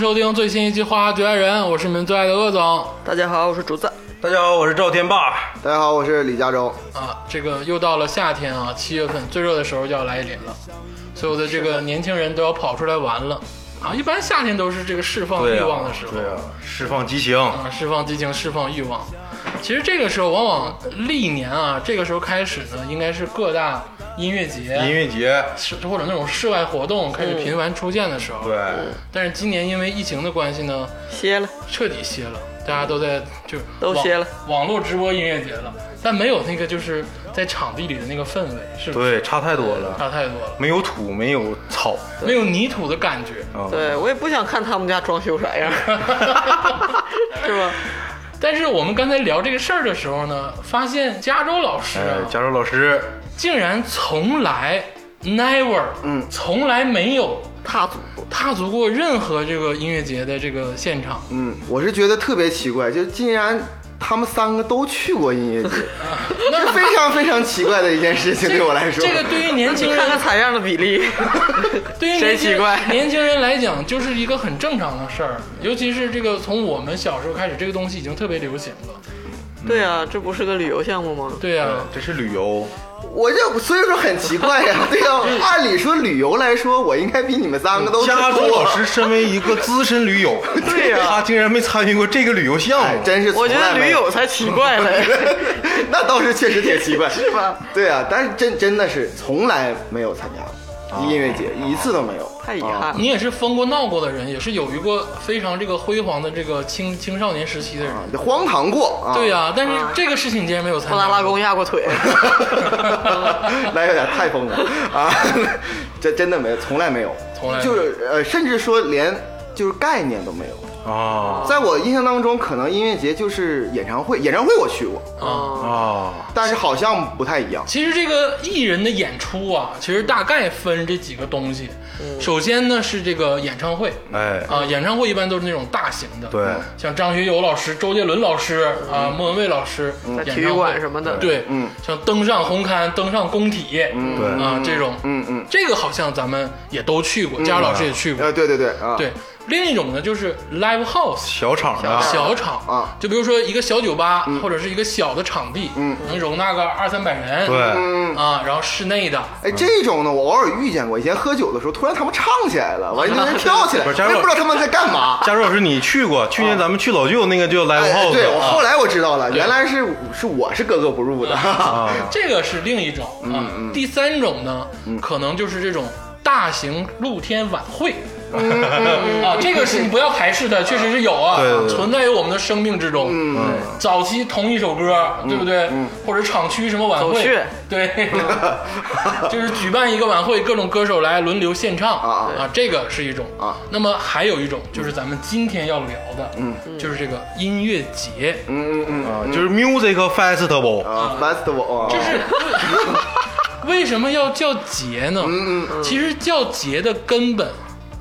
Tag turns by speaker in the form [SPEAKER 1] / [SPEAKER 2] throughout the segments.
[SPEAKER 1] 收听最新一期《花花最爱人》，我是你们最爱的鄂总
[SPEAKER 2] 大家好，我是竹子。
[SPEAKER 3] 大家好，我是赵天霸。
[SPEAKER 4] 大家好，我是李嘉洲。
[SPEAKER 1] 啊。这个又到了夏天啊，七月份最热的时候就要来临了，所有的这个年轻人都要跑出来玩了啊。一般夏天都是这个释放欲望的时候，
[SPEAKER 3] 对啊，释放激情，
[SPEAKER 1] 啊，释放激情，释放欲望。其实这个时候，往往历年啊，这个时候开始呢，应该是各大音乐节、啊
[SPEAKER 3] 音乐节，
[SPEAKER 1] 是或者那种室外活动开始频繁出现的时候。
[SPEAKER 3] 对，
[SPEAKER 1] 但是今年因为疫情的关系呢，
[SPEAKER 2] 歇了，
[SPEAKER 1] 彻底歇了，大家都在就
[SPEAKER 2] 都
[SPEAKER 1] 网
[SPEAKER 2] 歇了，
[SPEAKER 1] 网络直播音乐节了，但没有那个就是在场地里的那个氛围，是不是？
[SPEAKER 3] 对，差太多了，
[SPEAKER 1] 差太多了，
[SPEAKER 3] 没有土，没有草
[SPEAKER 1] 没有泥土的感觉。
[SPEAKER 3] 啊。
[SPEAKER 2] 对我也不想看他们家装修啥样，是吧？
[SPEAKER 1] 但是我们刚才聊这个事儿的时候呢，发现加州老师啊
[SPEAKER 3] 哎，，加州老师，
[SPEAKER 1] 竟然从来 never，嗯，从来没有
[SPEAKER 2] 踏足，
[SPEAKER 1] 踏足过任何这个音乐节的这个现场。
[SPEAKER 4] 嗯，我是觉得特别奇怪，就竟然他们三个都去过音乐节， 那是非常非常奇怪的一件事情，对我来说。
[SPEAKER 1] 这个对于年轻
[SPEAKER 2] 你看
[SPEAKER 1] 人
[SPEAKER 2] 看采样的比例，
[SPEAKER 1] 对于年轻
[SPEAKER 2] 谁奇怪
[SPEAKER 1] 年轻人来讲，就是一个很正常的事儿，尤其是这个从我们小时候开始，这个东西已经特别流行了。
[SPEAKER 2] 对啊，这不是个旅游项目吗？
[SPEAKER 1] 对呀、
[SPEAKER 3] 这是旅游，
[SPEAKER 4] 我这所以说很奇怪呀、 对呀、按理说旅游来说，我应该比你们三个都去
[SPEAKER 3] 加州
[SPEAKER 4] 过
[SPEAKER 3] 老师身为一个资深驴友，
[SPEAKER 2] 对呀
[SPEAKER 3] 他竟然没参与过这个旅游项
[SPEAKER 4] 哎
[SPEAKER 3] 目，，
[SPEAKER 4] 真是从
[SPEAKER 2] 我觉
[SPEAKER 4] 来
[SPEAKER 2] 得
[SPEAKER 4] 没
[SPEAKER 2] 驴友才奇怪嘞，
[SPEAKER 4] 那倒是确实挺 奇怪，是
[SPEAKER 2] 吧？
[SPEAKER 4] 对啊，但是真真的是从来没有参加
[SPEAKER 1] 哦
[SPEAKER 4] 过音乐节，一次都没有。啊
[SPEAKER 2] 太遗憾了。
[SPEAKER 1] 你也是疯过闹过的人，也是有一过非常这个辉煌的这个青青少年时期的人。
[SPEAKER 4] 啊荒唐过啊！
[SPEAKER 1] 对呀、但是这个事情你竟然没有参
[SPEAKER 2] 布
[SPEAKER 1] 加。
[SPEAKER 2] 达拉宫压过腿，
[SPEAKER 4] 那有点太疯了啊！ 这真的没有，从来没有，
[SPEAKER 1] 从来没有
[SPEAKER 4] 就是呃，甚至说连就是概念都没有。
[SPEAKER 3] 啊
[SPEAKER 4] 在我印象当中，可能音乐节就是演唱会，演唱会我去过，
[SPEAKER 2] 嗯，
[SPEAKER 3] 啊，
[SPEAKER 4] 但是好像不太一样。
[SPEAKER 1] 其实这个艺人的演出啊，其实大概分这几个东西。
[SPEAKER 2] 嗯
[SPEAKER 1] 首先呢是这个演唱会
[SPEAKER 3] 哎，
[SPEAKER 1] 啊，演唱会一般都是那种大型的，
[SPEAKER 3] 对，
[SPEAKER 1] 像张学友老师、周杰伦老师啊、莫文蔚老师，
[SPEAKER 2] 嗯在
[SPEAKER 1] 演唱
[SPEAKER 2] 体育馆
[SPEAKER 1] 会
[SPEAKER 2] 什么的
[SPEAKER 1] 对，
[SPEAKER 4] 嗯，
[SPEAKER 1] 像登上红磡、登上工体，
[SPEAKER 3] 对
[SPEAKER 1] 啊这种，
[SPEAKER 4] 嗯嗯，
[SPEAKER 1] 这个好像咱们也都去过，佳儿老师也去过，
[SPEAKER 4] 呃，对对对啊，
[SPEAKER 1] 对。另一种呢就是 live house。
[SPEAKER 3] 小场的，
[SPEAKER 1] 小场
[SPEAKER 4] 啊，嗯
[SPEAKER 1] 就比如说一个小酒吧，或者是一个小的场地，嗯，能容纳个二三百人，
[SPEAKER 3] 对，
[SPEAKER 4] 嗯。
[SPEAKER 1] 啊，然后室内的，
[SPEAKER 4] 哎，这种呢，我偶尔遇见过。以前喝酒的时候，突然他们唱起来了，完了就在那跳起来，
[SPEAKER 3] 不
[SPEAKER 4] 我
[SPEAKER 3] 是加入
[SPEAKER 4] 也不知道他们在干嘛。
[SPEAKER 3] 加州老师你去过？去年咱们去老舅那个叫 Live
[SPEAKER 4] 哎
[SPEAKER 3] House，
[SPEAKER 4] 对我后来我知道了，原来是是我是格格不入的。
[SPEAKER 3] 啊，
[SPEAKER 1] 这个是另一种啊。第三种呢，可能就是这种大型露天晚会。 啊，这个是你不要排斥它，确实是有啊
[SPEAKER 3] 对对，对
[SPEAKER 1] 存在于我们的生命之中。嗯，早期同一首歌，对不对？或者厂区什么晚
[SPEAKER 2] 走
[SPEAKER 1] 会
[SPEAKER 2] 穴，
[SPEAKER 1] 对，就是举办一个晚会，各种歌手来轮流献唱
[SPEAKER 4] 啊
[SPEAKER 1] 啊，这个是一种
[SPEAKER 4] 啊。
[SPEAKER 1] 那么还有一种就是咱们今天要聊的，嗯，就是这个音乐节，
[SPEAKER 4] 嗯嗯嗯
[SPEAKER 3] 啊就是 Music Festival，
[SPEAKER 4] 啊，festival 啊，
[SPEAKER 1] 就是 为什么要叫节呢？嗯嗯，其实叫节的根本，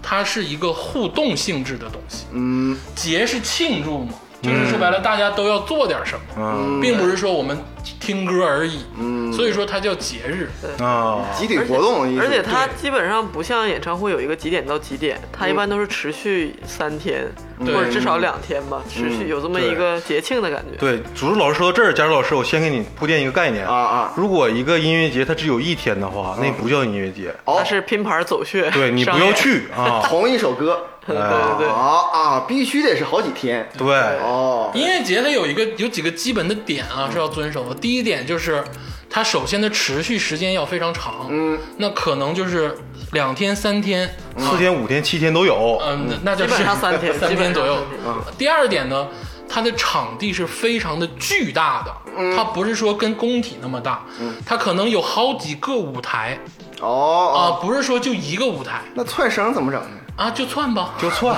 [SPEAKER 1] 它是一个互动性质的东西。
[SPEAKER 4] 嗯
[SPEAKER 1] 节是庆祝嘛，就是说白了，大家都要做点什么，
[SPEAKER 3] 嗯
[SPEAKER 1] 并不是说我们听歌而已。嗯，所以说它叫节日。
[SPEAKER 3] 啊，
[SPEAKER 4] 集体活动的意思，
[SPEAKER 2] 而且它基本上不像演唱会有一个几点到几点，它一般都是持续三天或
[SPEAKER 1] 对
[SPEAKER 2] 者至少两天吧，持续有这么一个节庆的感觉。
[SPEAKER 3] 对，主持老师说到这儿，佳茹老师，我先给你铺垫一个概念
[SPEAKER 4] 啊啊
[SPEAKER 3] 如果一个音乐节它只有一天的话，那不叫音乐节，
[SPEAKER 4] 哦
[SPEAKER 2] 它是拼盘走穴，
[SPEAKER 3] 对你不
[SPEAKER 2] 商
[SPEAKER 3] 要
[SPEAKER 2] 业，
[SPEAKER 3] 去 啊。
[SPEAKER 4] 同一首歌，
[SPEAKER 2] 对对对，
[SPEAKER 4] 啊啊，必须得是好几天
[SPEAKER 3] 对，
[SPEAKER 4] 哦，
[SPEAKER 1] 音乐节它有一个有几个基本的点啊是要遵守的。第一点就是，它首先的持续时间要非常长，嗯，那可能就是两天三天，
[SPEAKER 3] 四天、五天、七天都有。
[SPEAKER 1] 嗯，那那就
[SPEAKER 2] 基
[SPEAKER 1] 是
[SPEAKER 2] 本上三天，嗯
[SPEAKER 1] 三
[SPEAKER 2] 基本
[SPEAKER 1] 天
[SPEAKER 2] 上
[SPEAKER 1] 左右
[SPEAKER 2] 三。天
[SPEAKER 1] 第二点呢，它的场地是非常的巨大的，
[SPEAKER 2] 嗯
[SPEAKER 1] 它不是说跟工体那么大，它可能有好几个舞台
[SPEAKER 4] 哦
[SPEAKER 1] 啊、
[SPEAKER 4] 哦，
[SPEAKER 1] 不是说就一个舞台
[SPEAKER 4] 那串声怎么整 呢？
[SPEAKER 1] 啊，就窜吧。
[SPEAKER 3] 就窜，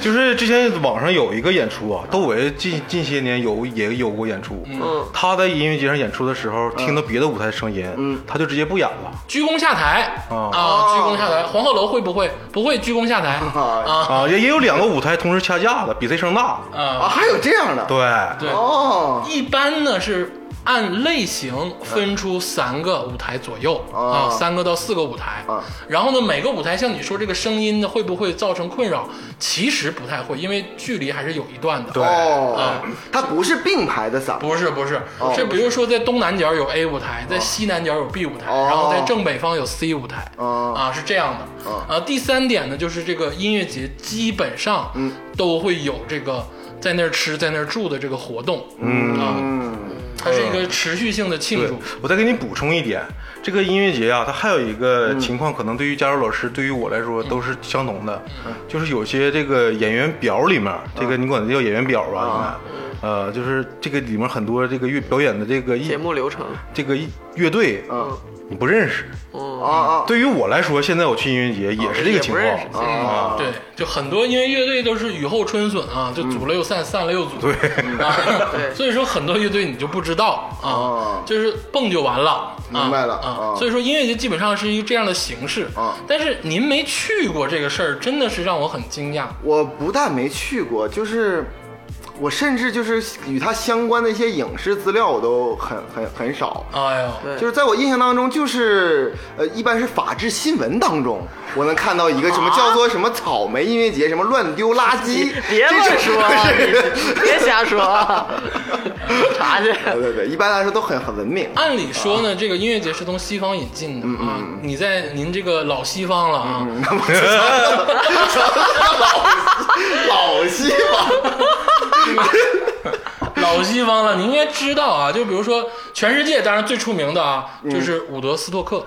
[SPEAKER 3] 就是之前网上有一个演出啊，窦唯近近些年有也有过演出，
[SPEAKER 2] 嗯，
[SPEAKER 3] 他在音乐节上演出的时候，听到别的舞台声音，他就直接不演了
[SPEAKER 1] 鞠躬下台、
[SPEAKER 3] 哦
[SPEAKER 1] 啊，鞠躬下台。黄鹤楼会不会？不会鞠躬下台
[SPEAKER 2] 哦
[SPEAKER 1] 啊
[SPEAKER 3] 啊，也也有两个舞台同时掐架的，比谁声大，
[SPEAKER 1] 啊
[SPEAKER 4] 啊，还有这样的，
[SPEAKER 3] 对，
[SPEAKER 1] 对，
[SPEAKER 4] 哦，
[SPEAKER 1] 一般呢是按类型分出三个舞台左右
[SPEAKER 4] 啊
[SPEAKER 1] 啊，三个到四个舞台
[SPEAKER 4] 啊。
[SPEAKER 1] 然后呢，每个舞台像你说这个声音呢，会不会造成困扰？其实不太会，因为距离还是有一段的。
[SPEAKER 3] 对
[SPEAKER 4] 哦
[SPEAKER 1] 啊，
[SPEAKER 2] 嗯
[SPEAKER 4] 它不是并排的嗓，
[SPEAKER 1] 不是不是
[SPEAKER 4] 哦，
[SPEAKER 1] 是比如说在东南角有 A 舞台，在西南角有 B 舞台，
[SPEAKER 4] 哦
[SPEAKER 1] 然后在正北方有 C 舞台，
[SPEAKER 4] 哦
[SPEAKER 1] 啊是这样的。啊，第三点呢，就是这个音乐节基本上都会有这个在那儿吃在那儿住的这个活动，嗯啊，它是一个持续性的庆
[SPEAKER 3] 对
[SPEAKER 1] 祝，，
[SPEAKER 3] 我再给你补充一点，这个音乐节啊，它还有一个情况，可能对于加州老师，对于我来说都是相同的，就是有些这个演员表里面，这个你管它叫演员表吧，应该，呃，就是这个里面很多这个乐表演的这个艺
[SPEAKER 2] 节目流程，嗯
[SPEAKER 3] 这个乐队，
[SPEAKER 4] 嗯
[SPEAKER 3] 你不认识。
[SPEAKER 4] 啊啊，
[SPEAKER 3] 对于我来说，现在我去音乐节也是这个情
[SPEAKER 2] 也不认识
[SPEAKER 3] 况
[SPEAKER 2] 嗯
[SPEAKER 3] 啊，
[SPEAKER 1] 对，就很多因为乐队都是雨后春笋啊，
[SPEAKER 4] 嗯
[SPEAKER 1] 就组了又散，散了又组。对，
[SPEAKER 2] 对
[SPEAKER 1] 所以说很多乐队你就不知道啊，
[SPEAKER 4] 哦
[SPEAKER 1] 就是蹦就完了，啊
[SPEAKER 4] 明白了
[SPEAKER 1] 啊
[SPEAKER 4] 哦。
[SPEAKER 1] 所以说音乐节基本上是一个这样的形式
[SPEAKER 4] 哦
[SPEAKER 1] 但是您没去过这个事儿，真的是让我很惊讶。
[SPEAKER 4] 我不但没去过，就是我甚至就是与它相关的一些影视资料我都很很很少。
[SPEAKER 1] 哎呦，
[SPEAKER 2] 对，
[SPEAKER 4] 就是在我印象当中，就是呃，一般是法制新闻当中，我能看到一个什么叫做什么草莓音乐节，什么乱丢垃圾，
[SPEAKER 2] 啊别
[SPEAKER 4] 这
[SPEAKER 2] 乱
[SPEAKER 4] 种
[SPEAKER 2] 说啊，你别瞎说啊，查去。
[SPEAKER 4] 对对对，一般来说都很很文
[SPEAKER 2] 啊
[SPEAKER 4] 明。
[SPEAKER 1] 按理说呢，这个音乐节是从西方引进
[SPEAKER 4] 嗯
[SPEAKER 1] 的啊，你在您这个老西方了啊，
[SPEAKER 4] 老西方，
[SPEAKER 1] 老西方了，你应该知道啊。就比如说，全世界当然最出名的啊，
[SPEAKER 4] 嗯
[SPEAKER 1] 就是伍德斯托克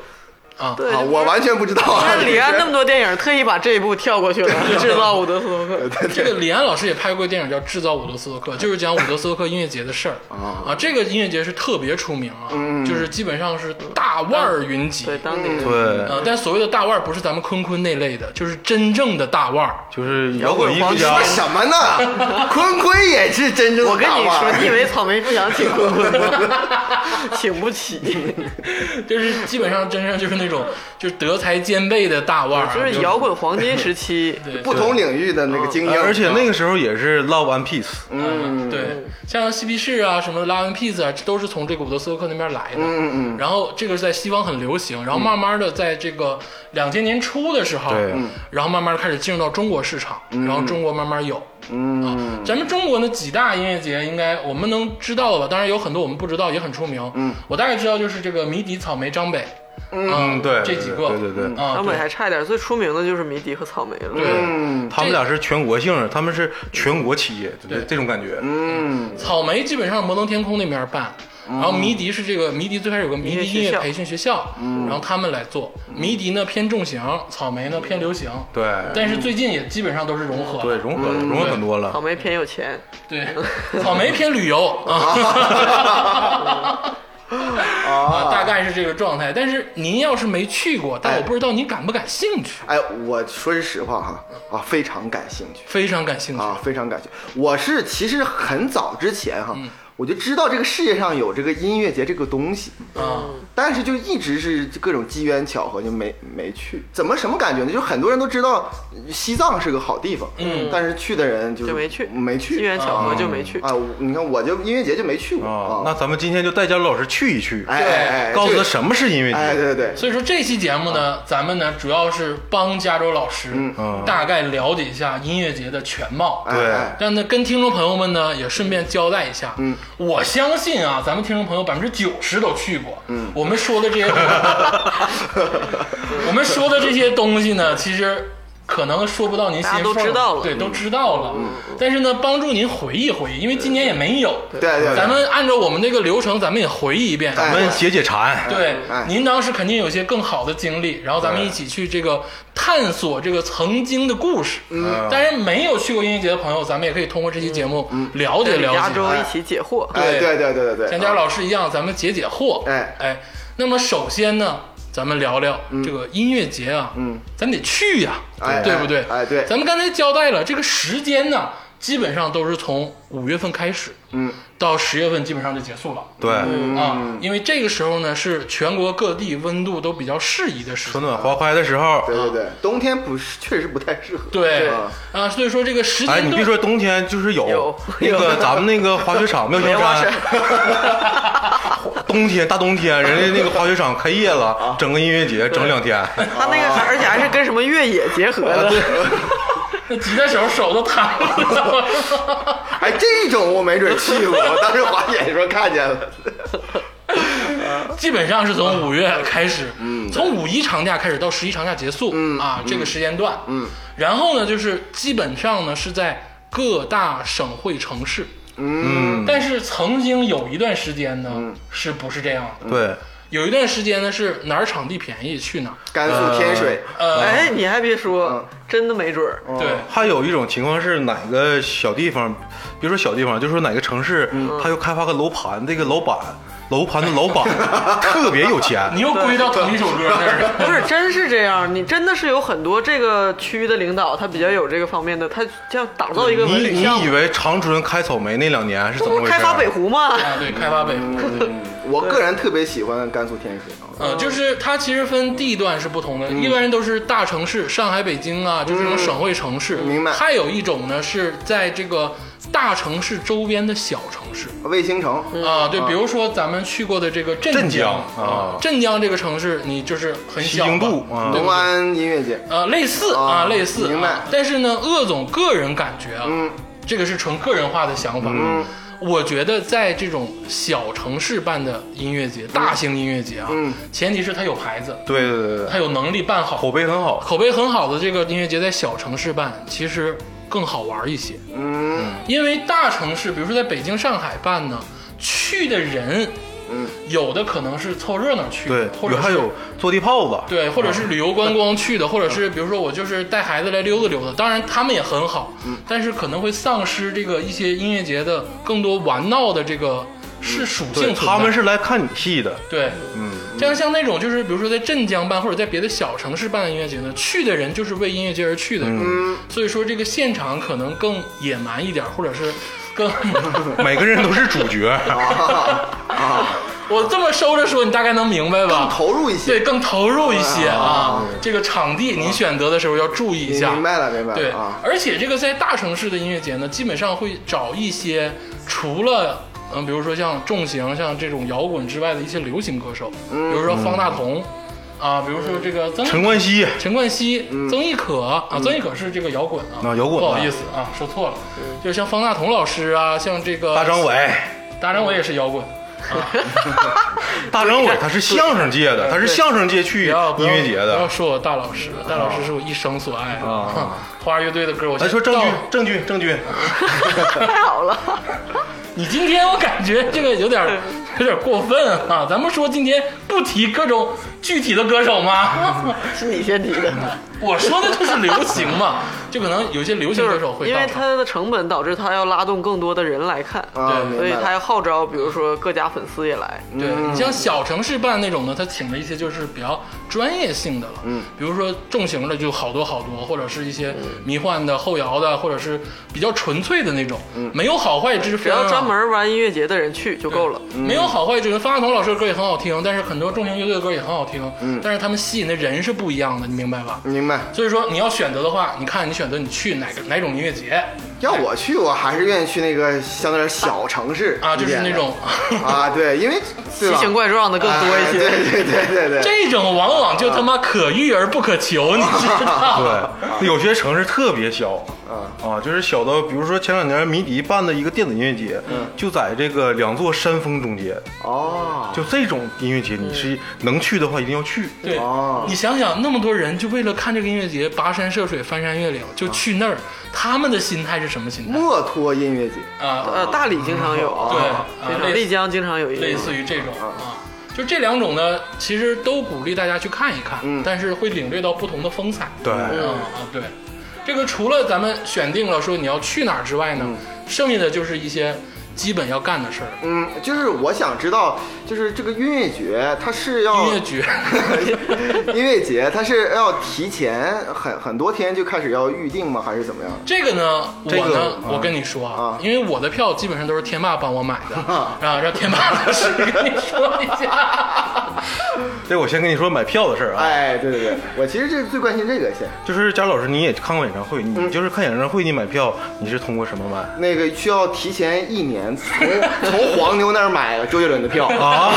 [SPEAKER 1] 啊，
[SPEAKER 2] 对，
[SPEAKER 4] 啊我完全不知道啊。
[SPEAKER 2] 看李安那么多电影，特意把这一部跳过去 了，制造伍德斯托
[SPEAKER 4] 嗯
[SPEAKER 2] 克。
[SPEAKER 1] 这个李安老师也拍过电影叫《制造伍德斯托克》，就是讲伍德斯托克音乐节的事儿啊。这个音乐节是特别出名啊，就是基本上是大腕儿云集
[SPEAKER 2] 嗯对，当地
[SPEAKER 4] 嗯
[SPEAKER 2] 人
[SPEAKER 3] 对，
[SPEAKER 1] 啊。但所谓的大腕儿不是咱们坤坤那类的，就是真正的大腕 儿。
[SPEAKER 3] 就是摇滚艺术
[SPEAKER 2] 摇
[SPEAKER 3] 家
[SPEAKER 4] 说，什么 呢？坤坤也是真正的
[SPEAKER 2] 我跟
[SPEAKER 4] 大
[SPEAKER 2] 你
[SPEAKER 4] 腕
[SPEAKER 2] 说，
[SPEAKER 4] 儿
[SPEAKER 2] 你以为草莓不想 请坤坤吗？请不起，
[SPEAKER 1] 就是基本上真正就是那种就是德才兼备的大腕儿啊，
[SPEAKER 4] 嗯
[SPEAKER 2] 就是摇滚黄金时期。
[SPEAKER 1] 对
[SPEAKER 4] 不同领域的那
[SPEAKER 2] 嗯
[SPEAKER 4] 个精英，
[SPEAKER 3] 呃而且那个时候也是 Love and Peace，
[SPEAKER 1] 嗯，对，像嬉皮士啊，什么拉文 Peace 啊，这都是从这个伍德斯托克那边来的。嗯嗯。然后这个是在西方很流行，然后慢慢的在这个两千年初的时候，
[SPEAKER 3] 对嗯
[SPEAKER 1] 然后慢慢开始进入到中国市场，然后中国慢慢有。嗯、咱们中国呢几大音乐节，应该我们能知道的吧？当然有很多我们不知道，也很出名。嗯，我大概知道就是这个迷笛、草莓、张北，嗯
[SPEAKER 3] 嗯，对，
[SPEAKER 1] 这几个，
[SPEAKER 3] 对对对，
[SPEAKER 1] 啊，
[SPEAKER 2] 张北
[SPEAKER 1] 对
[SPEAKER 2] 还差一点，最出名的就是迷笛和草莓了。
[SPEAKER 1] 对
[SPEAKER 4] 嗯
[SPEAKER 3] 他们俩是全国性的，他们是全国企业，对
[SPEAKER 1] 对
[SPEAKER 3] 这种感觉。
[SPEAKER 4] 嗯，
[SPEAKER 1] 草莓基本上摩登天空那边办，然后迷笛是这个迷笛最开始有个嗯迷笛音乐培训学校，嗯然后他们来做。迷笛呢偏重型，草莓呢偏流行，
[SPEAKER 3] 对，
[SPEAKER 1] 但是最近也基本上都是融合。
[SPEAKER 3] 对，融合了，融合很多
[SPEAKER 2] 草
[SPEAKER 3] 了。
[SPEAKER 2] 莓偏有钱，
[SPEAKER 1] 对，草莓偏旅游啊。啊，大概是这个状态。但是您要是没去过，但我不知道您感不感兴趣，
[SPEAKER 4] 哎，我说句实话哈，啊，非常感兴趣
[SPEAKER 1] 非常感兴趣。
[SPEAKER 4] 啊，非常感兴趣。我是其实很早之前哈，我就知道这个世界上有这个音乐节这个东西，
[SPEAKER 1] 啊，
[SPEAKER 4] 但是就一直是各种机缘巧合就没没去。怎么什么感觉呢？就很多人都知道西藏是个好地方，嗯，但是去的人就是
[SPEAKER 2] 就没去
[SPEAKER 4] 没去，
[SPEAKER 2] 机缘巧合就没去。
[SPEAKER 4] 啊，我你看我就音乐节就没去过
[SPEAKER 3] 啊，那咱们今天就带姜老师去一去，
[SPEAKER 4] 哎哎哎，
[SPEAKER 3] 告诉他
[SPEAKER 4] 这个
[SPEAKER 3] 什么是音乐
[SPEAKER 4] 哎，
[SPEAKER 3] 节。
[SPEAKER 4] 对对对，
[SPEAKER 1] 所以说这期节目呢，咱们呢主要是帮加州老师
[SPEAKER 3] 嗯
[SPEAKER 1] 大概了解一下音乐节的全貌。
[SPEAKER 4] 哎
[SPEAKER 3] 对
[SPEAKER 4] 哎
[SPEAKER 1] 但呢，跟听众朋友们呢也顺便交代一下，嗯，我相信啊，咱们听众朋友百分之九十都去过，嗯，我们说的 这些，我们说的这些东西呢，其实可能说不到您心
[SPEAKER 2] 大家
[SPEAKER 1] 缝儿，
[SPEAKER 2] 都知道了
[SPEAKER 1] 对，
[SPEAKER 4] 嗯
[SPEAKER 1] 都知道了，但是呢，帮助您回忆回忆，因为今年也没有，
[SPEAKER 4] 对对对
[SPEAKER 1] 咱们按照我们这个流程，咱们也回忆一遍，
[SPEAKER 4] 哎
[SPEAKER 3] 咱们解解馋。
[SPEAKER 1] 对
[SPEAKER 4] 哎，
[SPEAKER 1] 您当时肯定有些更好的经历，然后咱们一起去这个探索这个曾经的故事。嗯，当然没有去过音乐节的朋友，咱们也可以通过这期节目
[SPEAKER 4] 嗯
[SPEAKER 1] 了解
[SPEAKER 4] 啊
[SPEAKER 1] 了
[SPEAKER 2] 加
[SPEAKER 1] 解。
[SPEAKER 2] 州一起解惑，
[SPEAKER 4] 哎，对对对对对，
[SPEAKER 1] 像佳老师一样，咱们解解惑。
[SPEAKER 4] 哎
[SPEAKER 1] 哎，那么首先呢，咱们聊聊这个音乐节啊，嗯，咱得去呀
[SPEAKER 4] 哎，
[SPEAKER 1] 对不对？
[SPEAKER 4] 哎哎对
[SPEAKER 1] 咱们刚才交代了这个时间呢。基本上都是从五月份开始，嗯，到十月份基本上就结束了。
[SPEAKER 3] 对，
[SPEAKER 1] 啊，因为这个时候呢是全国各地温度都比较适宜的时
[SPEAKER 3] 春
[SPEAKER 1] 候。
[SPEAKER 3] 暖花开的时候，
[SPEAKER 4] 对对对，冬天不是确实不太适合。
[SPEAKER 1] 对
[SPEAKER 4] 啊
[SPEAKER 1] 啊，所以说这个时
[SPEAKER 3] 哎，
[SPEAKER 1] 间
[SPEAKER 3] 你
[SPEAKER 1] 段
[SPEAKER 3] 别说冬天，就是有
[SPEAKER 2] 有
[SPEAKER 3] 那个咱们那个滑 雪场妙
[SPEAKER 2] 棉
[SPEAKER 4] 哎
[SPEAKER 3] 香
[SPEAKER 2] 花
[SPEAKER 3] 山， 冬天大冬天，人家那个滑雪场开业了，整个音乐节整两天，
[SPEAKER 2] 他那个还而且还是跟什么越野结合
[SPEAKER 3] 啊
[SPEAKER 2] 的，
[SPEAKER 1] 那急的时候手都瘫了。
[SPEAKER 4] 哎，这种我没准去过，我当时滑雪的时候看见了。
[SPEAKER 1] 基本上是从五月开始，嗯，从五一长假开始到十一长假结束，嗯啊，这个时间段，嗯，然后呢，就是基本上呢是在各大省会城市，嗯，但是曾经有一段时间呢，是不是这样的？
[SPEAKER 3] 对，
[SPEAKER 1] 有一段时间呢是哪儿场地便宜去哪儿，
[SPEAKER 4] 甘肃天水，
[SPEAKER 1] 呃，
[SPEAKER 3] 嗯
[SPEAKER 2] 哎，你还别说，真的没准儿。
[SPEAKER 1] 对，
[SPEAKER 3] 还有一种情况是哪个小地方，别说小地方，就说哪个城市，
[SPEAKER 1] 嗯
[SPEAKER 3] 他又开发个楼盘，这个楼板，楼盘的老 板特别有钱，
[SPEAKER 1] 你又归到同一首歌那儿 了。
[SPEAKER 2] 不是，真是这样。你真的是有很多这个区的领导，他比较有这个方面的，他像打造一个文
[SPEAKER 3] 你
[SPEAKER 2] 旅
[SPEAKER 3] 你
[SPEAKER 2] 项
[SPEAKER 3] 以
[SPEAKER 2] 目，
[SPEAKER 3] 为长春开草莓那两年是
[SPEAKER 2] 这
[SPEAKER 3] 怎
[SPEAKER 2] 不
[SPEAKER 3] 么
[SPEAKER 2] 是
[SPEAKER 3] 回事？
[SPEAKER 2] 开发北湖 吗？
[SPEAKER 1] 啊，对，开发北湖，
[SPEAKER 3] 嗯
[SPEAKER 4] 嗯 我个人特别喜欢甘肃天水啊。
[SPEAKER 1] 呃，就是它其实分地段是不同
[SPEAKER 3] 嗯
[SPEAKER 1] 的，一般人都是大城市，上海、北京啊，就这种省会城市。
[SPEAKER 4] 明白
[SPEAKER 1] 还有一种呢，是在这个大城市周边的小城市
[SPEAKER 4] 卫星城，
[SPEAKER 1] 啊，对，比如说咱们去过的这个镇
[SPEAKER 3] 镇江啊
[SPEAKER 1] 镇江这个城市，你就是很
[SPEAKER 3] 西
[SPEAKER 1] 小
[SPEAKER 3] 京
[SPEAKER 1] 嘛
[SPEAKER 3] 路啊，
[SPEAKER 4] 农安音乐节，
[SPEAKER 1] 呃，类似
[SPEAKER 4] 啊
[SPEAKER 1] 啊，类似。
[SPEAKER 4] 明白嗯
[SPEAKER 1] 啊但是呢，鄂总个人感觉啊，这个是纯个人化的想法。嗯，我觉得在这种小城市办的音乐节、大型音乐节啊，
[SPEAKER 4] 嗯
[SPEAKER 1] 前提是他有牌子，
[SPEAKER 3] 对对对对对，
[SPEAKER 1] 他有能力办好。
[SPEAKER 3] 口碑很好，
[SPEAKER 1] 口碑很好的这个音乐节，在小城市办其实更好玩一些，
[SPEAKER 4] 嗯，
[SPEAKER 1] 因为大城市，比如说在北京、上海办呢，去的人，
[SPEAKER 4] 嗯，
[SPEAKER 1] 有的可能是凑热闹去的，
[SPEAKER 3] 对，
[SPEAKER 1] 或者
[SPEAKER 3] 还
[SPEAKER 1] 是
[SPEAKER 3] 有坐地炮子，
[SPEAKER 1] 对，或者是旅游观光去的，或者是比如说我就是带孩子来溜达溜达，当然他们也很好，但是可能会丧失这个一些音乐节的更多玩闹的这个是属性
[SPEAKER 3] 对，
[SPEAKER 1] 存在。
[SPEAKER 3] 他们是来看你戏的，
[SPEAKER 1] 对，嗯，这样像那种就是比如说在镇江办或者在别的小城市办的音乐节呢，去的人就是为音乐节而去的人，所以说这个现场可能更野蛮一点，或者是 更
[SPEAKER 3] 每个人都是主 角，
[SPEAKER 1] 嗯
[SPEAKER 4] 啊
[SPEAKER 1] 我这么收着说，你大概能明白吧？
[SPEAKER 4] 投入一些
[SPEAKER 1] 啊对，，更投入一些啊。这个场地你选择的时候要注意一下。
[SPEAKER 4] 明白了，明白
[SPEAKER 1] 对
[SPEAKER 4] 了啊，，
[SPEAKER 1] 而且这个在大城市的音乐节呢，基本上会找一些除了嗯，比如说像重型、像这种摇滚之外的一些流行歌手，比如说方大同啊，比如说这个曾
[SPEAKER 3] 嗯陈冠希，
[SPEAKER 1] 陈冠希、曾轶可啊，曾轶可是这个摇滚啊，
[SPEAKER 3] 啊摇滚的
[SPEAKER 1] 不好意思啊，说错了，就像方大同老师啊，像这个
[SPEAKER 3] 大张，伟，
[SPEAKER 1] 大张伟也是摇滚，
[SPEAKER 3] 大张伟他是相声界的，他是相声界去
[SPEAKER 1] 不要不
[SPEAKER 3] 音
[SPEAKER 1] 要
[SPEAKER 3] 乐节
[SPEAKER 1] 不要
[SPEAKER 3] 的。
[SPEAKER 1] 说我大老师，大老师是我一生所爱的
[SPEAKER 3] 啊哎
[SPEAKER 1] 哼 花儿乐队的歌，我
[SPEAKER 3] 来说郑
[SPEAKER 1] 到
[SPEAKER 3] 钧，郑钧，郑钧，
[SPEAKER 2] 太好了，
[SPEAKER 1] 你今天我感觉这个有点儿有点儿过分啊！咱们说今天不提各种具体的歌手 吗？
[SPEAKER 2] 是你先提的，
[SPEAKER 3] 嗯
[SPEAKER 1] 我说的就是流行嘛，就可能有些流行
[SPEAKER 2] 就
[SPEAKER 1] 歌
[SPEAKER 2] 是
[SPEAKER 1] 手会
[SPEAKER 2] 因为
[SPEAKER 1] 到场。
[SPEAKER 2] 它的成本导致它要拉动更多的人来看，
[SPEAKER 4] 啊，
[SPEAKER 1] 对
[SPEAKER 4] 明
[SPEAKER 2] 所以
[SPEAKER 4] 白
[SPEAKER 2] 它
[SPEAKER 4] 了，
[SPEAKER 2] 要号召，比如说各家粉丝也来。
[SPEAKER 1] 对
[SPEAKER 2] 嗯
[SPEAKER 1] 你像小城市办那种呢，他请了一些就是比较专业性的了，嗯，比如说重型的就好多好多，或者是一些
[SPEAKER 2] 嗯
[SPEAKER 1] 迷幻的、后摇的，或者是比较纯粹的那种，没有好坏之
[SPEAKER 2] 只
[SPEAKER 1] 分啊、
[SPEAKER 2] 要嗯专门嗯玩音乐节的人去就够了。
[SPEAKER 1] 没有好坏之分。方大同老师的歌也很好听，但是很多重型乐队的歌也很好听，嗯，但是他们吸引的人是不一样的，你明白吧？
[SPEAKER 4] 明白。
[SPEAKER 1] 所以说你要选择的话，你看你选择你去哪个哪种音乐节
[SPEAKER 4] 要我去，我还是愿意去那个相对来说小城市
[SPEAKER 1] 啊，就是那种
[SPEAKER 4] 啊，对，因为
[SPEAKER 2] 奇形怪状的更多
[SPEAKER 3] 哎
[SPEAKER 2] 一些。
[SPEAKER 4] 对对对对 对，
[SPEAKER 1] 这种往往就他妈可遇而不可求，你知道吗？
[SPEAKER 3] 对，有些城市特别小，啊，就是小到，比如说前两年迷笛办的一个电子音乐节，就在这个两座山峰中间，
[SPEAKER 4] 哦
[SPEAKER 3] 就这种音乐节，你是能去的话一定要去。
[SPEAKER 1] 对
[SPEAKER 4] 哦，
[SPEAKER 1] 你想想，那么多人就为了看这个音乐节，跋山涉水、翻山越岭，就去那儿，他们的心态是什么心态
[SPEAKER 4] 墨脱音乐节，
[SPEAKER 1] 啊？
[SPEAKER 2] 呃，大理经常有，
[SPEAKER 1] 对
[SPEAKER 2] 啊，
[SPEAKER 1] 啊
[SPEAKER 2] 经常
[SPEAKER 1] 类似
[SPEAKER 2] 丽江经常有一
[SPEAKER 1] 类似于这种啊，就这两种呢，其实都鼓励大家去看一看，但是会领略到不同的风采。
[SPEAKER 3] 对，
[SPEAKER 1] 嗯啊，对，这个除了咱们选定了说你要去哪儿之外呢，剩下的就是一些基本要干的事儿。
[SPEAKER 4] 嗯，就是我想知道就是这个音乐节，它是要
[SPEAKER 1] 音乐剧，
[SPEAKER 4] 哦 音乐节，它是要提前很很多天就开始要预定吗？还是怎么样？
[SPEAKER 1] 这个呢，
[SPEAKER 3] 这个
[SPEAKER 1] 我呢
[SPEAKER 3] 啊，
[SPEAKER 1] 我跟你说啊
[SPEAKER 4] 啊，
[SPEAKER 1] 因为我的票基本上都是天霸帮我买的啊，让天霸老师跟你说一下。
[SPEAKER 3] 这我先跟你说买票的事儿啊，
[SPEAKER 4] 哎，对对对，我其实这最关心这个先，
[SPEAKER 3] 就是佳老师你也看过演唱会，你就是看演唱会你买票，你是通过什么买？
[SPEAKER 4] 那个需要提前一年从从黄牛那儿买周杰伦的票啊，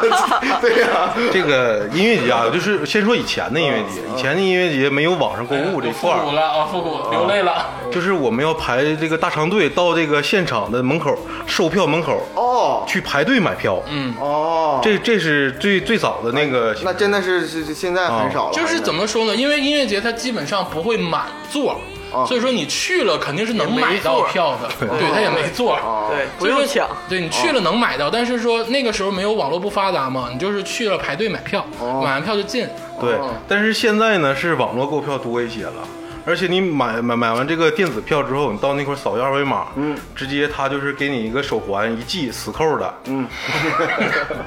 [SPEAKER 4] 对呀、
[SPEAKER 3] 这个音乐节啊，就是先说以前的音乐节，以前的音乐节没有网上购物这一块
[SPEAKER 1] 复古
[SPEAKER 3] 儿，
[SPEAKER 1] 了啊，复古流泪了。
[SPEAKER 3] 就是我们要排这个大长队到这个现场的门口售票门口
[SPEAKER 4] 哦
[SPEAKER 3] 去排队买票，
[SPEAKER 1] 嗯，
[SPEAKER 4] 哦，
[SPEAKER 3] 这这是最最早的那个，
[SPEAKER 4] 那真的是是是现在很少了，
[SPEAKER 1] 哦
[SPEAKER 4] 哦
[SPEAKER 1] 就是怎
[SPEAKER 4] 么
[SPEAKER 1] 么说呢？因为音乐节它基本上不会满座，
[SPEAKER 4] 哦
[SPEAKER 1] 所以说你去了肯定是能
[SPEAKER 2] 也没
[SPEAKER 1] 买到
[SPEAKER 2] 座啊
[SPEAKER 1] 票的，对，它也没座。
[SPEAKER 4] 哦
[SPEAKER 2] 对，不
[SPEAKER 1] 所以说
[SPEAKER 2] 用抢。
[SPEAKER 1] 对你去了能买到，但是说那个时候没有网络不发达嘛，你就是去了排队买票，
[SPEAKER 4] 哦
[SPEAKER 1] 买完票就进。
[SPEAKER 3] 对，
[SPEAKER 4] 嗯
[SPEAKER 3] 但是现在呢是网络购票多一些了。而且你买买买完这个电子票之后，你到那块儿扫一二维码，嗯，直接他就是给你一个手环，一系死扣的，嗯，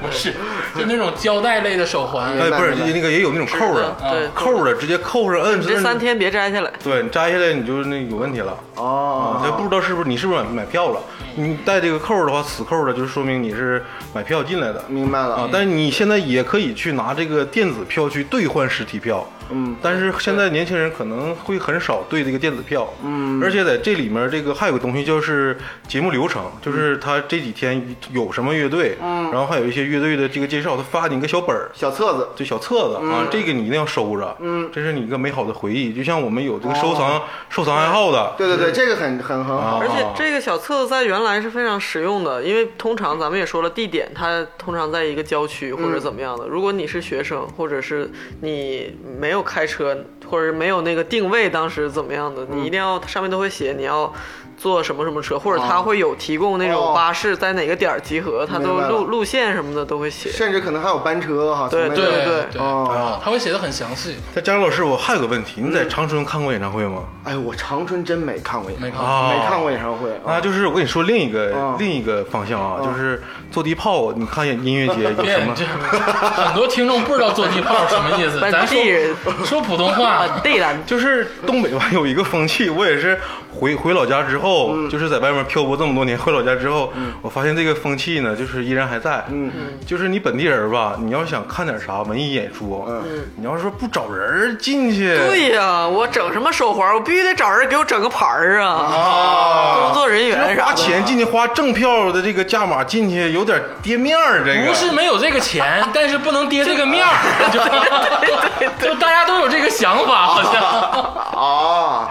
[SPEAKER 1] 不是，就那种胶带类的手环，
[SPEAKER 3] 哎，不是
[SPEAKER 4] 明白明白嗯
[SPEAKER 3] 那个也有那种扣的，啊
[SPEAKER 2] 对，
[SPEAKER 3] 扣的直接扣上摁，
[SPEAKER 2] 你这三
[SPEAKER 3] 摁
[SPEAKER 2] 天别摘下来。
[SPEAKER 3] 对你摘下来，你就是那有问题了
[SPEAKER 4] 哦
[SPEAKER 3] 啊！这不知道是不是你是不是买买票了？
[SPEAKER 2] 嗯
[SPEAKER 3] 你带这个扣的话，死扣的，就是说明你是买票进来的
[SPEAKER 4] 明白了
[SPEAKER 3] 啊。但是你现在也可以去拿这个电子票去兑换实体票，
[SPEAKER 4] 嗯，
[SPEAKER 3] 但是现在年轻人可能会很少兑这个电子票，
[SPEAKER 4] 嗯
[SPEAKER 3] 而且在这里面这个还有个东西就是节目流
[SPEAKER 4] 嗯
[SPEAKER 3] 程，就是他这几天有什么乐队，嗯，然后还有一些乐队的这个介绍，他发你一个小本儿，
[SPEAKER 4] 小册子
[SPEAKER 3] 这小册子
[SPEAKER 4] 嗯
[SPEAKER 3] 啊，这个你一定要收着，嗯，这是你一个美好的回忆。就像我们有这个收藏、收藏爱好的，
[SPEAKER 4] 哦对对对，这个很很很好
[SPEAKER 3] 啊
[SPEAKER 2] 而且这个小册子在原来是非常实用的，因为通常咱们也说了，地点它通常在一个郊区或者怎么样的。如果你是学生，或者是你没有开车，或者是没有那个定位，当时怎么样的，你一定要上面都会写你要坐什么什么车，或者它会有提供那种
[SPEAKER 4] 哦
[SPEAKER 2] 巴士在哪个点儿集合，它
[SPEAKER 4] 明
[SPEAKER 2] 都
[SPEAKER 4] 白了
[SPEAKER 2] 路路线什么的都会写。
[SPEAKER 4] 甚至可能还有班车哈，
[SPEAKER 2] 对
[SPEAKER 4] 从那
[SPEAKER 1] 对
[SPEAKER 4] 个
[SPEAKER 2] 对
[SPEAKER 1] 对啊
[SPEAKER 4] 哦。
[SPEAKER 1] 他会写的很详 细，
[SPEAKER 3] 在佳茹老师，我还有个问题，你
[SPEAKER 4] 嗯
[SPEAKER 3] 在长春看过演唱会吗？
[SPEAKER 4] 哎，我长春真没看过演唱
[SPEAKER 1] 没
[SPEAKER 4] 会，
[SPEAKER 1] 看
[SPEAKER 3] 过
[SPEAKER 4] 没看过演唱会
[SPEAKER 3] 啊，就是我跟你说另一个
[SPEAKER 4] 啊
[SPEAKER 3] 另一个方向啊，就是坐地炮。你看音乐节有
[SPEAKER 1] 别
[SPEAKER 3] 什么
[SPEAKER 1] 这？很多听众不知道坐地炮什么意 思，
[SPEAKER 2] 本
[SPEAKER 1] 咱
[SPEAKER 2] 地人
[SPEAKER 1] 说说普通话
[SPEAKER 2] 本，呃地人，
[SPEAKER 3] 就是东北吧，有一个风气，我也是回 回老家之后，就是在外面漂泊这么多年，回老家之后，我发现这个风气呢，就是依然还在。嗯，就是你本地人吧，你要想看点啥文艺演出，嗯，你要是说不找人儿进去，
[SPEAKER 2] 对呀、我整什么手环，我必须得找人给我整个牌儿啊，工作人员啥
[SPEAKER 3] 花
[SPEAKER 2] 的。
[SPEAKER 3] 钱进去花正票的这个价码进去有点跌面儿，这个
[SPEAKER 1] 不是没有这个钱，但是不能跌这个面 儿，就就大家都有这个想法，好像。
[SPEAKER 3] 啊。
[SPEAKER 4] 啊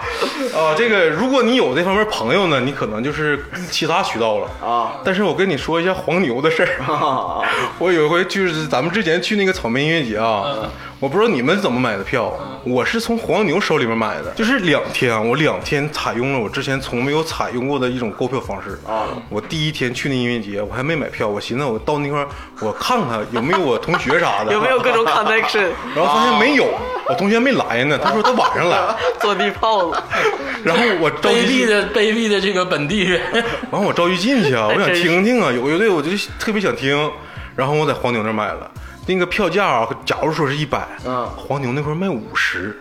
[SPEAKER 3] 这个如果你有这方面朋友呢，你可能就是其他渠道了
[SPEAKER 4] 啊。
[SPEAKER 3] 但是我跟你说一下黄牛的事儿
[SPEAKER 4] 啊！
[SPEAKER 3] 我有一回就是咱们之前去那个草莓音乐节啊，我不知道你们怎么买的票，我是从黄牛手里面买的，就是两天啊，我两天采用了我之前从没有采用过的一种购票方式啊。我第一天去那音乐节，我还没买票，我寻思我到那块儿我看看有没有我同学啥的，
[SPEAKER 2] 有没有各种 connection？
[SPEAKER 3] 然后发现没有，我同学没来呢，他说他晚上来，
[SPEAKER 2] 坐地炮子，
[SPEAKER 3] 然后我着
[SPEAKER 1] 卑
[SPEAKER 3] 急
[SPEAKER 1] 鄙，的卑鄙的这个本地人，
[SPEAKER 3] 然后我着急进去啊，我
[SPEAKER 2] 真
[SPEAKER 4] 哎
[SPEAKER 3] 想
[SPEAKER 2] 是
[SPEAKER 3] 听听啊，有乐队我就特别想听，然后我在黄牛那儿买了，那个票价啊，假如说是一百，
[SPEAKER 4] 嗯
[SPEAKER 3] 黄牛那块儿卖五十，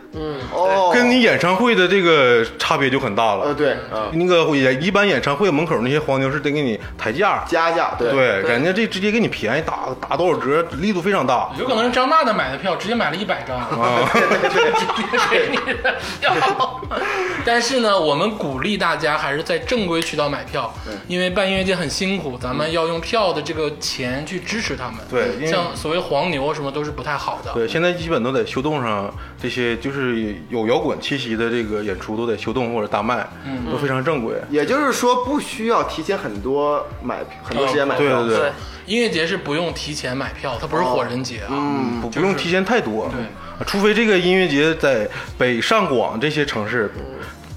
[SPEAKER 4] 哦，
[SPEAKER 3] 跟你演唱会的这个差别就很大
[SPEAKER 4] 呃
[SPEAKER 3] 了。
[SPEAKER 4] 对，嗯
[SPEAKER 3] 那个演一般演唱会门口那些黄牛是得给你抬价，
[SPEAKER 4] 加价对
[SPEAKER 3] 对，人家这直接给你便宜打打多少折，力度非常大。
[SPEAKER 4] 嗯
[SPEAKER 1] 有可能是张大大买的票，直接买了一百张，
[SPEAKER 3] 哦
[SPEAKER 1] 直接给你的票。 但是呢，我们鼓励大家还是在正规渠道买票，因为办音乐节很辛苦，咱们要用票的这个钱去支持他们。
[SPEAKER 3] 嗯对因为
[SPEAKER 1] 像所谓黄牛什么都是不太好的。
[SPEAKER 3] 对，现在基本都在修动上，这些就是有摇滚气息的这个演出都在修动或者大卖，
[SPEAKER 4] 嗯
[SPEAKER 3] 都非常正规。
[SPEAKER 4] 也就是说不需要提前很多买很多时间买
[SPEAKER 3] 对
[SPEAKER 4] 票，
[SPEAKER 3] 对
[SPEAKER 2] 对，
[SPEAKER 1] 音乐节是不用提前买票，它不是火人节
[SPEAKER 3] 嗯
[SPEAKER 1] 啊。
[SPEAKER 3] 不不用提前太多，对，除非这个音乐节在北上广这些城市。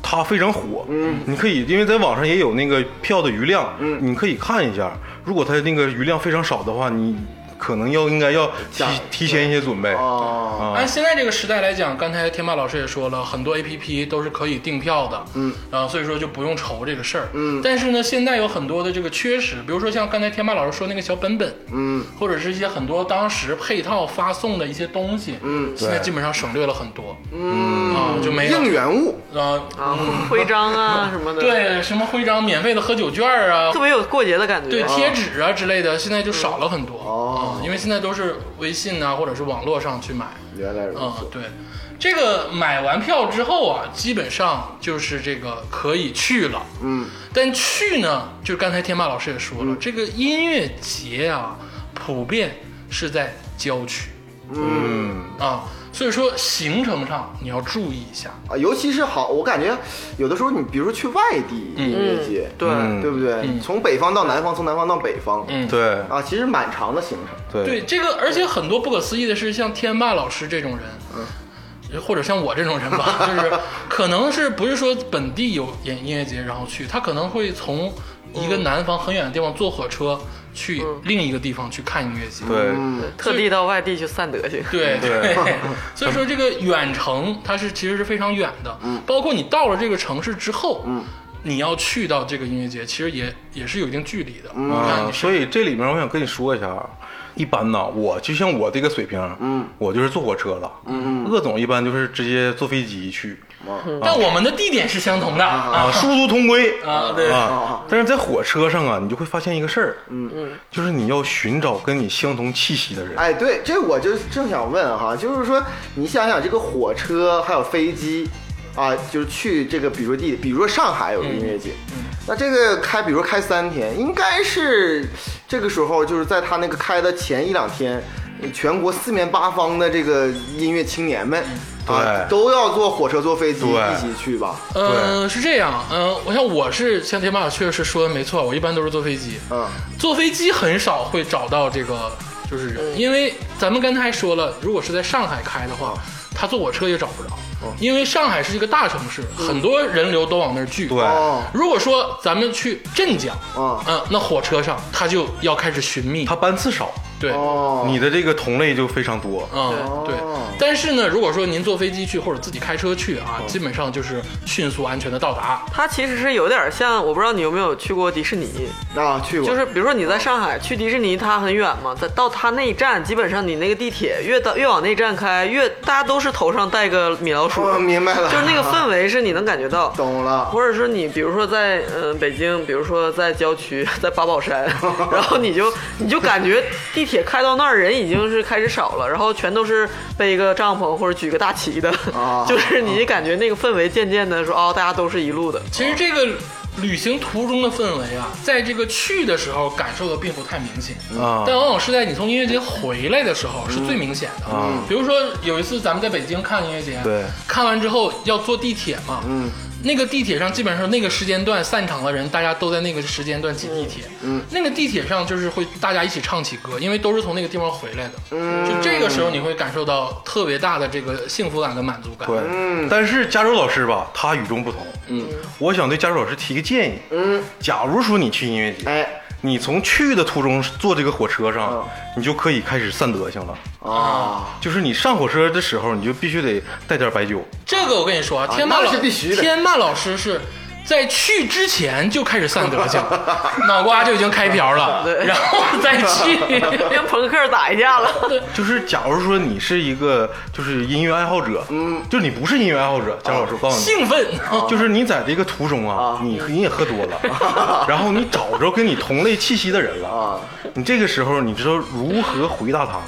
[SPEAKER 3] 它非常火，嗯，你可以，因为在网上也有那个票的余量，嗯，你可以看一下。如果它那个余量非常少的话，你可能要应该要提
[SPEAKER 4] 加
[SPEAKER 3] 提前一些准备
[SPEAKER 4] 哦，
[SPEAKER 3] 啊
[SPEAKER 1] 按。现在这个时代来讲，刚才天霸老师也说了，很多 A P P 都是可以订票的，嗯，啊，所以说就不用愁这个事儿，嗯。但是呢，现在有很多的这个缺失，比如说像刚才天霸老师说那个小本本，
[SPEAKER 4] 嗯，
[SPEAKER 1] 或者是一些很多当时配套发送的一些东西，嗯，现在基本上省略了很多，嗯，啊，就没有
[SPEAKER 4] 应援物，
[SPEAKER 1] 啊，
[SPEAKER 2] 啊，徽章啊什么的，，
[SPEAKER 1] 对，什么徽章、免费的喝酒券儿啊
[SPEAKER 2] 特，别有过节的感觉。
[SPEAKER 1] 对，贴纸啊之类的，现在就少了很多，
[SPEAKER 4] 哦
[SPEAKER 1] 啊因为现在都是微信啊或者是网络上去买，
[SPEAKER 4] 原来如
[SPEAKER 1] 嗯
[SPEAKER 4] 此，，
[SPEAKER 1] 对，这个买完票之后啊，基本上就是这个可以去了。
[SPEAKER 4] 嗯，
[SPEAKER 1] 但去呢，就刚才天霸老师也说了，这个音乐节啊，普遍是在郊区
[SPEAKER 3] 嗯，
[SPEAKER 1] 啊，所以说行程上你要注意一下。
[SPEAKER 4] 啊，尤其是好，我感觉有的时候你比如说去外地音乐节，
[SPEAKER 2] 对，
[SPEAKER 3] 嗯
[SPEAKER 4] 对不对？从北方到南方，从南方到北方，
[SPEAKER 1] 嗯
[SPEAKER 3] 对
[SPEAKER 4] 啊，其实蛮长的行程。
[SPEAKER 1] 对这个，而且很多不可思议的是，像天霸老师这种人，或者像我这种人吧， 就是可能是不是说本地有演音乐节然后去，他可能会从一个南方很远的地方坐火车去另一个地方去看音乐节。
[SPEAKER 3] 对
[SPEAKER 2] 特地到外地去散德去。
[SPEAKER 1] 对
[SPEAKER 3] 对，
[SPEAKER 1] 所以说这个远程它是其实是非常远的，包括你到了这个城市之后，你要去到这个音乐节，其实也也是有一定距离的。你看
[SPEAKER 3] 啊，
[SPEAKER 1] 你嗯是
[SPEAKER 3] 所以这里面我想跟你说一下，啊，一般呢，我就像我这个水平，嗯，我就是坐火车了，嗯嗯，鄂总一般就是直接坐飞机去，
[SPEAKER 1] 但我们的地点是相同的
[SPEAKER 3] 啊，
[SPEAKER 1] 啊
[SPEAKER 3] 殊途同归
[SPEAKER 1] 啊，对。
[SPEAKER 3] 啊。但是在火车上啊，你就会发现一个事儿，嗯嗯，就是你要寻找跟你相同气息的人，
[SPEAKER 4] 哎，对，这我就正想问哈，就是说你想想这个火车还有飞机，啊，就是去这个，比如说地，比如说上海有个音乐节，那这个开，比如说开三天，应该是这个时候就是在他那个开的前一两天，全国四面八方的这个音乐青年们。啊，
[SPEAKER 3] 对
[SPEAKER 4] 都要坐火车、坐飞机
[SPEAKER 3] 对
[SPEAKER 4] 一起去吧。
[SPEAKER 1] 嗯，是这样，嗯，我像我是像天霸确实说的没错，我一般都是坐飞机，
[SPEAKER 4] 嗯，
[SPEAKER 1] 坐飞机很少会找到这个就是
[SPEAKER 3] 嗯
[SPEAKER 1] 人，因为咱们刚才说了，如果是在上海开的
[SPEAKER 3] 嗯
[SPEAKER 1] 话，他坐火车也找不着，因为上海是一个大城市，很多人流都往那儿聚。
[SPEAKER 3] 嗯对，
[SPEAKER 4] 哦，
[SPEAKER 1] 如果说咱们去镇江，
[SPEAKER 4] 啊
[SPEAKER 1] 嗯，那火车上他就要开始寻觅，
[SPEAKER 3] 他班次少，
[SPEAKER 1] 对，
[SPEAKER 4] 哦，
[SPEAKER 3] 你的这个同类就非常多，
[SPEAKER 1] 嗯，对
[SPEAKER 4] 哦。
[SPEAKER 1] 但是呢，如果说您坐飞机去或者自己开车去啊，
[SPEAKER 3] 嗯
[SPEAKER 1] 基本上就是迅速安全的到达。
[SPEAKER 2] 它其实是有点像，我不知道你有没有去过迪士尼，
[SPEAKER 4] 啊去过，
[SPEAKER 2] 就是比如说你在上海去迪士尼，它很远嘛，在到它那一站，基本上你那个地铁越到越往那一站开，越大家都是头上戴个米老鼠，
[SPEAKER 4] 我明白了，
[SPEAKER 2] 就是那个氛围是你能感觉到。
[SPEAKER 4] 懂了。
[SPEAKER 2] 或者说你，比如说在嗯、呃北京，比如说在郊区，在八宝 山，然后你就你就感觉地铁开到那儿人已经是开始少了，然后全都是背一个帐篷或者举个大旗的，
[SPEAKER 4] 啊
[SPEAKER 2] 就是你感觉那个氛围渐渐的说哦，大家都是一路的，
[SPEAKER 1] 其实这个旅行途中的氛围啊，在这个去的时候感受的并不太明显，
[SPEAKER 3] 啊
[SPEAKER 1] 但往往是在你从音乐节回来的时候是最明显的。
[SPEAKER 3] 嗯
[SPEAKER 1] 比如说有一次咱们在北京看音乐节，
[SPEAKER 3] 对
[SPEAKER 1] 看完之后要坐地铁嘛，嗯，那个地铁上基本上那个时间段散场的人，大家都在那个时间段挤地铁，嗯，那个地铁上就是会大家一起唱起歌，因为都是从那个地方回来的，嗯，就这个时候你会感受到特别大的这个幸福感跟满足感，
[SPEAKER 3] 对，但是加州老师吧，他与众不同。嗯，我想对加州老师提个建议。嗯，假如说你去音乐节，
[SPEAKER 4] 哎，
[SPEAKER 3] 你从去的途中坐这个火车上，你就可以开始散德行了。
[SPEAKER 4] 啊，
[SPEAKER 3] 就是你上火车的时候，你就必须得带点白酒。
[SPEAKER 1] 这个我跟你说啊，天霸
[SPEAKER 4] 那
[SPEAKER 1] 老
[SPEAKER 4] 是必须的
[SPEAKER 1] 天霸老师是。在去之前就开始散德性，脑瓜就已经开瓢了，然后 再去，
[SPEAKER 2] 跟朋克打一架了。
[SPEAKER 3] 就是假如说你是一个就是音乐爱好者，嗯，就是你不是音乐爱好者，加州老师我告诉你。
[SPEAKER 1] 兴奋，
[SPEAKER 3] 就是你在这个途中啊，你你也喝多了，然后你找着跟你同类气息的人了，
[SPEAKER 4] 啊
[SPEAKER 3] 你这个时候你知道如何回答他吗？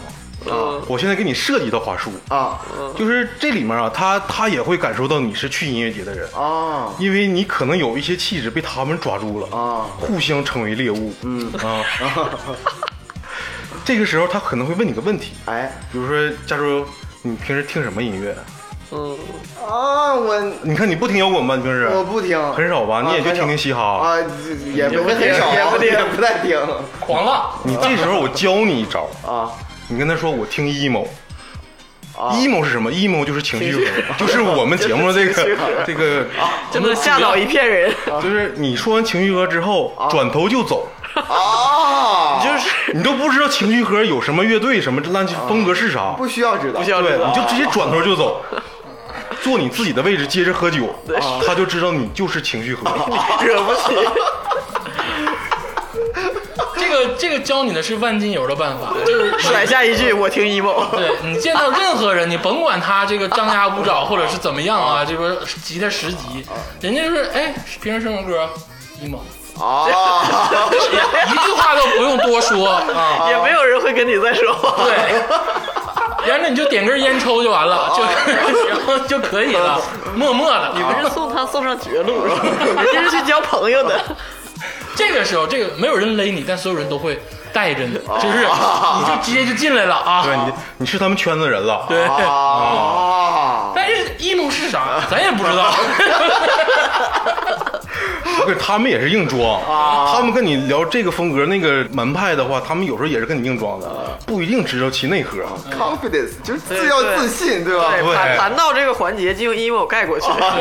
[SPEAKER 2] 嗯，
[SPEAKER 3] 我现在给你设计一道话术，
[SPEAKER 4] 啊
[SPEAKER 3] 就是这里面啊，他他也会感受到你是去音乐节的人，
[SPEAKER 4] 啊
[SPEAKER 3] 因为你可能有一些气质被他们抓住了
[SPEAKER 4] 啊，
[SPEAKER 3] 互相成为猎物。嗯啊，这个时候他可能会问你个问题，
[SPEAKER 4] 哎
[SPEAKER 3] 比如说，加州，你平时听什么音乐？
[SPEAKER 4] 啊，我
[SPEAKER 3] 你看你不听摇滚吧？你平时
[SPEAKER 4] 我不听，
[SPEAKER 3] 很少吧？
[SPEAKER 4] 啊
[SPEAKER 3] 你也就听听嘻哈。
[SPEAKER 4] 啊，也不
[SPEAKER 1] 也不
[SPEAKER 4] 很少，
[SPEAKER 1] 也不听
[SPEAKER 4] 也不太听
[SPEAKER 1] 狂浪，
[SPEAKER 3] 你这时候我教你一招，
[SPEAKER 4] 啊
[SPEAKER 3] 你跟他说我听 emo。
[SPEAKER 4] 啊
[SPEAKER 3] emo 是什么？emo 就是情绪歌， 就是我们节目 这个这个
[SPEAKER 4] 啊
[SPEAKER 2] 真的吓倒一片人。
[SPEAKER 3] 就是你说完情绪歌之后，转头就走，
[SPEAKER 4] 啊，
[SPEAKER 2] 就是
[SPEAKER 3] 你都不知道情绪盒有什么乐队，什么乱七风格是啥，
[SPEAKER 4] 不需要知道，
[SPEAKER 2] 不需要知
[SPEAKER 3] 对，
[SPEAKER 2] 道
[SPEAKER 3] 你就直接转头就 走，坐你自己的位置，接着喝酒，他就知道你就是情绪盒。
[SPEAKER 2] 惹不起。
[SPEAKER 1] 这个这个教你的是万金油的办法，就是
[SPEAKER 2] 甩下一句，我听 emo。
[SPEAKER 1] 对你见到任何人，你甭管他这个张牙舞爪或者是怎么样啊，这个吉他十级，人家就是哎，平时什么歌？emo，
[SPEAKER 4] 啊，
[SPEAKER 1] 一句话都不用多说啊，
[SPEAKER 2] 也没有人会跟你再说话。
[SPEAKER 1] 对，然后你就点根烟抽就完了，就 然后就可以了，默默的。
[SPEAKER 2] 你不是送他送上 绝路，人家是去交朋友的。
[SPEAKER 1] 这个时候，这个没有人勒你，但所有人都会带着你， 就是你就直接就进来了
[SPEAKER 3] 对
[SPEAKER 1] 啊。
[SPEAKER 3] 你，你是他们圈子人了。
[SPEAKER 1] 对，啊
[SPEAKER 4] 啊，
[SPEAKER 1] 但是 emo 是啥，咱也不知 道。
[SPEAKER 3] 不是，他们也是硬装。他们跟你聊这个风格、那个门派的话，他们有时候也是跟你硬装的，不一定知道其内核。啊
[SPEAKER 4] confidence 就是自要自信，对吧？
[SPEAKER 2] 对，
[SPEAKER 3] 对
[SPEAKER 2] 谈谈到这个环节，就用 emo 盖过去。
[SPEAKER 3] 啊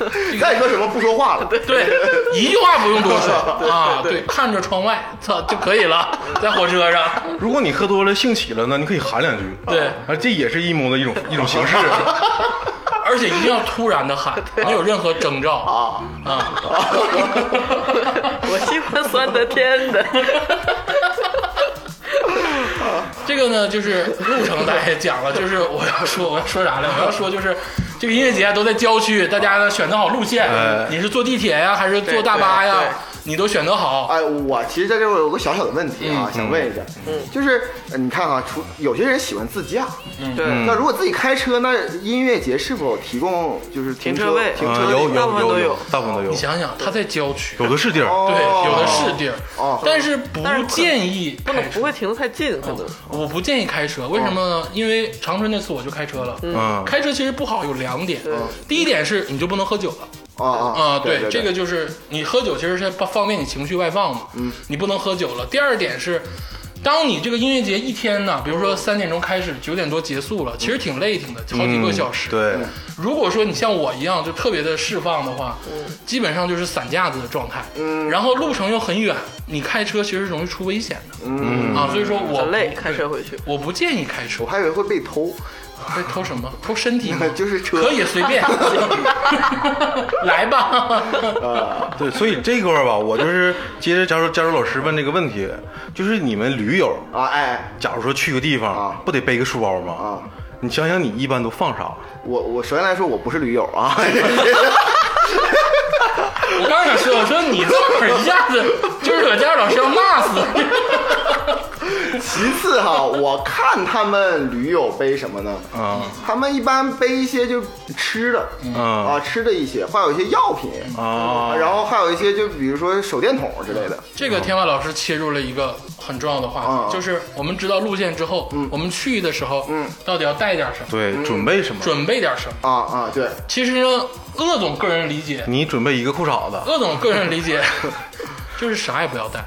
[SPEAKER 4] 再说什么不说话了，
[SPEAKER 1] 对，一句话不用多说啊，对，看着窗外，操就可以了，在火车上，
[SPEAKER 3] 如果你喝多了、兴起了呢，你可以喊两句。
[SPEAKER 1] 对
[SPEAKER 3] 啊，这也是 emo 的一种一种形式。
[SPEAKER 1] 而且一定要突然的喊，没有任何征兆啊 啊！
[SPEAKER 2] 我喜欢酸的甜 的。
[SPEAKER 1] 这个呢，就是路程大家也讲了，就是我要说我要说 啥来？我要说就是这个音乐节啊都在郊区，大家呢选择好路线
[SPEAKER 3] 哎，
[SPEAKER 1] 你是坐地铁呀，还是坐大巴
[SPEAKER 2] 对对
[SPEAKER 1] 呀
[SPEAKER 2] 啊对？
[SPEAKER 1] 你都选择好。
[SPEAKER 4] 哎，我其实在这块有个小小的问题啊，
[SPEAKER 1] 嗯
[SPEAKER 4] 想问一下，就是呃你看哈，除有些人喜欢自驾，
[SPEAKER 3] 嗯
[SPEAKER 2] 对，
[SPEAKER 4] 那如果自己开车，那音乐节是否提供就是停
[SPEAKER 2] 停车位
[SPEAKER 4] 停
[SPEAKER 3] 啊
[SPEAKER 4] 车
[SPEAKER 3] 有有
[SPEAKER 2] 大部分都
[SPEAKER 3] 有
[SPEAKER 2] 有
[SPEAKER 3] 大部分都有
[SPEAKER 1] 你，想想，他在郊区，
[SPEAKER 3] 有的是地儿。
[SPEAKER 1] 对，
[SPEAKER 4] 哦
[SPEAKER 1] 有的是地儿
[SPEAKER 4] 哦，
[SPEAKER 1] 但是不
[SPEAKER 2] 但是可
[SPEAKER 1] 建议
[SPEAKER 2] 不
[SPEAKER 1] 开
[SPEAKER 2] 能
[SPEAKER 1] 车
[SPEAKER 2] 不会停得太近，可能。
[SPEAKER 3] 哦
[SPEAKER 1] 我不建议开车，为什么呢？
[SPEAKER 2] 哦
[SPEAKER 1] 因为长春那次我就开车了。
[SPEAKER 3] 嗯，
[SPEAKER 1] 开车其实不好有两点
[SPEAKER 2] 对，
[SPEAKER 1] 第一点是你就不能喝酒了
[SPEAKER 4] 啊啊
[SPEAKER 1] 啊、
[SPEAKER 4] 对
[SPEAKER 1] 这个就是你喝酒其实是方便你情绪外放嘛，嗯，你不能喝酒了。第二点是，当你这个音乐节一天呢，比如说三点钟开始，九点多结束了，其实挺累挺的，好几个小时。
[SPEAKER 3] 嗯对，
[SPEAKER 1] 如果说你像我一样就特别的释放的话，
[SPEAKER 4] 嗯
[SPEAKER 1] 基本上就是散架子的状态。嗯，然后路程又很远，你开车其实容易出危险的。嗯啊，所以说我
[SPEAKER 2] 很
[SPEAKER 3] 哦
[SPEAKER 2] 累，
[SPEAKER 1] 不
[SPEAKER 2] 开车回
[SPEAKER 3] 嗯
[SPEAKER 2] 去。
[SPEAKER 1] 我不建议开车
[SPEAKER 4] 我，还以为会被偷，
[SPEAKER 1] 会偷什么？偷身体吗？
[SPEAKER 4] 就是车
[SPEAKER 1] 可以随 便， 来吧。
[SPEAKER 4] 啊
[SPEAKER 3] 对，所以这块儿吧，我就是接着加入加入老师问这个问题，就是你们驴友，
[SPEAKER 4] 啊，哎，
[SPEAKER 3] 假如说去个地方，
[SPEAKER 4] 啊
[SPEAKER 3] 不得背个书包吗？
[SPEAKER 4] 啊，
[SPEAKER 3] 你想想，你一般都放啥？
[SPEAKER 4] 我我首先来说，我不是驴友啊，
[SPEAKER 1] 我刚想说，我说你这会儿一下子就是把家长老师要骂死。
[SPEAKER 4] 其次哈，我看他们驴友背什么呢？
[SPEAKER 3] 啊
[SPEAKER 1] 嗯
[SPEAKER 4] 他们一般背一些就吃的，啊，
[SPEAKER 3] 啊
[SPEAKER 4] 吃的一些，还有一些药品，
[SPEAKER 1] 嗯
[SPEAKER 3] 啊！
[SPEAKER 4] 然后还有一些就比如说手电筒之类的，
[SPEAKER 1] 这个天外老师切入了一个很重要的话
[SPEAKER 4] 啊嗯
[SPEAKER 1] 题，就是我们知道路线之后，我们去的时候，到底要带点什么，
[SPEAKER 3] 对，准备什么？
[SPEAKER 1] 准备点什么。
[SPEAKER 4] 啊啊，对，
[SPEAKER 1] 其实呢，鄂总个人理解，
[SPEAKER 3] 你准备一个裤衩子，
[SPEAKER 1] 鄂总个人理解就是啥也不要带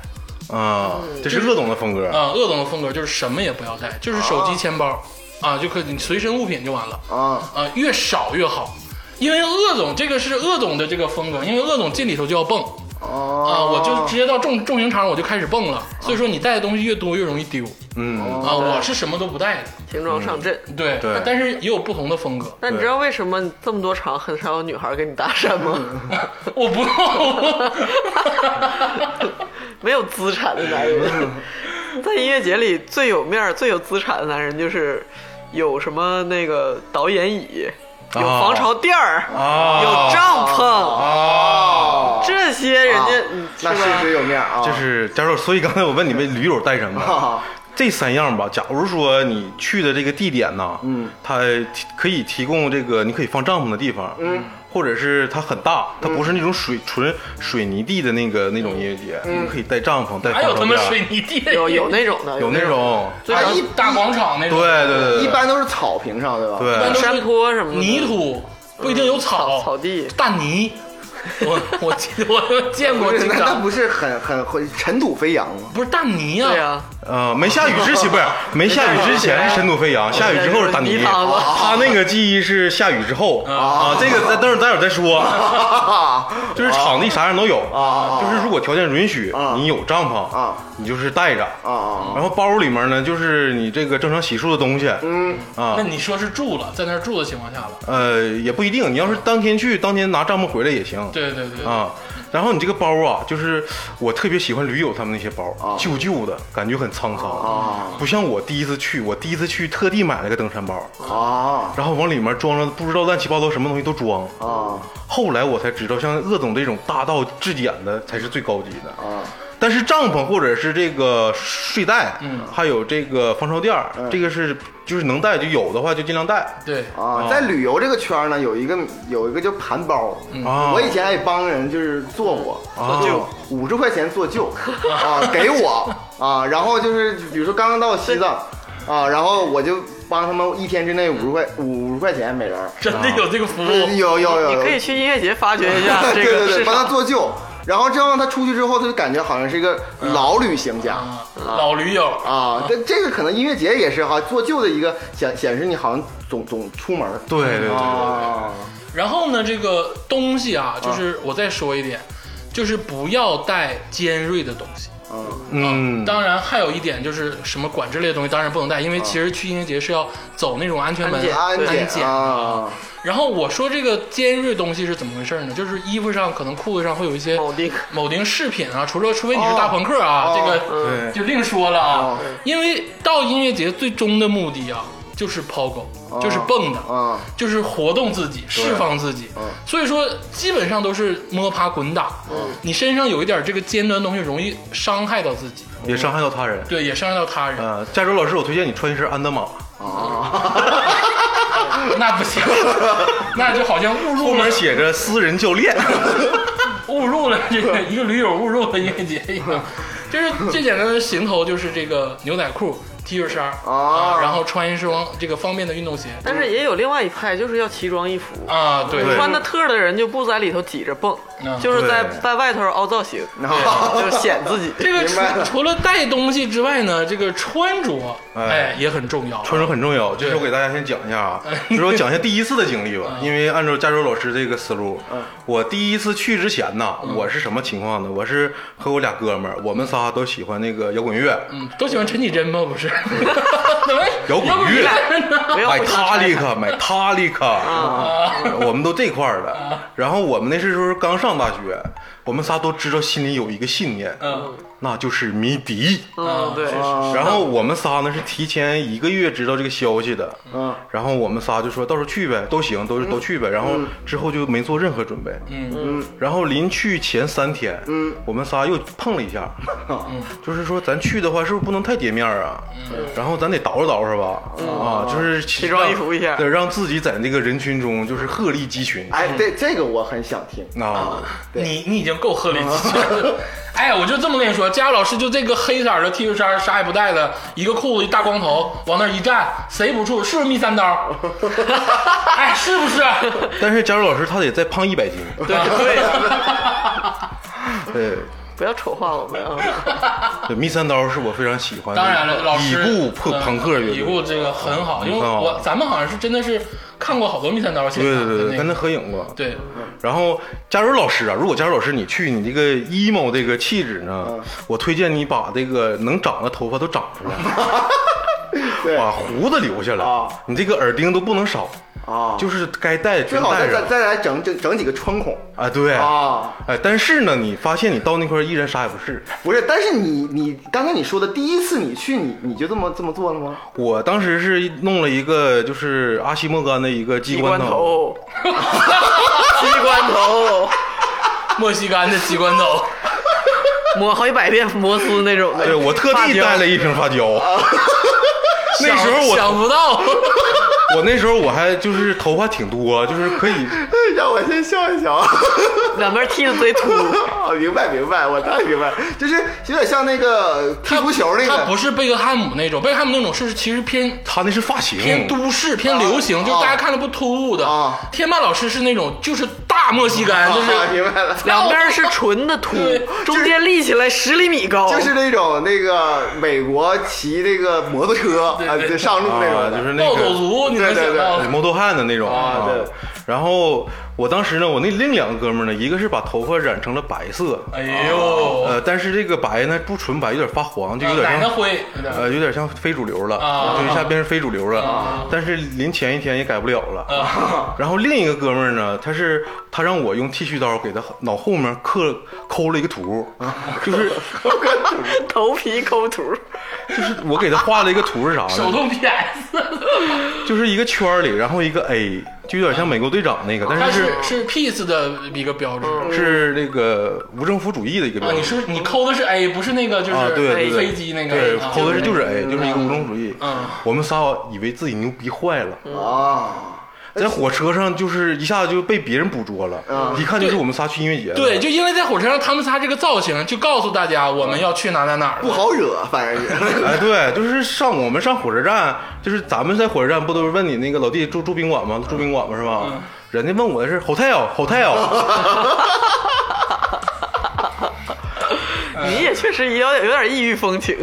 [SPEAKER 3] 啊，这是乐总的风格。
[SPEAKER 1] 啊。鄂总的风格就是什么也不要带，就是手机、钱包啊，就可以你随身物品就完了。
[SPEAKER 4] 啊
[SPEAKER 1] 啊、越少越好，因为鄂总这个是鄂总的这个风格，因为鄂总进里头就要蹦啊、
[SPEAKER 4] 啊，
[SPEAKER 3] 哦
[SPEAKER 1] 我
[SPEAKER 4] 我
[SPEAKER 1] 就直接到重重型场我就开始蹦
[SPEAKER 3] 啊
[SPEAKER 1] 了，所以说你带的东西越多越容易丢
[SPEAKER 3] 嗯，
[SPEAKER 1] 啊、我是什么都不带的，
[SPEAKER 2] 轻装上阵。
[SPEAKER 1] 对，
[SPEAKER 3] 对
[SPEAKER 1] 但是也有不同的风 格，
[SPEAKER 2] 那你知道为什么这么多场很少有女孩跟你搭讪 吗？
[SPEAKER 1] 我不，
[SPEAKER 2] 没有资产的男人，
[SPEAKER 3] 嗯
[SPEAKER 2] 在音乐节里最有面儿、最有资产的男人就是有什么那个导演椅，有
[SPEAKER 3] 啊
[SPEAKER 2] 防潮垫儿，
[SPEAKER 3] 啊
[SPEAKER 2] 哦有帐篷，
[SPEAKER 4] 啊，
[SPEAKER 2] 这些人家、
[SPEAKER 4] 啊
[SPEAKER 2] 嗯是
[SPEAKER 4] 那
[SPEAKER 2] 吧？
[SPEAKER 4] 是不是有面儿啊？
[SPEAKER 3] 这是假如，所以刚才我问你们驴友带什么，
[SPEAKER 4] 啊
[SPEAKER 3] 这三样吧。假如说你去的这个地点呢，嗯，它提可以提供这个你可以放帐篷的地方，嗯，或者是它很大，它不是那种水纯水泥地的那个那种音乐节，你可以带帐篷，带
[SPEAKER 1] 还有他
[SPEAKER 3] 床
[SPEAKER 1] 妈
[SPEAKER 3] 垫儿
[SPEAKER 1] 水泥地，
[SPEAKER 2] 有有那种的，
[SPEAKER 3] 有那种，
[SPEAKER 2] 最少
[SPEAKER 4] 啊一
[SPEAKER 1] 大广场那
[SPEAKER 3] 对
[SPEAKER 1] 种，
[SPEAKER 3] 对对
[SPEAKER 1] 呃
[SPEAKER 3] 对，
[SPEAKER 4] 一般都是草坪上，对吧？
[SPEAKER 3] 对
[SPEAKER 1] 一般都是
[SPEAKER 2] 山坡什么的嗯
[SPEAKER 1] 泥土不一定有
[SPEAKER 2] 草草地。
[SPEAKER 1] 大泥，我 我记得我见过
[SPEAKER 4] 不是，
[SPEAKER 1] 经
[SPEAKER 4] 那那
[SPEAKER 1] 常。
[SPEAKER 4] 不是很很很尘土飞扬吗？
[SPEAKER 1] 不是大泥啊，
[SPEAKER 2] 对呀、
[SPEAKER 3] 呃，没下雨之前不是没下雨之前是深度飞 扬，下雨之后是打泥。
[SPEAKER 2] 泥塘子
[SPEAKER 3] 他那个记忆是下雨之后啊，这个咱等会儿待会儿再说。
[SPEAKER 2] 啊
[SPEAKER 4] 哦
[SPEAKER 3] 就是场地啥样都有
[SPEAKER 4] 啊啊啊
[SPEAKER 3] 就是如果条件允许
[SPEAKER 4] 啊，
[SPEAKER 3] 你有帐篷
[SPEAKER 4] 啊，
[SPEAKER 3] 你就是带着
[SPEAKER 4] 啊啊
[SPEAKER 3] 然后包里面呢，就是你这个正常洗漱的东西，
[SPEAKER 4] 嗯，
[SPEAKER 3] 啊
[SPEAKER 1] 那，你说是住了，在那儿住的情况下了，
[SPEAKER 3] 呃，也不一定，你要是当天去，当天拿帐篷回来也行。
[SPEAKER 1] 对对对，
[SPEAKER 3] 啊，然后你这个包啊，就是我特别喜欢驴友他们那些包，
[SPEAKER 4] 啊
[SPEAKER 3] 旧旧的，感觉很沧桑，
[SPEAKER 4] 啊
[SPEAKER 3] 不像我第一次去，我第一次去特地买了个登山包，
[SPEAKER 4] 啊
[SPEAKER 3] 然后往里面装了不知道乱七八糟什么东西都装。
[SPEAKER 4] 啊
[SPEAKER 3] 后来我才知道，像鄂总这种大道至简的才是最高级的。
[SPEAKER 4] 啊！
[SPEAKER 3] 但是帐篷或者是这个睡袋，
[SPEAKER 1] 嗯
[SPEAKER 3] 还有这个防潮垫儿，
[SPEAKER 4] 嗯
[SPEAKER 3] 这个是就是能带就有的话就尽量带。
[SPEAKER 1] 对，
[SPEAKER 2] 哦
[SPEAKER 4] 啊，在旅游这个圈儿呢，有一个有一个叫盘包，
[SPEAKER 2] 嗯哦
[SPEAKER 3] 啊
[SPEAKER 4] 我以前还帮人就是做过，
[SPEAKER 3] 啊
[SPEAKER 4] 就五十块钱做旧啊，给我啊，然后就是比如说刚刚到西藏啊，然后我就帮他们一天之内五十块五十块钱每人儿，
[SPEAKER 1] 真的有这个服
[SPEAKER 4] 这
[SPEAKER 1] 务，
[SPEAKER 4] 有有
[SPEAKER 2] 嗯
[SPEAKER 4] 有，
[SPEAKER 2] 啊你
[SPEAKER 4] 有
[SPEAKER 2] 可以去音乐节发掘一下这
[SPEAKER 4] 对
[SPEAKER 2] 个
[SPEAKER 4] 对
[SPEAKER 2] 市
[SPEAKER 4] 对，帮他
[SPEAKER 2] 场。
[SPEAKER 4] 做旧，然后这样他出去之后，他就感觉好像是一个
[SPEAKER 2] 嗯
[SPEAKER 4] 老旅行家。
[SPEAKER 1] 啊，老驴友，
[SPEAKER 4] 啊，但这个可能音乐节也是哈，做旧的一个显显示你好像总总出门儿
[SPEAKER 3] 对对对对
[SPEAKER 4] 啊，
[SPEAKER 1] 然后呢，这个东西啊，就是我再说一点，就是不要带尖锐的东西。啊
[SPEAKER 4] 嗯。
[SPEAKER 3] 嗯，
[SPEAKER 1] 当然，还有一点就是什么管制类的东西，当然不能带，因为其实去音乐节是要走那种安全门
[SPEAKER 2] 安检
[SPEAKER 4] 安
[SPEAKER 2] 对
[SPEAKER 1] 安检
[SPEAKER 4] 啊，
[SPEAKER 1] 然后我说这个尖锐东西是怎么回事呢？就是衣服上可能裤子上会有一些
[SPEAKER 2] 铆钉
[SPEAKER 1] 铆钉饰品啊，除了除非你是大朋克啊，
[SPEAKER 4] 哦
[SPEAKER 1] 这个、
[SPEAKER 3] 对
[SPEAKER 1] 就另说了啊
[SPEAKER 4] 哦。
[SPEAKER 1] 因为到音乐节最终的目的啊，就是抛狗，就是蹦的。
[SPEAKER 4] 啊
[SPEAKER 1] 就是活动自己，释放自己
[SPEAKER 4] 嗯，
[SPEAKER 1] 所以说基本上都是摸爬滚打。你身上有一点这个尖端东西，容易伤害到自己，
[SPEAKER 3] 也伤害到他人。
[SPEAKER 1] 对，也伤害到他人，
[SPEAKER 3] 呃，加州老师，我推荐你穿一身安德玛，
[SPEAKER 1] 那不行，那就好像误
[SPEAKER 3] 后
[SPEAKER 1] 入了
[SPEAKER 3] 面写着私人教练。
[SPEAKER 1] 误入了这个一个驴友误入了音乐节一样，就是最简单的行头就是这个牛仔裤、T 恤衫
[SPEAKER 4] 啊
[SPEAKER 1] 然后穿一双这个方便的运动鞋
[SPEAKER 2] 但是也有另外一派，就是要奇装异服，
[SPEAKER 1] 啊，对
[SPEAKER 3] 对
[SPEAKER 2] 穿的特儿的人就不在里头挤着蹦
[SPEAKER 1] 嗯，
[SPEAKER 2] 就是在
[SPEAKER 3] 对
[SPEAKER 2] 在外头凹造型， 就显自己。
[SPEAKER 1] 这个
[SPEAKER 4] 明白
[SPEAKER 1] 除
[SPEAKER 4] 了
[SPEAKER 1] 除了带东西之外呢，这个穿着
[SPEAKER 3] 哎
[SPEAKER 1] 哎也很重要，
[SPEAKER 3] 穿着很重要，这是我给大家先讲一下啊，就是我讲一下第一次的经历
[SPEAKER 1] 嗯
[SPEAKER 3] 吧。因为按照加州老师这个思路，我第一次去之前呢，
[SPEAKER 1] 嗯
[SPEAKER 3] 我是什么情况呢？我是和我俩哥们儿，我们仨都喜欢那个摇滚乐，
[SPEAKER 1] 嗯，都喜欢陈绮贞吗？ 不是，怎么
[SPEAKER 3] 摇滚乐
[SPEAKER 1] 乐呢？
[SPEAKER 2] 不要啊
[SPEAKER 3] 买
[SPEAKER 2] 互相
[SPEAKER 3] 塔
[SPEAKER 2] 拆
[SPEAKER 3] 利
[SPEAKER 2] 散
[SPEAKER 3] 克，买塔利克， 我们都这块儿的。
[SPEAKER 1] 啊
[SPEAKER 3] 然后我们那时候刚上大学，我们仨都知道心里有一个信念，
[SPEAKER 1] 嗯
[SPEAKER 3] 那就是迷笛。
[SPEAKER 2] 嗯，对，
[SPEAKER 4] 哦啊
[SPEAKER 3] 然后我们仨呢是提前一个月知道这个消息的，
[SPEAKER 4] 嗯，
[SPEAKER 3] 然后我们仨就说到时候去呗，都行，都都去呗。然后之后就没做任何准备，
[SPEAKER 1] 嗯，
[SPEAKER 3] 嗯。然后临去前三天，嗯，我们仨又碰了一下，就是说咱去的话是不是不能太叠面儿啊？然后咱得捯饬捯饬吧，啊，就是
[SPEAKER 2] 奇装异服一下
[SPEAKER 3] 对，让自己在那个人群中就是鹤立鸡群
[SPEAKER 4] 哎，对这个我很想听，
[SPEAKER 3] 啊。
[SPEAKER 1] 你你已经够鹤立 鸡群了。哎，我就这么跟你说，佳老师就这个黑色儿的 T 恤衫，啥也不带的，一个裤子，一大光头，往那儿一站，谁不怵？是不是密三 刀？哎，是不是？
[SPEAKER 3] 但是佳茹老师他得再胖一百斤，
[SPEAKER 2] 对 对，
[SPEAKER 3] 对，
[SPEAKER 2] 不要丑化我们啊！
[SPEAKER 3] 对，密三刀是我非常喜欢的，
[SPEAKER 1] 当然了，老
[SPEAKER 3] 已
[SPEAKER 1] 师
[SPEAKER 3] 故朋朋克乐
[SPEAKER 1] 嗯
[SPEAKER 3] 队，
[SPEAKER 1] 已故这个嗯很好，因为
[SPEAKER 3] 很好
[SPEAKER 1] 我咱们好像是真的是看过好多密三刀现
[SPEAKER 3] 对
[SPEAKER 1] 场
[SPEAKER 3] 对对
[SPEAKER 1] 的啊
[SPEAKER 3] 对，
[SPEAKER 1] 那
[SPEAKER 3] 跟他
[SPEAKER 1] 个，
[SPEAKER 3] 合影过。
[SPEAKER 1] 对，
[SPEAKER 3] 然后佳茹老师啊，如果佳茹老师你去你这个 emo 这个气质呢，我推荐你把这个能长的头发都长出来，
[SPEAKER 4] 对
[SPEAKER 3] 把胡子留下来，
[SPEAKER 4] 啊
[SPEAKER 3] 你这个耳钉都不能少，
[SPEAKER 4] 啊，
[SPEAKER 3] 就是该戴
[SPEAKER 4] 最
[SPEAKER 3] 全
[SPEAKER 4] 好
[SPEAKER 3] 戴
[SPEAKER 4] 再
[SPEAKER 3] 上
[SPEAKER 4] 再。再来整整整几个穿孔
[SPEAKER 3] 啊，对
[SPEAKER 4] 啊，
[SPEAKER 3] 哎，但是呢，你发现你到那块儿依然啥也不是。
[SPEAKER 4] 不是，但是你你刚才你说的第一次你去你你就这么这么做了吗？
[SPEAKER 3] 我当时是弄了一个就是阿西莫干的一个鸡
[SPEAKER 2] 鸡
[SPEAKER 3] 冠
[SPEAKER 2] 冠
[SPEAKER 3] 头，
[SPEAKER 2] 头，鸡冠头，
[SPEAKER 1] 莫西干的机关 刀。
[SPEAKER 2] 抹好几百遍摩丝那种的。
[SPEAKER 3] 对我特地带了一瓶发胶。那时候我
[SPEAKER 1] 想不到，
[SPEAKER 3] 我那时候我还就是头发挺多，就是可以
[SPEAKER 4] 让我先笑一笑。
[SPEAKER 2] 两边踢的贼秃。
[SPEAKER 4] 啊，明白明白，我大概明白，就是有点像那个踢足球那
[SPEAKER 1] 他不
[SPEAKER 4] 个，
[SPEAKER 1] 是贝克汉姆那种，贝克汉姆那种是其实偏
[SPEAKER 3] 他那是发型，
[SPEAKER 1] 偏都市、偏流
[SPEAKER 3] 哦
[SPEAKER 1] 行，就是大家看着不突兀的。
[SPEAKER 4] 啊
[SPEAKER 1] 天霸老师是那种就是大莫西
[SPEAKER 3] 哦
[SPEAKER 1] 干，就是
[SPEAKER 4] 啊明白了，
[SPEAKER 2] 两边是纯的秃，中间立起来十厘米高，
[SPEAKER 4] 就是那种那个美国骑那个摩托车啊，
[SPEAKER 1] 对
[SPEAKER 4] 对，上路那
[SPEAKER 3] 啊，
[SPEAKER 4] 种的，
[SPEAKER 3] 就是那
[SPEAKER 1] 暴
[SPEAKER 3] 个
[SPEAKER 1] 走族，你能
[SPEAKER 4] 对
[SPEAKER 1] 想
[SPEAKER 4] 对
[SPEAKER 1] 到
[SPEAKER 3] 对，？摩托汉的那种
[SPEAKER 4] 啊对
[SPEAKER 3] 然后我当时呢，我那另两个哥们儿呢，一个是把头发染成了白色，
[SPEAKER 1] 哎呦，
[SPEAKER 3] 呃，但是这个白呢不纯白，有点发黄，就有点
[SPEAKER 1] 奶奶
[SPEAKER 3] 像。
[SPEAKER 1] 灰，有点
[SPEAKER 3] 呃，有点像非主流了，
[SPEAKER 1] 啊
[SPEAKER 3] 就一下变成非主流了。但是临前一天也改不了了。 然后另一个哥们儿呢，他是他让我用剃须刀给他脑后面刻抠了一个图，就是
[SPEAKER 2] 头皮抠图，
[SPEAKER 3] 就是我给他画了一个图是啥
[SPEAKER 1] 手
[SPEAKER 3] 呢？
[SPEAKER 1] 动 PS，
[SPEAKER 3] 就是一个圈儿里，然后一个 A，就有点像美国队长那个，
[SPEAKER 1] 它
[SPEAKER 3] 但是嗯
[SPEAKER 1] 是是 Peace 的一个标志。
[SPEAKER 3] 是是那个无政府主义的一个
[SPEAKER 1] 啊，
[SPEAKER 3] 标
[SPEAKER 1] 你
[SPEAKER 3] 志。
[SPEAKER 1] 是你抠的是 A，不是那个就
[SPEAKER 3] 啊，
[SPEAKER 1] 是
[SPEAKER 3] 对对对，
[SPEAKER 1] 飞机那个，
[SPEAKER 3] 对，
[SPEAKER 1] 啊
[SPEAKER 3] 抠的是就是 A，就是一个无政府主义。
[SPEAKER 1] 嗯
[SPEAKER 3] 我们仨以为自己牛逼坏了，
[SPEAKER 4] 啊，
[SPEAKER 3] 在火车上就是一下就被别人捕捉了，一看就是我们仨去音乐节的。
[SPEAKER 1] 嗯对，就因为在火车上他们仨这个造型，就告诉大家我
[SPEAKER 3] 嗯
[SPEAKER 1] 们要去哪哪哪儿了。
[SPEAKER 4] 不好惹，反正 是。
[SPEAKER 3] 哎，对，就是上我们上火车站，就是咱们在火车站不都是问你那个老弟住住宾馆吗？住宾馆吗？是吧？
[SPEAKER 1] 嗯
[SPEAKER 3] 人家问我的是 hotel hotel，
[SPEAKER 2] 你也确实有点有点异域风情，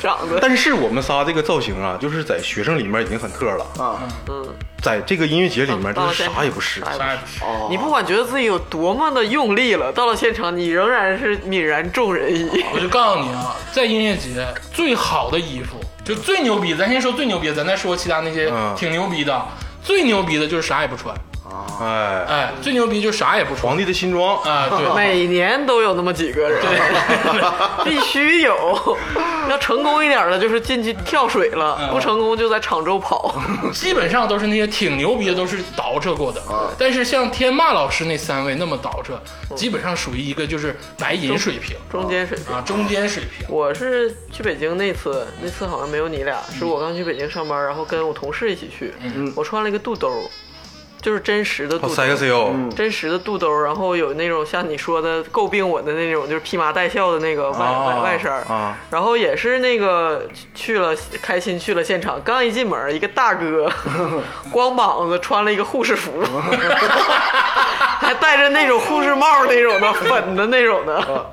[SPEAKER 2] 长得。
[SPEAKER 3] 嗯但是我们仨这个造型啊，就是在学生里面已经很特了，
[SPEAKER 4] 啊，
[SPEAKER 2] 嗯
[SPEAKER 3] 在这个音乐节里面
[SPEAKER 2] 到
[SPEAKER 3] 就
[SPEAKER 2] 了
[SPEAKER 3] 是
[SPEAKER 2] 现
[SPEAKER 3] 啥也不是。
[SPEAKER 2] 啥也
[SPEAKER 1] 啥也不是
[SPEAKER 4] 哦
[SPEAKER 2] 你不管觉得自己有多么的用力了，到了现场你仍然是泯然众人矣。
[SPEAKER 1] 我就告诉你啊，在音乐节最好的衣服，就最牛逼，咱先说最牛逼，咱再说其他那些
[SPEAKER 3] 嗯
[SPEAKER 1] 挺牛逼的。最牛逼的就是啥也不穿，
[SPEAKER 3] 哎，
[SPEAKER 1] 哎，最牛逼就是啥也不穿
[SPEAKER 3] 皇帝的新装，
[SPEAKER 2] 嗯
[SPEAKER 1] 啊， 对。
[SPEAKER 2] 每年都有那么几个人，必须有。要成功一点的，就是进去跳水
[SPEAKER 3] 嗯
[SPEAKER 2] 了；不成功就在场周跑。
[SPEAKER 1] 基本上都是那些挺牛逼的，都是倒饬过的。
[SPEAKER 2] 嗯
[SPEAKER 1] 但是像天霸老师那三位那么倒饬，基本上属于一个就是白银水平
[SPEAKER 2] 中间水平。
[SPEAKER 1] 啊，中间水平。
[SPEAKER 2] 我是去北京那次，那次好像没有你
[SPEAKER 3] 嗯
[SPEAKER 2] 俩，是我刚去北京上班，然后跟我同事一起去。我穿了一个肚兜，就是真实的
[SPEAKER 3] 好
[SPEAKER 2] 肚兜
[SPEAKER 3] 塞，个 E CO，
[SPEAKER 4] 嗯
[SPEAKER 2] 真实的肚兜，然后有那种像你说的诟病我的那种，就是披麻戴孝的那个外、
[SPEAKER 3] 啊
[SPEAKER 2] 外外衫儿
[SPEAKER 3] 啊
[SPEAKER 2] 然后也是那个去了开心去了现场，刚一进门，一个大哥光膀子穿了一个护士服，还戴着那种护士帽那种的粉的那种的，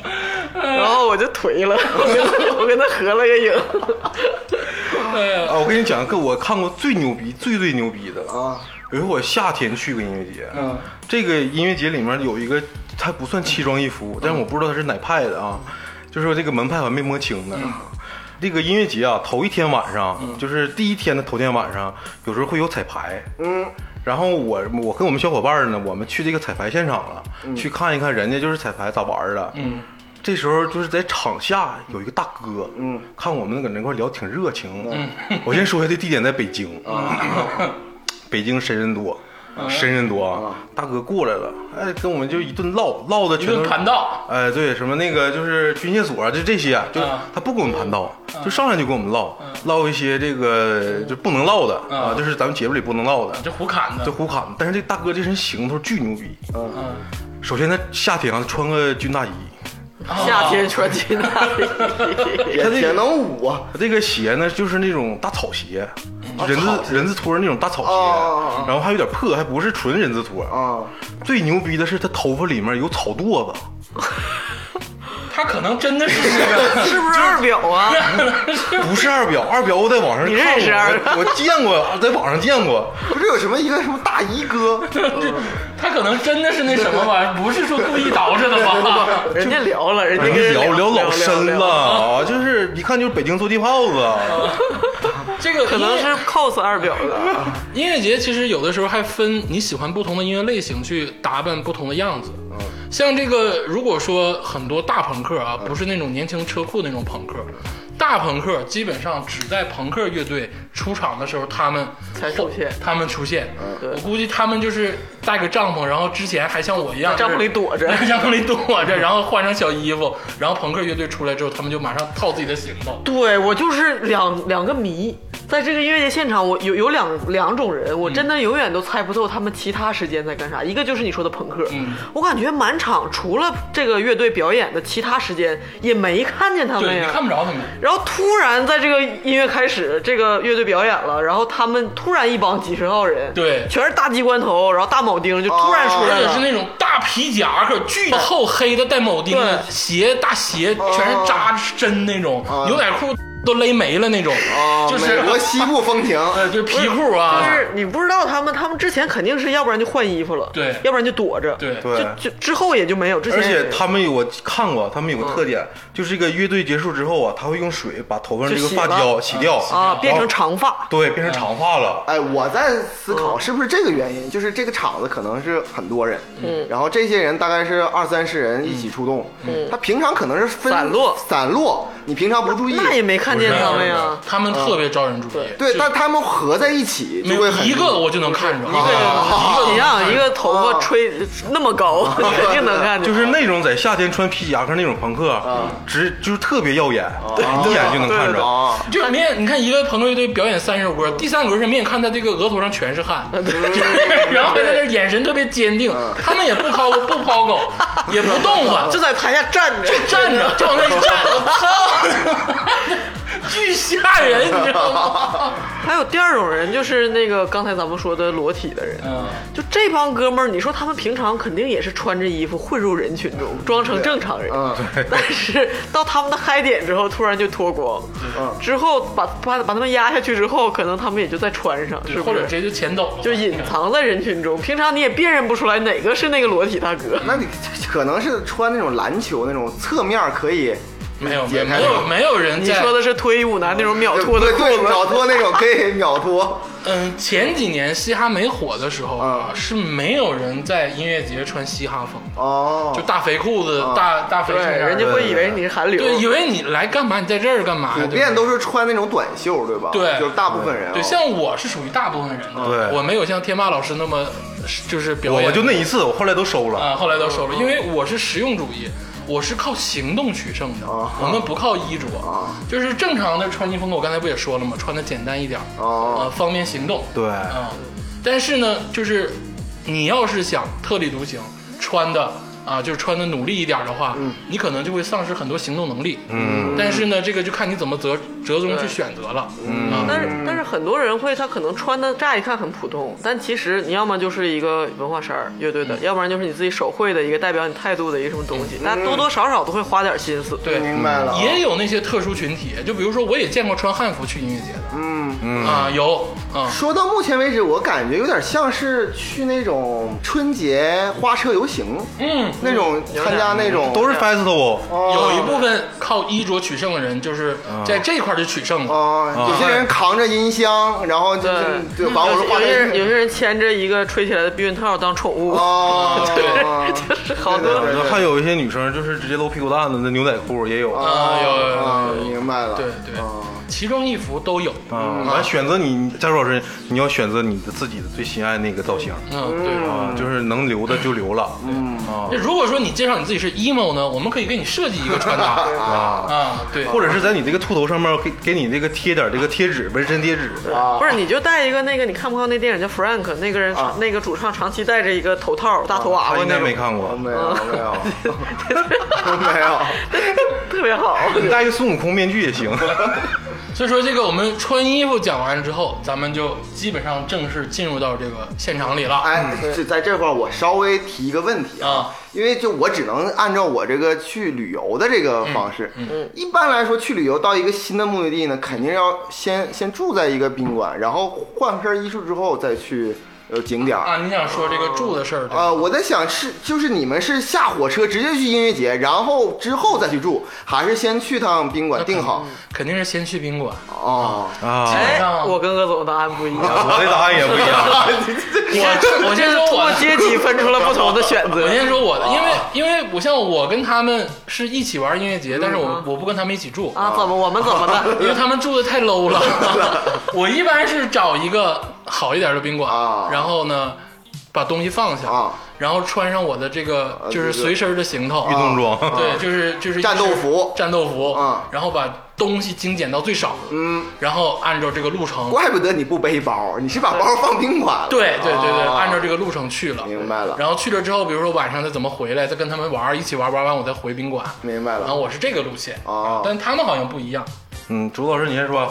[SPEAKER 2] 然后我就颓了，我跟他我跟他合了个影，
[SPEAKER 1] 哎
[SPEAKER 3] 啊，我跟你讲个我看过最牛逼、最最牛逼的
[SPEAKER 4] 啊！
[SPEAKER 3] 有一回我夏天去个音乐节，
[SPEAKER 4] 嗯，
[SPEAKER 3] 这个音乐节里面有一个，它不算奇装异服，但是我不知道它是哪派的
[SPEAKER 4] 嗯
[SPEAKER 3] 啊，就是说这个门派我还没摸清呢。这个音乐节啊，头一天晚上，就是第一天的头天晚上，有时候会有彩排，
[SPEAKER 4] 嗯，
[SPEAKER 3] 然后我我跟我们小伙伴呢，我们去这个彩排现场了，去看一看人家就是彩排咋玩儿的。嗯，这时候就是在场下有一个大哥，嗯，看我们搁那块聊挺热情。嗯，我先说一下这地点在北 京，北京神人多，神人多啊。大哥过来了，哎，跟我们就一顿唠，唠的
[SPEAKER 1] 一
[SPEAKER 3] 全都
[SPEAKER 1] 顿
[SPEAKER 3] 是
[SPEAKER 1] 盘道，
[SPEAKER 3] 哎，对，什么那个就是军械所，就这些，就
[SPEAKER 2] 嗯
[SPEAKER 1] 啊
[SPEAKER 3] 他不跟我们盘道，就上来就跟我们唠，唠一些这个就不能唠的
[SPEAKER 2] 嗯
[SPEAKER 3] 啊，就是咱们节目里不能唠的。
[SPEAKER 1] 这胡侃
[SPEAKER 3] 这
[SPEAKER 1] 的，
[SPEAKER 3] 胡侃，但是这大哥这身行头巨牛逼。啊
[SPEAKER 1] 嗯，
[SPEAKER 3] 首先他夏天啊，穿个军大衣，
[SPEAKER 2] 夏天穿进大衣，
[SPEAKER 4] 也也能舞啊，
[SPEAKER 3] 他这个鞋呢就是那种大草鞋，
[SPEAKER 2] 嗯
[SPEAKER 3] 人
[SPEAKER 4] 草
[SPEAKER 3] 字人字拖那种大草
[SPEAKER 4] 哦哦
[SPEAKER 3] 鞋，然后还有点破，还不是纯人字拖。
[SPEAKER 4] 啊
[SPEAKER 3] 最牛逼的是他头发里面有草 垛子，
[SPEAKER 1] 他可能真的是那 个，
[SPEAKER 2] 是不是二表啊？
[SPEAKER 3] 不是二表，二表我在网上
[SPEAKER 2] 你
[SPEAKER 3] 看
[SPEAKER 2] 认识
[SPEAKER 3] 过
[SPEAKER 2] 二
[SPEAKER 3] 我我见过，在网上见过。
[SPEAKER 4] 不是有什么一个什么大衣哥，
[SPEAKER 1] 他可能真的是那什么吧，不是说故意捯饬的 吧？
[SPEAKER 2] 人家聊了，人家跟人
[SPEAKER 3] 人聊
[SPEAKER 2] 哎聊
[SPEAKER 3] 老深
[SPEAKER 2] 聊啊
[SPEAKER 3] 了啊，就是一看就是北京坐啊地炮子，
[SPEAKER 1] 这个
[SPEAKER 2] 可能是 cos 二表的，
[SPEAKER 1] 音乐节，其实有的时候还分你喜欢不同的音乐类型去打扮不同的样子。像这个，如果说很多大朋克啊，不是那种年轻车库那种朋克，大朋克基本上只在朋克乐队出场的时候，他们
[SPEAKER 2] 才出现
[SPEAKER 1] 他们出现。
[SPEAKER 2] 对
[SPEAKER 1] 我估计他们就是带个帐篷，然后之前还像我一样
[SPEAKER 2] 帐篷里躲着。
[SPEAKER 1] 在帐篷里躲着，然后换上小衣服，然后朋克乐队出来之后，他们就马上套自己的行头。
[SPEAKER 2] 对我就是两两个迷，在这个音乐节现场，我有有两两种人，我
[SPEAKER 1] 嗯
[SPEAKER 2] 真的永远都猜不透他们其他时间在干啥。一个就是你说的朋克，
[SPEAKER 1] 嗯
[SPEAKER 2] 我感觉满场除了这个乐队表演的其他时间也没看见他们
[SPEAKER 1] 对你
[SPEAKER 2] 呀。
[SPEAKER 1] 看不着他们，
[SPEAKER 2] 然后突然在这个音乐开始，这个乐队表演了，然后他们突然一帮几十号人，
[SPEAKER 1] 对
[SPEAKER 2] 全是大机关头，然后大铆钉就突然出来
[SPEAKER 1] 而
[SPEAKER 2] 了，
[SPEAKER 1] 且是那种大皮夹克、巨厚黑的带铆钉的
[SPEAKER 2] 对
[SPEAKER 1] 鞋，大鞋全是扎针那种，牛仔裤都勒没了那种，
[SPEAKER 4] 啊，
[SPEAKER 1] 就是
[SPEAKER 4] 美国西部风情，
[SPEAKER 1] 呃，就是皮裤啊，
[SPEAKER 2] 就是你不知道他们，他们之前肯定是要不然就换衣服了，
[SPEAKER 1] 对
[SPEAKER 2] 要不然就躲着，
[SPEAKER 1] 对
[SPEAKER 3] 对
[SPEAKER 2] 就就之后也就没有，之前
[SPEAKER 3] 而
[SPEAKER 2] 也没
[SPEAKER 3] 且
[SPEAKER 2] 有
[SPEAKER 3] 他们有我看过，他们有个特点，就是这个乐队结束之后啊，他会用水把头发上这个
[SPEAKER 2] 嗯就洗
[SPEAKER 3] 发
[SPEAKER 2] 了
[SPEAKER 3] 胶洗掉
[SPEAKER 2] 啊变成，
[SPEAKER 3] 然后
[SPEAKER 2] 长发，
[SPEAKER 3] 对，变成长发了。
[SPEAKER 4] 哎，我在思考是不是这个原因，就是这个场子可能是很多人，嗯，然后这些人大概是二三十人一起出动，嗯，他平常可能是分
[SPEAKER 2] 散落
[SPEAKER 4] 散落，你平常不注意，
[SPEAKER 2] 那也没看见他们呀。
[SPEAKER 1] 他们特别招人注意，
[SPEAKER 4] 对，
[SPEAKER 1] 就
[SPEAKER 4] 但他们合在一起
[SPEAKER 1] 没
[SPEAKER 4] 就会
[SPEAKER 1] 有
[SPEAKER 4] 很
[SPEAKER 1] 一个我就能看着，
[SPEAKER 2] 对
[SPEAKER 1] 啊
[SPEAKER 2] 一样，一个头发吹那么 高，肯定能看见。
[SPEAKER 3] 啊就是那种在夏天穿皮夹克那种朋克，啊
[SPEAKER 2] 嗯
[SPEAKER 3] 直就是特别耀眼，
[SPEAKER 2] 啊
[SPEAKER 4] 哦
[SPEAKER 3] 一眼就能看
[SPEAKER 2] 对
[SPEAKER 3] 着。
[SPEAKER 4] 啊，
[SPEAKER 1] 就明显你看一个朋克乐队表演三首歌，第三轮上明显看他这个额头上全是汗，然后他在那眼神特别坚定，他们也不抛不抛狗，也不动弹，
[SPEAKER 2] 就在台下站着，
[SPEAKER 1] 站 着，就往那一站，我操，巨吓人，你知道吗？
[SPEAKER 2] 还有第二种人，就是那个刚才咱们说的裸体的人，
[SPEAKER 1] 嗯，
[SPEAKER 2] 就这帮哥们儿，你说他们平常肯定也是穿着衣服混入人群中，装成正常人，
[SPEAKER 4] 嗯
[SPEAKER 2] 但是到他们的嗨点之后，突然就脱光，之后把把把他们压下去之后，可能他们也就再穿上，是不
[SPEAKER 1] 或
[SPEAKER 2] 是
[SPEAKER 1] 者直接就前走，
[SPEAKER 2] 就隐藏在人群中，平常你也辨认不出来哪个是那个裸体大哥。
[SPEAKER 4] 那你可能是穿那种篮球那种侧面可以
[SPEAKER 1] 没有没
[SPEAKER 4] 解
[SPEAKER 1] 有
[SPEAKER 4] 开
[SPEAKER 1] 没
[SPEAKER 4] 那
[SPEAKER 1] 有
[SPEAKER 4] 种，
[SPEAKER 1] 没有人
[SPEAKER 2] 你
[SPEAKER 1] 在
[SPEAKER 2] 说的是脱衣舞男那种秒脱的
[SPEAKER 4] 对
[SPEAKER 2] 裤
[SPEAKER 4] 对
[SPEAKER 2] 子，
[SPEAKER 4] 秒脱那种可以秒脱，
[SPEAKER 1] 嗯前几年嘻哈没火的时候啊，是没有人在音乐节穿嘻哈风，
[SPEAKER 4] 哦
[SPEAKER 1] 就，大肥裤子大大肥
[SPEAKER 2] 对，
[SPEAKER 1] 衬衫，
[SPEAKER 2] 人家会以为你是韩流，
[SPEAKER 1] 对，以为你来干嘛？你在这儿干嘛呀？
[SPEAKER 4] 普
[SPEAKER 1] 对
[SPEAKER 4] 遍
[SPEAKER 1] 不对
[SPEAKER 4] 都是穿那种短袖，对吧？
[SPEAKER 1] 对
[SPEAKER 4] 就是大部分人啊，
[SPEAKER 1] 对，像我是属于大部分人的，
[SPEAKER 3] 对
[SPEAKER 1] 我没有像天霸老师那么就是表
[SPEAKER 3] 我
[SPEAKER 1] 演，
[SPEAKER 3] 我就那一次，我后来都收了。
[SPEAKER 2] 嗯
[SPEAKER 1] 啊，后来都收了，因为我是实用主义。我是靠行动取胜的，
[SPEAKER 4] 啊
[SPEAKER 1] 我们不靠衣着，就是正常的穿衣风格。我刚才不也说了吗？穿的简单一点，
[SPEAKER 4] 哦
[SPEAKER 1] 呃，方便行动。
[SPEAKER 3] 对，
[SPEAKER 1] 啊、但是呢，就是你要是想特立独行，穿的啊，就是穿的努力一点的话，你可能就会丧失很多行动能力。嗯，但是呢，这个就看你怎么折折中去选择了。嗯啊，
[SPEAKER 2] 但是但是很多人会，他可能穿的乍一看很普通，但其实你要么就是一个文化衫儿乐队的，要不然就是你自己手绘的一个代表你态度的一个什么东西，大家多多少少都会花点心思。
[SPEAKER 1] 对，
[SPEAKER 4] 明白
[SPEAKER 2] 嗯
[SPEAKER 4] 了啊，
[SPEAKER 1] 也有那些特殊群体，就比如说我也见过穿汉服去音乐节的、
[SPEAKER 4] 嗯。
[SPEAKER 1] 啊，有啊，
[SPEAKER 4] 说到目前为止，我感觉有点像是去那种春节花车游行，
[SPEAKER 1] 嗯，
[SPEAKER 4] 那种参加那种
[SPEAKER 2] 嗯
[SPEAKER 3] 都是 festival。
[SPEAKER 1] 有一
[SPEAKER 4] 哦
[SPEAKER 1] 部分靠衣着取胜的人，就是在这块儿就取胜了。
[SPEAKER 2] 啊
[SPEAKER 4] 哦，有些人扛着音箱，然后就就把我
[SPEAKER 2] 有
[SPEAKER 4] 是
[SPEAKER 2] 些
[SPEAKER 4] 花
[SPEAKER 2] 有些人有
[SPEAKER 4] 车
[SPEAKER 2] 些人牵着一个吹起来的避孕套当宠物，
[SPEAKER 4] 哦，
[SPEAKER 2] 就是好多
[SPEAKER 4] 对对对
[SPEAKER 3] 还有一些女生就是直接露屁股蛋子，那牛仔裤也有。
[SPEAKER 1] 啊有有有
[SPEAKER 4] 哦
[SPEAKER 1] 有有
[SPEAKER 4] 明白了，
[SPEAKER 1] 对对，奇装异服都有。
[SPEAKER 3] 啊，完选择你，佳茹老师，你要选择你的自己的最心爱那个造型
[SPEAKER 1] 嗯，对。
[SPEAKER 3] 啊，就是能留的就留了。嗯啊
[SPEAKER 1] 那如果说你介绍你自己是 emo 呢，我们可以给你设计一个穿搭
[SPEAKER 3] 啊，
[SPEAKER 1] 啊，对，
[SPEAKER 3] 或者是在你这个秃头上面给给你这个贴点这个贴纸，纹身贴纸。
[SPEAKER 4] 啊
[SPEAKER 2] 不是，你就戴一个那个，你看不看过那电影叫《Frank》？那个人、
[SPEAKER 4] 啊
[SPEAKER 2] 那个主唱长期戴着一个头套、大头娃
[SPEAKER 3] 他
[SPEAKER 2] 娃
[SPEAKER 3] 应
[SPEAKER 2] 那
[SPEAKER 3] 该
[SPEAKER 2] 种，
[SPEAKER 3] 没看过。
[SPEAKER 4] 哦没有没有 没有，
[SPEAKER 2] 特别好。
[SPEAKER 3] 你戴个孙悟空面具也行。
[SPEAKER 1] 所以说这个我们穿衣服讲完之后，咱们就基本上正式进入到这个现场里了。
[SPEAKER 4] 哎，这在这块儿我稍微提一个问题
[SPEAKER 1] 啊
[SPEAKER 4] 啊，因为就我只能按照我这个去旅游的这个
[SPEAKER 1] 嗯
[SPEAKER 4] 方式。一般来说，去旅游到一个新的目的地呢，肯定要先先住在一个宾馆，然后换身衣服之后再去呃景点儿。
[SPEAKER 1] 啊，你想说这个住的事儿对吧？
[SPEAKER 4] 呃，我在想是就是你们是下火车直接去音乐节，然后之后再去住，还是先去趟宾
[SPEAKER 1] 啊
[SPEAKER 4] 馆订好？
[SPEAKER 1] 肯定是先去宾馆。
[SPEAKER 4] 哦，
[SPEAKER 3] 啊，
[SPEAKER 1] 晚
[SPEAKER 2] 哎
[SPEAKER 1] 上，
[SPEAKER 2] 我跟鄂总的答案不一样。
[SPEAKER 3] 我的答案也不一样。
[SPEAKER 1] 我我
[SPEAKER 2] 这
[SPEAKER 1] 先
[SPEAKER 2] 是
[SPEAKER 1] 说
[SPEAKER 2] 通
[SPEAKER 1] 我
[SPEAKER 2] 过
[SPEAKER 1] 的，
[SPEAKER 2] 阶级分出了不同的选择
[SPEAKER 1] 我。先说我的，因为因为我像我跟他们是一起玩音乐节，但是我我不跟他们一起住
[SPEAKER 2] 啊，怎么我们怎么
[SPEAKER 1] 因
[SPEAKER 2] 的？
[SPEAKER 1] 为他们住的太 low 了。我一般是找一个好一点的宾馆，
[SPEAKER 4] 啊
[SPEAKER 1] 然后呢，把东西放下，
[SPEAKER 4] 啊
[SPEAKER 1] 然后穿上我的这个就是随身的行头，
[SPEAKER 3] 运动装。
[SPEAKER 1] 对，就是就是
[SPEAKER 4] 战斗服
[SPEAKER 1] 战斗服，
[SPEAKER 4] 啊
[SPEAKER 1] 然后把东西精简到最少，嗯，然后按照这个路程，
[SPEAKER 4] 怪不得你不背包，你是把包放宾馆了。
[SPEAKER 1] 对对对对，
[SPEAKER 4] 啊
[SPEAKER 1] 按照这个路程去了，
[SPEAKER 4] 明白了
[SPEAKER 1] 然后去了之后，比如说晚上再怎么回来，再跟他们玩儿，一起玩儿玩儿完我再回宾馆。
[SPEAKER 4] 明白
[SPEAKER 1] 然后
[SPEAKER 4] 了。
[SPEAKER 1] 我是这个路线
[SPEAKER 4] 嗯哦
[SPEAKER 1] 但他们好像不一样。
[SPEAKER 3] 嗯，朱老师，你先说。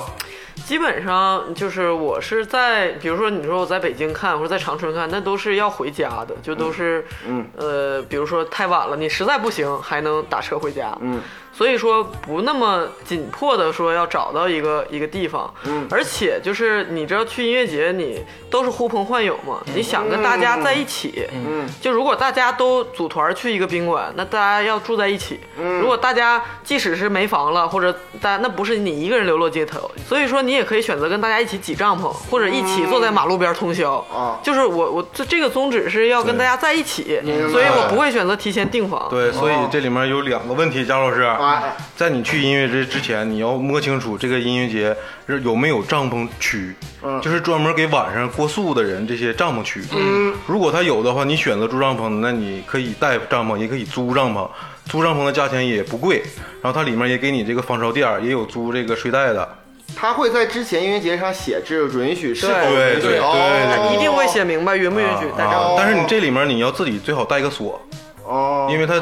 [SPEAKER 2] 基本上就是我是在，比如说你说我在北京看或者在长春看，那都是要回家的，就都是，嗯，呃，比如说太晚了，你实在不行还能打车回家，嗯，所以说不那么紧迫的说要找到一个一个地方，嗯，而且就是你知道去音乐节你都是呼朋唤友嘛，你想跟大家在一起，嗯，就如果大家都组团去一个宾馆，那大家要住在一起，嗯，如果大家即使是没房了或者大那不是你一个人流落街头，所以说你也可以选择跟大家一起挤帐篷，或者一起坐在马路边通宵。
[SPEAKER 4] 啊
[SPEAKER 2] 就是我我这这个宗旨是要跟大家在一起，所以我不会选择提前订房。
[SPEAKER 3] 对，所以这里面有两个问题，贾老师。
[SPEAKER 4] 啊，
[SPEAKER 3] 在你去音乐节之前，你要摸清楚这个音乐节是有没有帐篷区，
[SPEAKER 2] 嗯
[SPEAKER 3] 就是专门给晚上过宿的人这些帐篷区。嗯，如果他有的话，你选择住帐篷，那你可以带帐篷，也可以租帐篷。租帐篷的价钱也不贵，然后它里面也给你这个防潮垫儿，也有租这个睡袋的。
[SPEAKER 4] 他会在之前音乐节上写这允许是否
[SPEAKER 3] 对
[SPEAKER 4] 允许
[SPEAKER 1] 对
[SPEAKER 4] 哦，
[SPEAKER 2] 一定会写明白允不允许带帐
[SPEAKER 3] 啊
[SPEAKER 2] 篷。
[SPEAKER 3] 但是你这里面你要自己最好带个锁，
[SPEAKER 4] 哦，
[SPEAKER 3] 因为他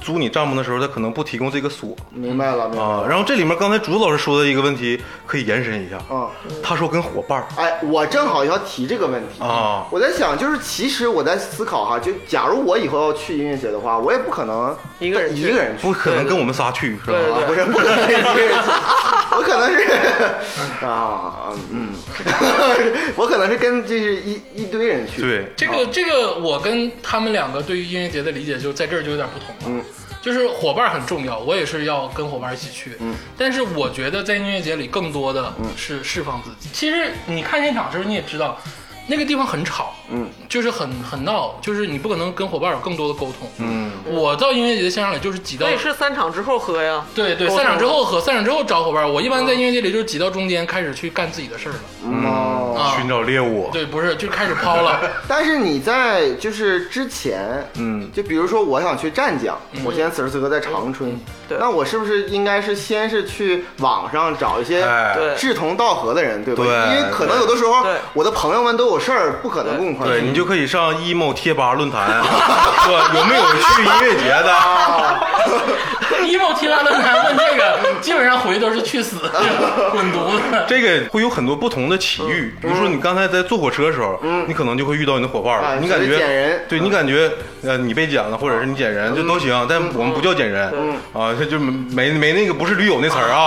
[SPEAKER 3] 租你帐篷的时候，他可能不提供这个锁
[SPEAKER 2] 嗯
[SPEAKER 4] 明白了，明白了。
[SPEAKER 3] 啊。然后这里面刚才竹子老师说的一个问题可以延伸一下，
[SPEAKER 2] 哦
[SPEAKER 4] 啊，
[SPEAKER 3] 他说跟伙伴儿
[SPEAKER 4] 哎，我正好要提这个问题
[SPEAKER 3] 啊
[SPEAKER 4] 我在想，就是其实我在思考哈，就假如我以后要去音乐节的话，我也不可能
[SPEAKER 2] 一个人去
[SPEAKER 4] 一个人去，
[SPEAKER 3] 不可能跟我们仨去，是吧？
[SPEAKER 2] 对
[SPEAKER 4] 啊，不是不可能一个人去，我可能是 啊，嗯， 我可能是跟就是一一堆人去，，
[SPEAKER 3] 对
[SPEAKER 1] 这
[SPEAKER 4] 哦
[SPEAKER 1] 个这个，我跟他们两个对于音乐节的理解就在这儿就有点不同了。
[SPEAKER 4] 嗯
[SPEAKER 1] 就是伙伴很重要，我也是要跟伙伴一起去。嗯，但是我觉得在音乐节里更多的
[SPEAKER 4] 嗯
[SPEAKER 1] 是释放自己。其实你看现场的时候你也知道，那个地方很吵，嗯，就是很很闹，就是你不可能跟伙伴有更多的沟通。嗯，我到音乐节现场里就是挤到
[SPEAKER 2] 所以是三场之后喝呀。
[SPEAKER 1] 对对，散场之后和散场之后找伙伴。我一般在
[SPEAKER 2] 嗯
[SPEAKER 1] 音乐节里就是挤到中间开始去干自己的事儿了。
[SPEAKER 4] 哦。
[SPEAKER 1] 啊
[SPEAKER 3] 寻找猎物，
[SPEAKER 1] 对，不是就 开始抛了。
[SPEAKER 4] 但是你在就是之前，
[SPEAKER 3] 嗯
[SPEAKER 4] 就比如说我想去湛江，我现在此时此刻在长
[SPEAKER 3] 嗯
[SPEAKER 4] 春，
[SPEAKER 2] 对
[SPEAKER 4] 那我是不是应该是先是去网上找一些
[SPEAKER 3] 哎
[SPEAKER 2] 对
[SPEAKER 4] 志同道合的人，对吧？
[SPEAKER 3] 对
[SPEAKER 4] 因为可能有的时候
[SPEAKER 2] 对
[SPEAKER 4] 我的朋友们都有事儿，不可能跟我一块儿
[SPEAKER 3] 对
[SPEAKER 4] 去
[SPEAKER 3] 你就可以上 emo 贴吧论坛，说有没有去音乐节的？
[SPEAKER 1] emo 提拉论坛问这 个，基本上回都是去死、滚犊子。
[SPEAKER 3] 这个会有很多不同的奇遇，比如说你刚才在坐火车的时候，你可能就会遇到你的伙伴
[SPEAKER 4] 啊
[SPEAKER 3] 儿，你感
[SPEAKER 4] 所
[SPEAKER 3] 觉
[SPEAKER 4] 谓捡人
[SPEAKER 3] 对你感觉呃你被捡了，或者是你捡人，这都行，但我们不叫捡人啊，这就没没那个不是驴友那词儿啊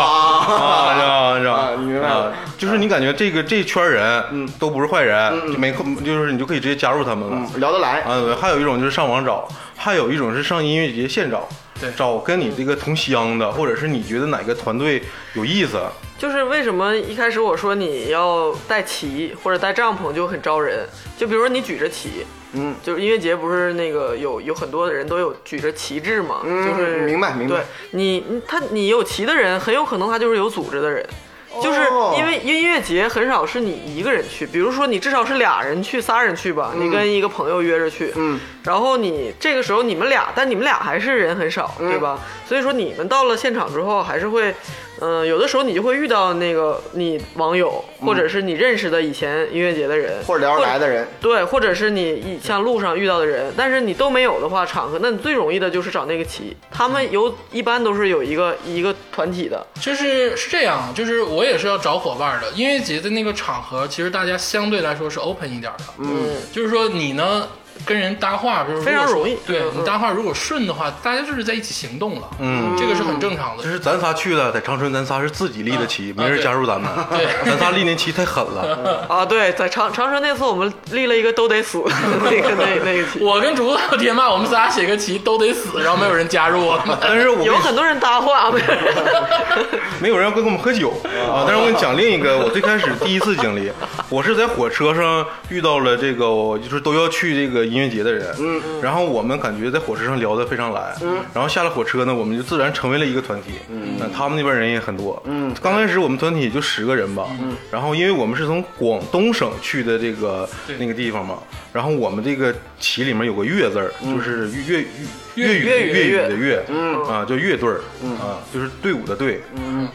[SPEAKER 3] 啊，是吧？是吧
[SPEAKER 4] 啊？明白了
[SPEAKER 3] 啊就是你感觉这个这圈人都不是坏人，就没空就是你就可以直接加入他们了。
[SPEAKER 4] 聊得来，
[SPEAKER 3] 啊，对，还有一种就是上网找，还有一种是上音乐节现找
[SPEAKER 1] 对，
[SPEAKER 3] 找跟你这个同乡的，或者是你觉得哪个团队有意思，
[SPEAKER 2] 就是为什么一开始我说你要带旗或者带帐篷就很招人？就比如说你举着旗，
[SPEAKER 4] 嗯，
[SPEAKER 2] 就是音乐节不是那个有有很多人都有举着旗帜嘛，
[SPEAKER 4] 嗯
[SPEAKER 2] 就是
[SPEAKER 4] 明白明白
[SPEAKER 2] 对你你他你有旗的人，很有可能他就是有组织的人。
[SPEAKER 4] 哦
[SPEAKER 2] 就是因为音乐节很少是你一个人去，比如说你至少是俩人去、仨人去吧，你跟一个朋友约着去，
[SPEAKER 4] 嗯，
[SPEAKER 2] 然后你这个时候你们俩，但你们俩还是人很少，
[SPEAKER 4] 嗯
[SPEAKER 2] 对吧？所以说你们到了现场之后，还是会，嗯、有的时候你就会遇到那个你网友，或者是你认识的以前音乐节的人，
[SPEAKER 4] 嗯或者聊得来的人，
[SPEAKER 2] 对，或者是你一像路上遇到的人，但是你都没有的话，场合，那你最容易的就是找那个旗，他们有一般都是有一个一个团体的，
[SPEAKER 1] 就是是这样，就是我也是要找伙伴的，因为节的那个场合，其实大家相对来说是 open 一点的。
[SPEAKER 2] 嗯，
[SPEAKER 1] 就是说你呢跟人搭话，就是如果
[SPEAKER 2] 非常容易
[SPEAKER 1] 对
[SPEAKER 2] 嗯嗯
[SPEAKER 1] 你搭话如果顺的话，大家就是在一起行动了。嗯，这个是很正常的
[SPEAKER 3] 就。是咱仨去了，在长春咱仨是自己立的旗，没人加入咱们。
[SPEAKER 1] 啊对
[SPEAKER 3] 咱仨立那旗太 狠了。
[SPEAKER 2] 啊，对，在长长春那次我们立了一个都得死那个那那个 旗，
[SPEAKER 1] 我跟竹子和天霸，我们仨写个旗都得死，然后没有人加入我 们。
[SPEAKER 3] 但是我
[SPEAKER 2] 有很多人搭 话，没有人
[SPEAKER 3] 没有人要跟我们喝酒啊！但是我跟你讲另一个，我最开始第一次经历，我是在火车上遇到了这个，我就是都要去这个音乐节的人，嗯，然后我们感觉在火车上聊得非常来，嗯，然后下了火车呢，我们就自然成为了一个团体，嗯，他们那边人也很多，嗯，刚开始我们团体也就十个人吧，嗯，然后因为我们是从广东省去的这个
[SPEAKER 1] 对
[SPEAKER 3] 那个地方嘛，然后我们这个旗里面有个粤字儿，就是粤粤。嗯粤语
[SPEAKER 2] 粤语
[SPEAKER 3] 粤语
[SPEAKER 2] 乐
[SPEAKER 3] 的乐，
[SPEAKER 4] 嗯
[SPEAKER 3] 啊，叫乐队儿，啊，就是队伍的队。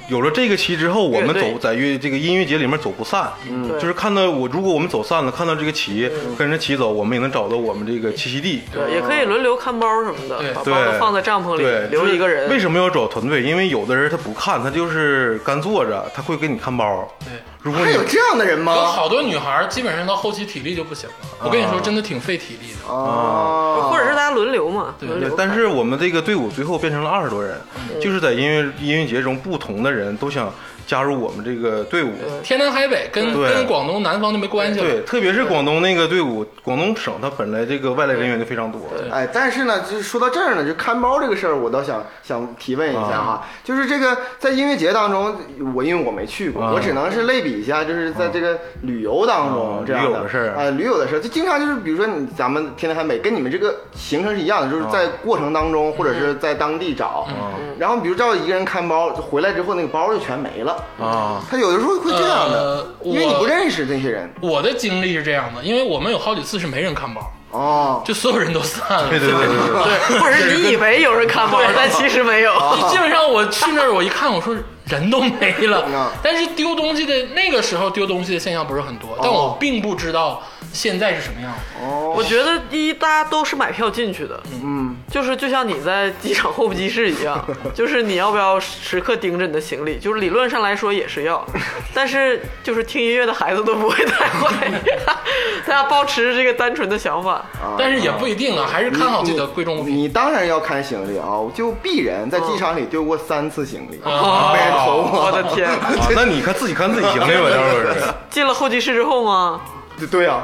[SPEAKER 3] 有了这个旗之后，我们
[SPEAKER 2] 乐队
[SPEAKER 3] 走在乐这个音乐节里面走不散，
[SPEAKER 2] 嗯对嗯
[SPEAKER 3] 就是看到我，如果我们走散了，看到这个旗，跟着旗走，我们也能找到我们这个栖息地。
[SPEAKER 2] 对，也可以轮流看包什么的，
[SPEAKER 1] 对
[SPEAKER 2] 把包
[SPEAKER 3] 哦对，
[SPEAKER 2] 都放在帐篷里
[SPEAKER 3] 对，
[SPEAKER 2] 留
[SPEAKER 3] 就是
[SPEAKER 2] 一个人。
[SPEAKER 3] 为什么要找团队？因为有的人他不看，他就是干坐着，他会给你看包。
[SPEAKER 1] 对
[SPEAKER 3] 如果
[SPEAKER 4] 还
[SPEAKER 3] 你
[SPEAKER 4] 有这样的人
[SPEAKER 3] 啊
[SPEAKER 1] 有
[SPEAKER 4] 吗？
[SPEAKER 1] 好多女孩儿基本上到后期体力就不行了，我跟你说，真的挺费体力的。
[SPEAKER 4] 啊，
[SPEAKER 2] 或者是大家轮流嘛，
[SPEAKER 1] 对
[SPEAKER 2] 轮
[SPEAKER 3] 对
[SPEAKER 2] 流，。
[SPEAKER 3] 但是我们这个队伍最后变成了二十多人，
[SPEAKER 2] 嗯
[SPEAKER 3] 就是在音乐音乐节中，不同的人都想加入我们这个队伍。
[SPEAKER 1] 天南海北跟
[SPEAKER 3] 对
[SPEAKER 1] 跟广东南方就没关系了。
[SPEAKER 3] 对，特别是广东那个队伍，广东省它本来这个外来人员就非常多。
[SPEAKER 4] 哎，但是呢，就是说到这儿呢，就看包这个事儿，我倒想想提问一下
[SPEAKER 3] 啊
[SPEAKER 4] 哈，就是这个在音乐节当中，我因为我没去过，
[SPEAKER 3] 啊
[SPEAKER 4] 我只能是类比一下，就是在这个旅游当
[SPEAKER 3] 啊
[SPEAKER 4] 中这样
[SPEAKER 3] 旅游的事儿
[SPEAKER 4] 哎，旅游的事儿，就经常就是比如说你咱们天南海北，跟你们这个行程是一样的，
[SPEAKER 3] 啊
[SPEAKER 4] 就是在过程当中或者是在当地找，然后比如照一个人看包，回来之后那个包就全没了，
[SPEAKER 3] 啊，
[SPEAKER 4] 他有的时候会这样的
[SPEAKER 1] 呃，
[SPEAKER 4] 因为
[SPEAKER 1] 我
[SPEAKER 4] 你不认识那些人
[SPEAKER 1] 我的经历是这样的，因为我们有好几次是没人看包，
[SPEAKER 4] 哦，
[SPEAKER 1] 就所有人都散了。
[SPEAKER 3] 对对对对对。啊
[SPEAKER 2] 或者是你以为有人看包，但其实没有。
[SPEAKER 1] 就基本上我去那儿，我一看，我说人都没
[SPEAKER 4] 嗯
[SPEAKER 3] 啊
[SPEAKER 1] 了。但是丢东西的那个时候丢东西的现象不是很
[SPEAKER 3] 哦
[SPEAKER 1] 多，但我并不知道现在是什么样的。
[SPEAKER 4] 哦，
[SPEAKER 2] 我觉得第一，大家都是买票进去的，
[SPEAKER 4] 嗯，
[SPEAKER 2] 就是就像你在机场候机室一 样，就是你要不要时刻盯着你的行李，就是理论上来说也是 要，但是就是听音乐的孩子都不会太坏， 大家保持这个单纯的想法。
[SPEAKER 1] 但是也不一定啊，还是看好自己的贵重物品。
[SPEAKER 4] 你当然要看行李啊！我就鄙人在机场里丢过三次行李，
[SPEAKER 1] 啊
[SPEAKER 4] 没人
[SPEAKER 3] 哦
[SPEAKER 4] 投
[SPEAKER 2] 我的 天！
[SPEAKER 3] 啊，那你看自己看自己行李吧，到时候是。
[SPEAKER 2] 进了候机室之后吗？
[SPEAKER 4] 对 对呀，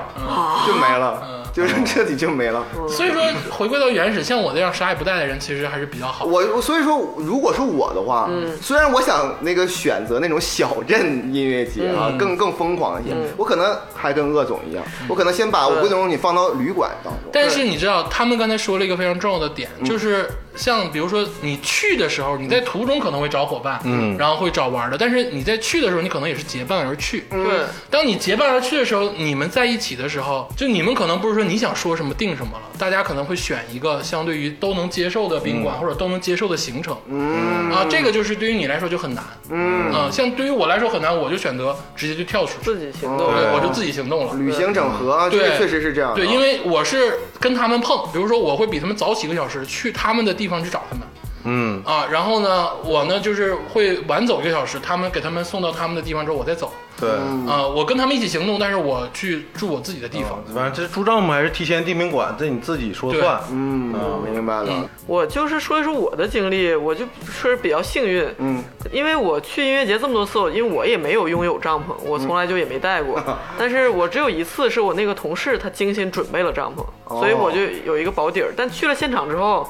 [SPEAKER 4] 就没了，就是彻底就没了。
[SPEAKER 1] 所以说，回归到原始，像我这样啥也不带的人，其实还是比较好。
[SPEAKER 4] 我我所以说，如果是我的话，虽然我想那个选择那种小镇音乐节啊，更更疯狂一些，我可能还跟鄂总一样，我可能先把我
[SPEAKER 2] 对
[SPEAKER 4] 贵重物品放到旅馆当中。
[SPEAKER 1] 但是你知道，他们刚才说了一个非常重要的点，就是像比如说你去的时候，你在途中可能会找伙伴，嗯，然后会找玩的，但是你在去的时候，你可能也是结伴而去，
[SPEAKER 3] 嗯
[SPEAKER 2] 对，
[SPEAKER 1] 当你结伴而去的时候，你们在一起的时候，就你们可能不是说你想说什么定什么了，大家可能会选一个相对于都能接受的宾馆、或者都能接受的行程。嗯啊，这个就是对于你来说就很难。嗯啊，像对于我来说很难，我就选择直接就跳出去，
[SPEAKER 2] 自己行动。
[SPEAKER 1] 对
[SPEAKER 3] 哦对
[SPEAKER 1] 我就自己行动了。
[SPEAKER 4] 旅行整合，这
[SPEAKER 1] 对
[SPEAKER 4] 个确实是这样的啊。
[SPEAKER 1] 对，因为我是跟他们碰，比如说我会比他们早几个小时去他们的地方去找他们。
[SPEAKER 3] 嗯，
[SPEAKER 1] 啊，然后呢，我呢就是会晚走一个小时，他们给他们送到他们的地方之后，我再走。
[SPEAKER 3] 对。
[SPEAKER 4] 嗯
[SPEAKER 1] 啊，我跟他们一起行动，但是我去住我自己的地方。
[SPEAKER 3] 反正这住帐篷还是提前订宾馆，这你自己说算。
[SPEAKER 4] 嗯，明白了。
[SPEAKER 2] 我就是说一说我的经历，我就说是比较幸运，
[SPEAKER 4] 嗯，
[SPEAKER 2] 因为我去音乐节这么多次，我因为我也没有拥有帐篷，我从来就也没带过，
[SPEAKER 4] 嗯
[SPEAKER 2] 但是我只有一次是我那个同事他精心准备了帐篷，
[SPEAKER 4] 哦
[SPEAKER 2] 所以我就有一个保底儿。但去了现场之后。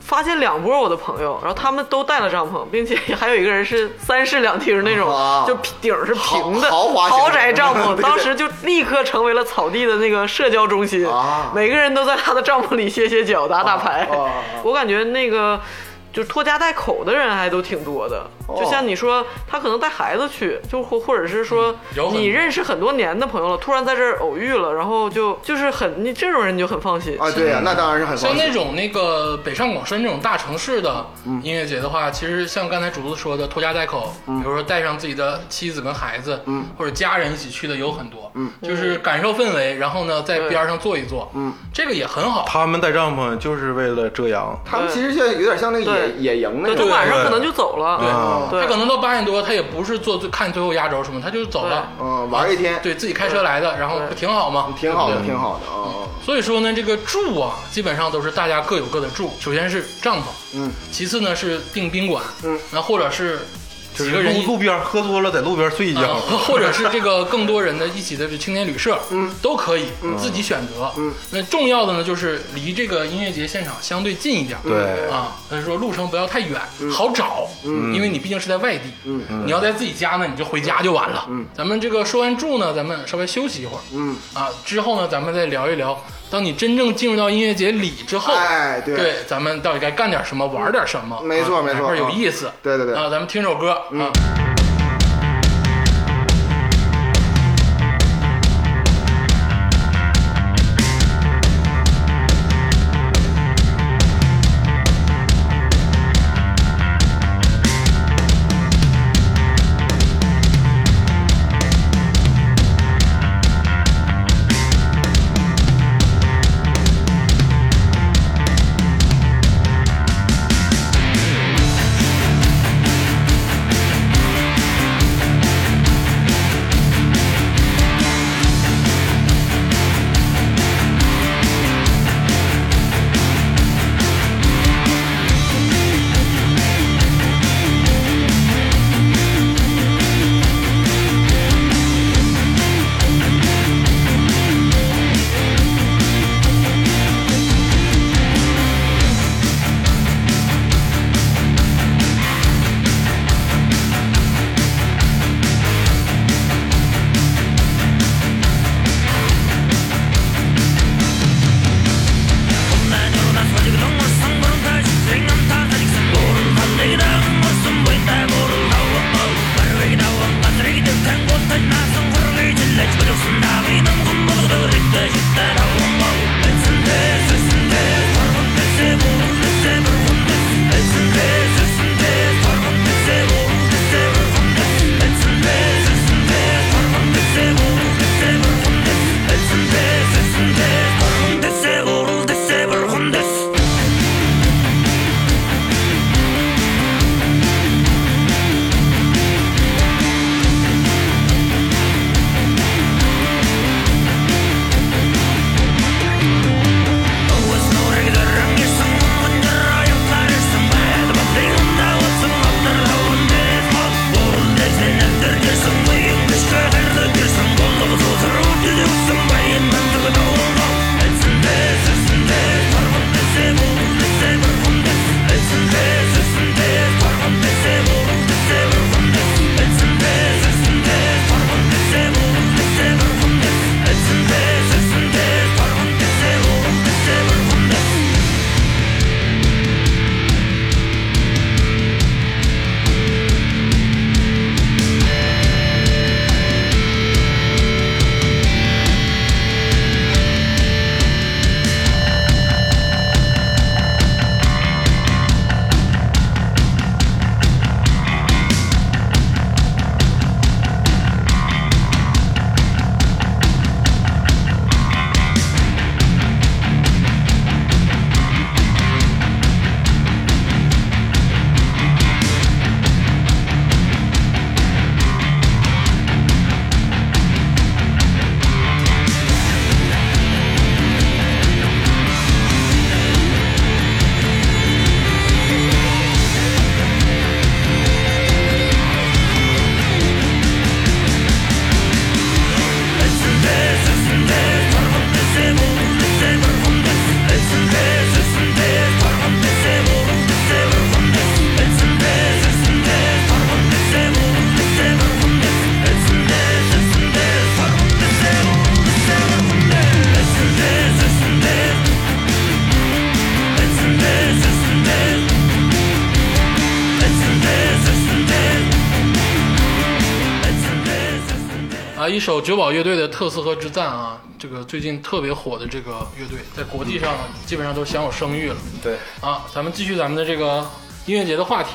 [SPEAKER 2] 发现两波我的朋友，然后他们都带了帐篷，并且还有一个人是三室两厅那种，
[SPEAKER 4] 哇
[SPEAKER 2] 就顶儿是平的
[SPEAKER 4] 啊豪豪华型的
[SPEAKER 2] 豪宅帐
[SPEAKER 4] 对
[SPEAKER 2] 篷，
[SPEAKER 4] 对
[SPEAKER 2] 当时就立刻成为了草地的那个社交中心，
[SPEAKER 4] 啊
[SPEAKER 2] 每个人都在他的帐篷里歇歇脚、打打牌。
[SPEAKER 4] 啊啊
[SPEAKER 2] 我感觉那个就是拖家带口的人还都挺多的，就像你说，他可能带孩子去，就或或者是说
[SPEAKER 1] 嗯有很多
[SPEAKER 2] 你认识很多年的朋友了，突然在这儿偶遇了，然后就就是很你这种人你就很放心
[SPEAKER 4] 啊，对呀，那当然是很
[SPEAKER 1] 像
[SPEAKER 4] 放
[SPEAKER 1] 那
[SPEAKER 4] 心。
[SPEAKER 1] 种那个北上广深这种大城市的
[SPEAKER 4] 嗯
[SPEAKER 1] 音乐节的话，其实像刚才主子说的，拖家带口，比如说带上自己的妻子跟孩子，
[SPEAKER 4] 嗯
[SPEAKER 1] 或者家人一起去的有很多，就是感受氛围，然后呢在边上坐一坐，
[SPEAKER 4] 嗯
[SPEAKER 1] 这个也很好。
[SPEAKER 3] 他们带帐篷就是为了遮阳，
[SPEAKER 4] 他们其实现在有点像那个
[SPEAKER 2] 对
[SPEAKER 4] 野野营那
[SPEAKER 2] 对，就
[SPEAKER 4] 种，
[SPEAKER 2] 晚上可能就走了，
[SPEAKER 3] 啊
[SPEAKER 2] 对哦
[SPEAKER 1] 他可能到八点多，他也不是做最看最后压轴什么，他就走了，
[SPEAKER 4] 嗯，玩一天，
[SPEAKER 1] 对自己开车来的，然后不挺好吗？
[SPEAKER 4] 挺好
[SPEAKER 1] 对
[SPEAKER 4] 的，
[SPEAKER 1] 不对
[SPEAKER 4] 挺好的啊。
[SPEAKER 1] 所以说呢，这个住啊，基本上都是大家各有各的住。首先是帐篷，
[SPEAKER 4] 嗯，
[SPEAKER 1] 其次呢是订宾馆，
[SPEAKER 4] 嗯，
[SPEAKER 1] 那或者是
[SPEAKER 3] 就
[SPEAKER 1] 几
[SPEAKER 3] 是
[SPEAKER 1] 个人一
[SPEAKER 3] 路路边喝多了在路边睡一觉。
[SPEAKER 1] 啊，或者是这个更多人的一起的青年旅社，嗯，都可以自己选择。嗯，那重要的呢就是离这个音乐节现场相对近一点。
[SPEAKER 3] 对
[SPEAKER 1] 啊，所以说路程不要太远，好找。嗯，因为你毕竟是在外地。嗯，你要在自己家呢，你就回家就完了。嗯，咱们这个说完住呢，咱们稍微休息一会儿。
[SPEAKER 4] 嗯，
[SPEAKER 1] 啊，之后呢，咱们再聊一聊，当你真正进入到音乐节里之后，
[SPEAKER 4] 哎对
[SPEAKER 1] 对，咱们到底该干点什么，玩点什么？
[SPEAKER 4] 没错
[SPEAKER 1] 啊
[SPEAKER 4] 没错
[SPEAKER 1] 哪怕有
[SPEAKER 4] 啊
[SPEAKER 1] 意思。
[SPEAKER 4] 对对对嗯
[SPEAKER 1] 啊，咱们听首歌啊。
[SPEAKER 5] 「
[SPEAKER 1] 啊一首九宝乐队的特色和之赞啊，这个最近特别火的这个乐队，在国际上基本上都享有声誉了。
[SPEAKER 3] 对，
[SPEAKER 1] 啊，咱们继续咱们的这个音乐节的话题。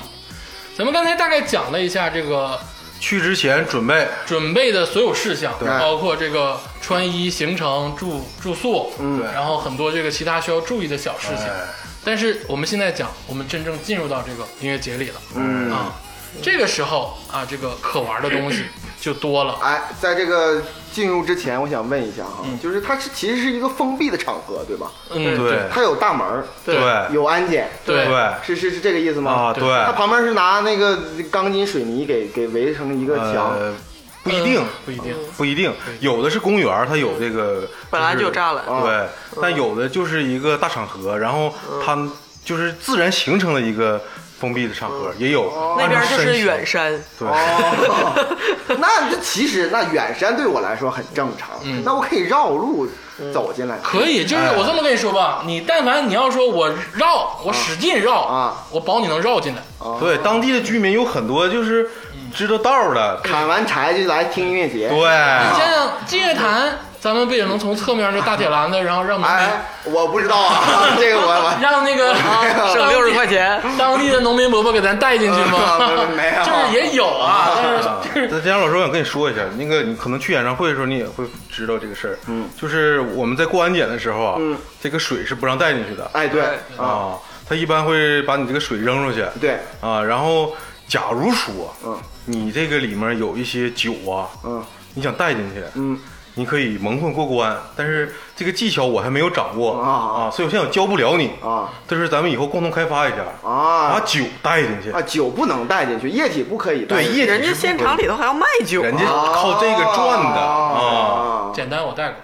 [SPEAKER 1] 咱们刚才大概讲了一下这个
[SPEAKER 3] 去之前准备，
[SPEAKER 1] 准备的所有事项，
[SPEAKER 4] 对
[SPEAKER 1] 包括这个穿衣、行程、住住宿，
[SPEAKER 4] 嗯
[SPEAKER 3] 对
[SPEAKER 1] 然后很多这个其他需要注意的小事情。
[SPEAKER 3] 哎
[SPEAKER 1] 但是我们现在讲，我们真正进入到这个音乐节里了，
[SPEAKER 4] 嗯
[SPEAKER 1] 啊，这个时候啊，这个可玩的东西就多了。
[SPEAKER 4] 哎，在这个进入之前，我想问一下哈，就是它是其实是一个封闭的场合，对吧？
[SPEAKER 1] 嗯，
[SPEAKER 3] 对
[SPEAKER 4] 它有大门儿，
[SPEAKER 3] 对
[SPEAKER 4] 有安检，
[SPEAKER 1] 对
[SPEAKER 3] 对
[SPEAKER 4] 是是是这个意思吗？
[SPEAKER 3] 啊，
[SPEAKER 1] 对
[SPEAKER 3] 对，
[SPEAKER 4] 它旁边是拿那个钢筋水泥给给围成一个 墙，
[SPEAKER 3] 呃，不一定
[SPEAKER 1] 嗯，不一定。
[SPEAKER 3] 不一定，有的是公园儿，它有这个
[SPEAKER 2] 本来就有栅栏嗯
[SPEAKER 3] 对，但有的就是一个大场合，然后它就是自然形成了一个封闭的场合，也有
[SPEAKER 2] 嗯哦那边就
[SPEAKER 3] 按照身
[SPEAKER 2] 是
[SPEAKER 3] 形
[SPEAKER 2] 远山，
[SPEAKER 3] 对，
[SPEAKER 4] 哦，那这其实那远山对我来说很正常，那我可以绕路走进来。
[SPEAKER 1] 可以，就是我这么跟你说吧，你但凡你要说我绕，
[SPEAKER 3] 嗯
[SPEAKER 1] 我使劲绕
[SPEAKER 4] 啊，
[SPEAKER 1] 我保你能绕进来。
[SPEAKER 2] 哦
[SPEAKER 3] 对，当地的居民有很多就是知道道儿的，
[SPEAKER 4] 砍完柴就来听音乐节。
[SPEAKER 2] 嗯
[SPEAKER 3] 对，
[SPEAKER 4] 啊
[SPEAKER 1] 你 想想金乐坛，咱们不也能从侧面这大铁栏子，然后让门
[SPEAKER 4] 哎，我不知道 啊，这个我我
[SPEAKER 1] 让那个当
[SPEAKER 2] 省
[SPEAKER 1] 地
[SPEAKER 2] 六十块钱。
[SPEAKER 1] 当地的农民伯伯给咱带进去吗
[SPEAKER 4] 啊？没有
[SPEAKER 1] 就是也有啊，但是
[SPEAKER 3] 啊那姜老师，我想跟你说一下，那个你可能去演唱会的时候，你也会知道这个事儿。嗯，就是我们在过安检的时候啊，
[SPEAKER 4] 嗯
[SPEAKER 3] 这个水是不让带进去的。
[SPEAKER 4] 哎对啊
[SPEAKER 3] 啊，他一般会把你这个水扔出去。
[SPEAKER 4] 对
[SPEAKER 3] 啊，然后假如说，
[SPEAKER 4] 嗯，
[SPEAKER 3] 你这个里面有一些酒啊，
[SPEAKER 4] 嗯
[SPEAKER 3] 你想带进去，
[SPEAKER 4] 嗯，
[SPEAKER 3] 你可以蒙混过关，但是这个技巧我还没有掌握
[SPEAKER 4] 啊
[SPEAKER 3] 啊，所以我现在我教不了你
[SPEAKER 4] 啊。
[SPEAKER 3] 这是咱们以后共同开发一下，把
[SPEAKER 4] 啊
[SPEAKER 3] 酒带进去
[SPEAKER 4] 啊，，酒不能带进去，液体不可以带
[SPEAKER 3] 对，
[SPEAKER 4] 进去。哦
[SPEAKER 3] 液体
[SPEAKER 2] 人家
[SPEAKER 3] 是不
[SPEAKER 2] 现
[SPEAKER 3] 可以
[SPEAKER 2] 场里头还要卖酒啊，
[SPEAKER 3] 人家靠这个赚的啊。
[SPEAKER 4] 啊
[SPEAKER 1] 简单我带过。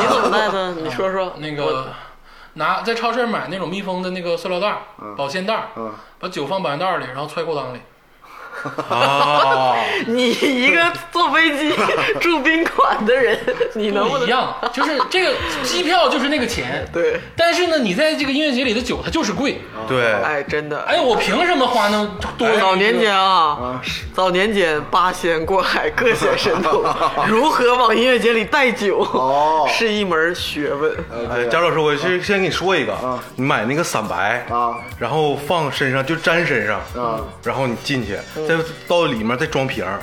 [SPEAKER 2] 你怎么卖的？ 你说说
[SPEAKER 1] 啊那
[SPEAKER 2] 我
[SPEAKER 1] 个拿在超市买那种密封的那个塑料袋儿、保鲜袋儿，
[SPEAKER 4] 嗯
[SPEAKER 1] 把酒放保鲜袋儿里，然后揣裤裆里。
[SPEAKER 3] 啊，
[SPEAKER 2] 你一个坐飞 机住宾馆的人，你能
[SPEAKER 1] 不
[SPEAKER 2] 不
[SPEAKER 1] 一
[SPEAKER 2] 能？
[SPEAKER 1] 样，就是这个机票就是那个钱，
[SPEAKER 2] 对，
[SPEAKER 1] 但是呢，你在这个音乐节里的酒它就是贵。
[SPEAKER 4] 嗯
[SPEAKER 3] 对，
[SPEAKER 2] 哎，真的，
[SPEAKER 1] 哎，我凭什么花那么多？
[SPEAKER 2] 早哎年间啊，早年间八仙过海，各显神 通，如何往音乐节里带酒，
[SPEAKER 4] 哦
[SPEAKER 2] 是一门学问。
[SPEAKER 3] 哎，贾老师，我先先跟你说一个，你买那个散白
[SPEAKER 4] 啊，
[SPEAKER 3] 然后放身上就粘身上
[SPEAKER 4] 啊，嗯
[SPEAKER 3] 然后你进去，再到里面再装瓶儿，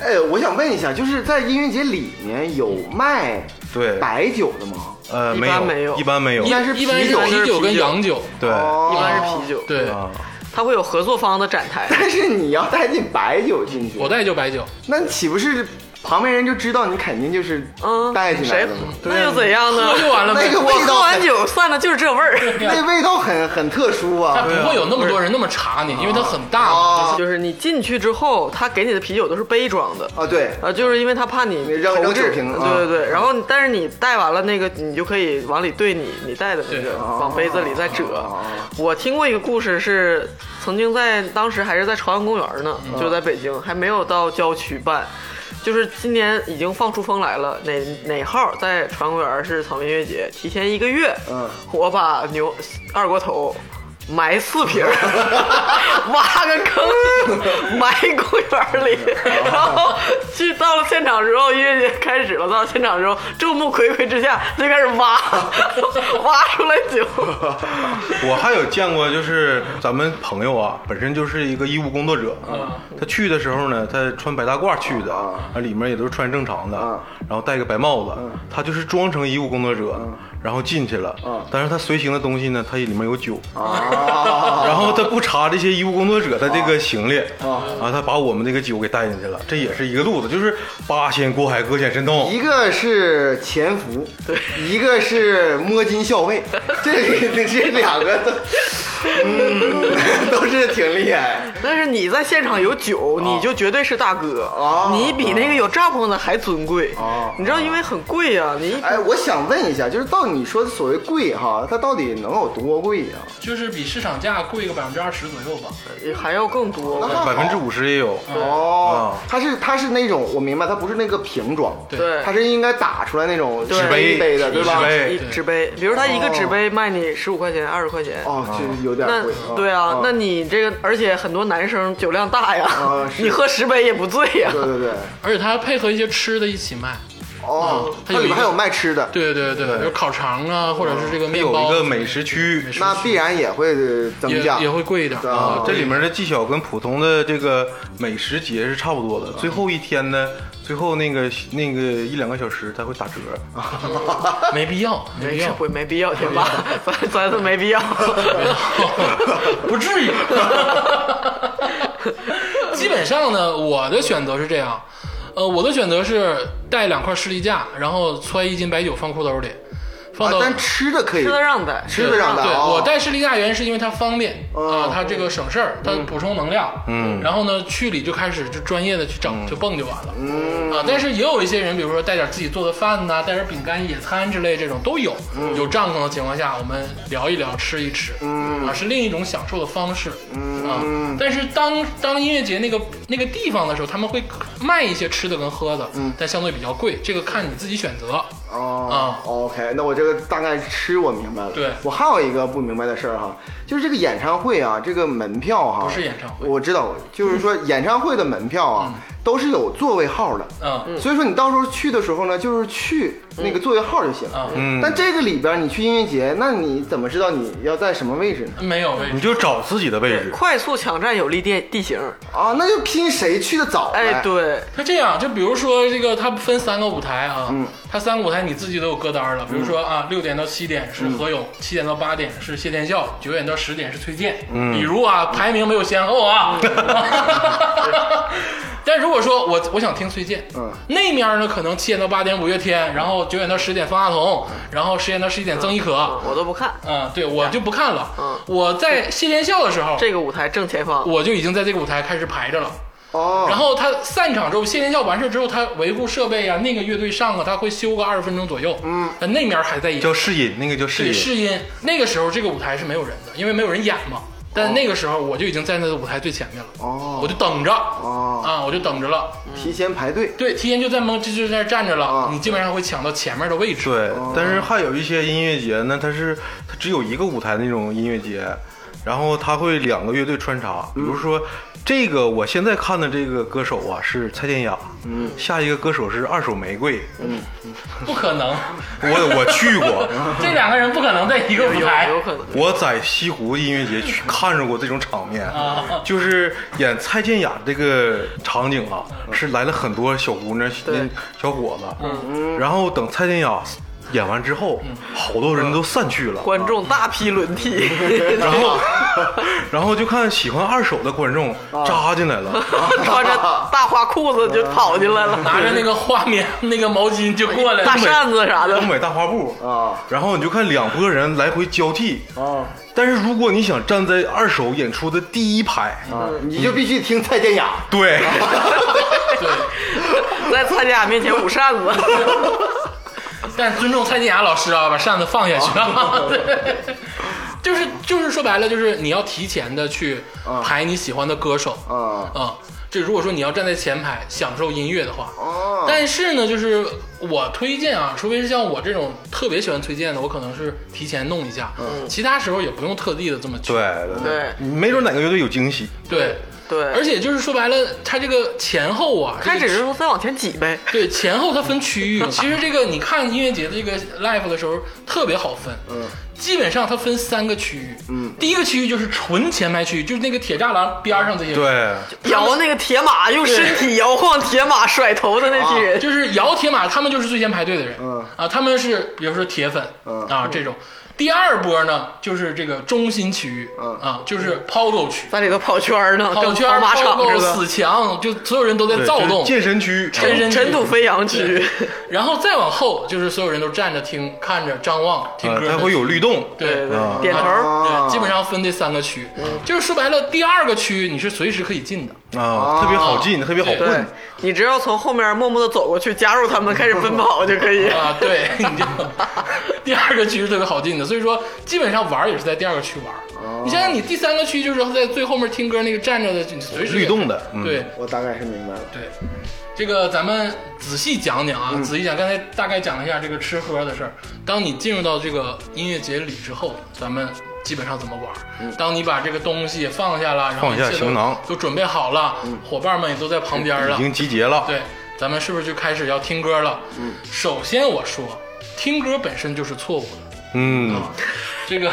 [SPEAKER 4] 哎，我想问一下，就是在音乐节里面有卖
[SPEAKER 3] 对
[SPEAKER 4] 白酒的吗？
[SPEAKER 3] 呃，
[SPEAKER 2] 一
[SPEAKER 3] 没
[SPEAKER 2] 般
[SPEAKER 3] 有，
[SPEAKER 2] 没有
[SPEAKER 3] 一般没有
[SPEAKER 1] 一，
[SPEAKER 4] 但是
[SPEAKER 1] 一般
[SPEAKER 4] 啤
[SPEAKER 1] 是
[SPEAKER 4] 酒
[SPEAKER 1] 啤
[SPEAKER 2] 是
[SPEAKER 1] 酒
[SPEAKER 2] 啤
[SPEAKER 1] 跟
[SPEAKER 2] 酒
[SPEAKER 1] 洋酒，
[SPEAKER 3] 对
[SPEAKER 4] 哦
[SPEAKER 2] 一般是啤酒，
[SPEAKER 1] 对，
[SPEAKER 3] 啊，
[SPEAKER 2] 它会有合作方的展台。
[SPEAKER 4] 但是你要带进白酒进去，
[SPEAKER 1] 我带就白酒。
[SPEAKER 4] 那岂不是旁边人就知道你肯定就是
[SPEAKER 2] 嗯，
[SPEAKER 4] 带进来
[SPEAKER 2] 谁
[SPEAKER 4] 的吗？
[SPEAKER 2] 那又怎样呢
[SPEAKER 1] 喝？就 完了呗
[SPEAKER 4] 那，个
[SPEAKER 2] 我
[SPEAKER 4] 味
[SPEAKER 2] 喝
[SPEAKER 4] 道
[SPEAKER 2] 完
[SPEAKER 4] 很，
[SPEAKER 2] 酒算了，就是这味儿。
[SPEAKER 4] 那味道很很特殊
[SPEAKER 1] 它
[SPEAKER 4] 啊。
[SPEAKER 1] 不会有那么多人那么查你，因为它很大嘛。
[SPEAKER 4] 啊
[SPEAKER 2] 就是你进去之后，他给你的啤酒都是杯装的。
[SPEAKER 4] 啊，对，
[SPEAKER 2] 啊，就是因为他怕你
[SPEAKER 4] 扔
[SPEAKER 2] 投
[SPEAKER 4] 扔
[SPEAKER 2] 掷
[SPEAKER 4] 酒瓶啊
[SPEAKER 2] 对对对。然后你，但是你带完了那个，你就可以往里兑你你带的那
[SPEAKER 1] 对
[SPEAKER 2] 个，往杯子里再折。我听过一个故事，是曾经在当时还是在朝阳公园呢，就在北京，还没有到郊区办。就是今年已经放出风来了，哪哪号在朝阳公园是草莓音乐节，提前一个月，
[SPEAKER 4] 嗯
[SPEAKER 2] 我把牛二锅头埋四瓶儿，挖个坑 埋公园 里，然后去到了现场之后，音乐节开始了。到了现场之后，众目睽睽之下就开始挖， 挖出来 酒。
[SPEAKER 3] 我还有见过，就是咱们朋友啊，本身就是一个医务工作者，
[SPEAKER 4] 啊
[SPEAKER 3] 他去的时候呢，他穿白大褂去的，啊，里面也都是穿正常的，
[SPEAKER 4] 啊
[SPEAKER 3] 然后戴个白帽子，他就是装成医务工作者，然后进去了，但是他随行的东西呢，他里面有酒，
[SPEAKER 4] 啊，
[SPEAKER 3] 然后他不查这些医务工作者的这个行李，啊，他把我们这个酒给带进去了，这也是一个路子，就是八仙过海，各显神通
[SPEAKER 4] 一。个是潜伏，对，一个是摸金校尉，这这这两个都，嗯， 都是挺厉害。
[SPEAKER 2] 但是你在现场有酒，你
[SPEAKER 4] 啊
[SPEAKER 2] 就绝对是大哥，
[SPEAKER 4] 哦
[SPEAKER 2] 你比那个有帐篷的还尊贵。
[SPEAKER 4] 哦
[SPEAKER 2] 你知道，因为很贵呀、你一
[SPEAKER 4] 哎，我想问一下，就是到你说的所谓贵哈，它到底能有多贵呀、
[SPEAKER 1] 就是比市场价贵个百分之二十左右吧。
[SPEAKER 2] 还要更多。
[SPEAKER 4] 那
[SPEAKER 3] 百分之五十也有，
[SPEAKER 4] 哦，它是它是那种我明白，它不是那个瓶装，
[SPEAKER 1] 啊对
[SPEAKER 2] 对，
[SPEAKER 4] 它是应该打出来那种
[SPEAKER 2] 纸
[SPEAKER 3] 杯
[SPEAKER 4] 杯的，对吧？哦
[SPEAKER 3] 纸杯
[SPEAKER 2] 一纸杯，比如他一个纸杯卖你十五块钱、二十块钱，
[SPEAKER 1] 啊
[SPEAKER 4] 哦，就是有点
[SPEAKER 2] 那
[SPEAKER 4] 贵。
[SPEAKER 2] 对啊，那你你这个，而且很多男生酒量大呀，
[SPEAKER 4] 啊是
[SPEAKER 2] 你喝十杯也不醉呀。
[SPEAKER 4] 对对对，
[SPEAKER 1] 而且它还配合一些吃的一起卖。
[SPEAKER 4] 哦，
[SPEAKER 1] 啊它
[SPEAKER 4] 它
[SPEAKER 1] 有
[SPEAKER 4] 里
[SPEAKER 1] 一个
[SPEAKER 4] 面还有卖吃的，
[SPEAKER 1] 对对对，有烤肠啊，或者是这个面
[SPEAKER 3] 有一
[SPEAKER 1] 包，
[SPEAKER 3] 个美食区，
[SPEAKER 1] 美食
[SPEAKER 4] 那必然也会呃增
[SPEAKER 1] 也
[SPEAKER 4] 加
[SPEAKER 1] 也会贵一点
[SPEAKER 4] 对
[SPEAKER 3] 啊
[SPEAKER 4] 啊，
[SPEAKER 3] 这里面的技巧跟普通的这个美食节是差不多的。最后一天呢，最后那个那个一两个小时它会打折，啊
[SPEAKER 1] 没必要，没必
[SPEAKER 2] 这
[SPEAKER 1] 要，
[SPEAKER 2] 回没必要，天霸，咱咱都没必要。
[SPEAKER 1] 不至于。 基本上呢，我的选择是这样，呃，我的选择是带两块士力架，然后揣一斤白酒放裤兜里，放
[SPEAKER 4] 啊
[SPEAKER 1] 到。
[SPEAKER 4] 但吃的可以
[SPEAKER 2] 吃，的让带，
[SPEAKER 4] 吃的让带
[SPEAKER 1] 对，
[SPEAKER 4] 哦
[SPEAKER 1] 我带士力架原因是因为它方便
[SPEAKER 4] 哦
[SPEAKER 1] 啊，它这个省事儿，它补充能量。嗯，然后呢，去里就开始就专业的去整就蹦就完了。嗯啊，但是也有一些人，比如说带点自己做的饭呐，带点饼干、野餐之类这种都有。有帐篷的情况下，我们聊一聊，吃一吃，啊，是另一种享受的方式。啊，但是当当音乐节那个那个地方的时候，他们会卖一些吃的跟喝的，但相对比较贵，这个看你自己选择。
[SPEAKER 4] 哦、o k 那我这个大概吃我明白了。
[SPEAKER 1] 啊对
[SPEAKER 4] 我还有一个不明白的事儿哈，就是这个演唱会啊，这个门票哈，
[SPEAKER 1] 不是演唱会
[SPEAKER 4] 我知道，就是说演唱会的门票啊，都是有座位号的。
[SPEAKER 1] 嗯，
[SPEAKER 4] 所以说你到时候去的时候呢，就是去那个座位号就行
[SPEAKER 1] 嗯。
[SPEAKER 3] 嗯
[SPEAKER 4] 但这个里边你去音乐节，那你怎么知道你要在什么位置呢？
[SPEAKER 1] 没有位置
[SPEAKER 3] 你。就找自己的位置。
[SPEAKER 2] 快速抢占有利地地形。
[SPEAKER 4] 啊，那就拼谁去的早呗。
[SPEAKER 2] 哎，对，
[SPEAKER 1] 他这样，就比如说这个，它分三个舞台啊，
[SPEAKER 2] 嗯
[SPEAKER 1] 它三个舞台你自己都有歌单了。比如说啊，六点到七点
[SPEAKER 2] 嗯
[SPEAKER 1] 是何勇，七点到八点是谢天笑，九点到十点是崔健。
[SPEAKER 2] 嗯
[SPEAKER 1] 比如啊，排名没有先后啊。
[SPEAKER 2] 嗯
[SPEAKER 1] 但如果说我我想听崔健，
[SPEAKER 4] 嗯
[SPEAKER 1] 那面呢可能七点到八点五月天，然后九点到十点方大同，然后十点到十一点曾轶可，
[SPEAKER 2] 我都不看
[SPEAKER 1] 嗯，对我就不看了。
[SPEAKER 2] 嗯
[SPEAKER 1] 我在谢天笑的时候，
[SPEAKER 2] 这个舞台正前方。
[SPEAKER 1] 我就已经在这个舞台开始排着了。
[SPEAKER 4] 哦，
[SPEAKER 1] 然后他散场之后，谢天笑完事之后，他维护设备啊，那个乐队上啊，他会休个二十分钟左右。嗯，但那面还在演，
[SPEAKER 3] 叫试音，那个叫试
[SPEAKER 1] 对
[SPEAKER 3] 音，
[SPEAKER 1] 试音。那个时候这个舞台是没有人的，因为没有人演嘛。但那个时候我就已经站在舞台最前面了，
[SPEAKER 4] 哦
[SPEAKER 1] 我就等着，
[SPEAKER 4] 哦
[SPEAKER 1] 啊，我就等着了。
[SPEAKER 4] 提前排队。
[SPEAKER 1] 对，提前就在蒙，就就在那站着了，
[SPEAKER 4] 啊
[SPEAKER 1] 你基本上会抢到前面的位置。
[SPEAKER 3] 对，但是还有一些音乐节呢，它是它只有一个舞台那种音乐节，然后它会两个乐队穿插，比如说。这个我现在看的这个歌手啊是蔡健雅，嗯，下一个歌手是二手玫瑰，嗯，
[SPEAKER 1] 不可能，
[SPEAKER 3] 我我去过，
[SPEAKER 1] 这两个人不可能在一个舞台
[SPEAKER 2] 有。有可能，
[SPEAKER 3] 我在西湖音乐节去看着过这种场面
[SPEAKER 1] 啊，
[SPEAKER 3] 就是演蔡健雅这个场景啊，是来了很多小姑娘、
[SPEAKER 2] 对
[SPEAKER 3] 小伙子，然后等蔡健雅演完之后，好多人都散去了，
[SPEAKER 2] 观众大批轮 替，
[SPEAKER 3] 然后然后就看喜欢二手的观众扎进来了，
[SPEAKER 2] 穿着大花裤子就跑进来
[SPEAKER 1] 拿
[SPEAKER 2] 了，
[SPEAKER 1] 着那个花棉、那个毛巾就过来
[SPEAKER 2] 大
[SPEAKER 1] 了，
[SPEAKER 2] 扇子啥的
[SPEAKER 3] 东。北大花布
[SPEAKER 4] 啊，
[SPEAKER 3] 然后你就看两拨人来回交替。
[SPEAKER 4] 哦，
[SPEAKER 3] 但是如果你想站在二手演出的第一排，
[SPEAKER 4] 啊，你就必须听蔡健雅。
[SPEAKER 3] 对，
[SPEAKER 1] 对，
[SPEAKER 2] 在蔡健雅面前舞扇子，
[SPEAKER 1] 但尊重蔡健雅老师啊，把扇子放下去。 对， 就是就是说白了，就是你要提前的去
[SPEAKER 2] 嗯
[SPEAKER 1] 排你喜欢的歌手啊、
[SPEAKER 4] 啊，
[SPEAKER 1] 这如果说你要站在前排享受音乐的话，
[SPEAKER 2] 嗯
[SPEAKER 4] 哦，
[SPEAKER 1] 但是呢，就是我推荐啊，除非是像我这种特别喜欢崔健的，我可能是提前弄一下，
[SPEAKER 2] 嗯
[SPEAKER 1] 其他时候也不用特地的这么去。
[SPEAKER 3] 对
[SPEAKER 2] 对
[SPEAKER 3] 没准哪个乐队有惊喜。
[SPEAKER 1] 对而
[SPEAKER 2] 对，
[SPEAKER 1] 且就是说白了，他这个前后啊，
[SPEAKER 2] 开始
[SPEAKER 1] 这
[SPEAKER 2] 的
[SPEAKER 1] 个
[SPEAKER 2] 时候再往前挤呗。
[SPEAKER 1] 对，前后它分区域。其实这个你看音乐节的这个 live 的时候特别好分，嗯，基本上它分三个区域，嗯，第一个区域就是纯前排区域，就是那个铁栅栏边上这些人，
[SPEAKER 3] 对，
[SPEAKER 2] 摇那个铁马，用身体摇晃铁马甩头的那批人，
[SPEAKER 1] 就是摇铁马，他们就是最先排队的人，
[SPEAKER 4] 嗯
[SPEAKER 1] 啊，他们是比如说铁粉，
[SPEAKER 4] 嗯
[SPEAKER 1] 啊这种。第二波呢，就是这个中心区域，
[SPEAKER 4] 嗯
[SPEAKER 1] 啊，就是抛狗区，
[SPEAKER 2] 在里头跑圈儿呢，
[SPEAKER 1] 跑
[SPEAKER 2] 跟
[SPEAKER 1] 圈
[SPEAKER 2] 跑
[SPEAKER 1] 儿、
[SPEAKER 2] 马
[SPEAKER 1] 抛
[SPEAKER 2] 场
[SPEAKER 1] 狗、
[SPEAKER 2] 似的，
[SPEAKER 1] 死墙，就所有人都在
[SPEAKER 3] 对
[SPEAKER 1] 躁
[SPEAKER 3] 就是
[SPEAKER 1] 动，
[SPEAKER 3] 健身区，啊
[SPEAKER 1] 健身区
[SPEAKER 2] 哦尘土飞扬区。
[SPEAKER 1] 然后再往后就是所有人都站着听、看着、张望、听
[SPEAKER 3] 啊
[SPEAKER 1] 歌，
[SPEAKER 3] 它会有律动。
[SPEAKER 2] 对
[SPEAKER 3] 啊
[SPEAKER 2] 对，点头儿。
[SPEAKER 4] 啊
[SPEAKER 1] 对，基本上分这三个区，就是说白了，第二个区你是随时可以进的。
[SPEAKER 3] 啊，特别好进，特别好
[SPEAKER 2] 对
[SPEAKER 3] 混。，
[SPEAKER 2] 你只要从后面默默的走过去，加入他们，开始奔跑就 可以。
[SPEAKER 1] 啊，对，你就第二个区是特别好进的，所以说基本上玩儿也是在第二个区玩儿。你想想，你第三个区就是在最后面听歌那个站着的，你随时
[SPEAKER 3] 律动的嗯
[SPEAKER 1] 对
[SPEAKER 4] 我大概是明白了。
[SPEAKER 1] 对，这个咱们仔细讲讲
[SPEAKER 3] 嗯
[SPEAKER 1] 啊，仔细讲。刚才大概讲了一下这个吃喝的事儿。当你进入到这个音乐节里之后，咱们基本上怎么玩。当你把这个东西放下了，然后
[SPEAKER 3] 嗯放下
[SPEAKER 1] 一切都
[SPEAKER 3] 行囊嗯
[SPEAKER 1] 都准备好了，伙伴们也都在旁边
[SPEAKER 3] 已
[SPEAKER 1] 了，
[SPEAKER 3] 经集结了。
[SPEAKER 1] 对，咱们是不是就开始要听歌了？嗯，首先我说，听歌本身就是错误的，
[SPEAKER 3] 嗯，
[SPEAKER 1] 这 个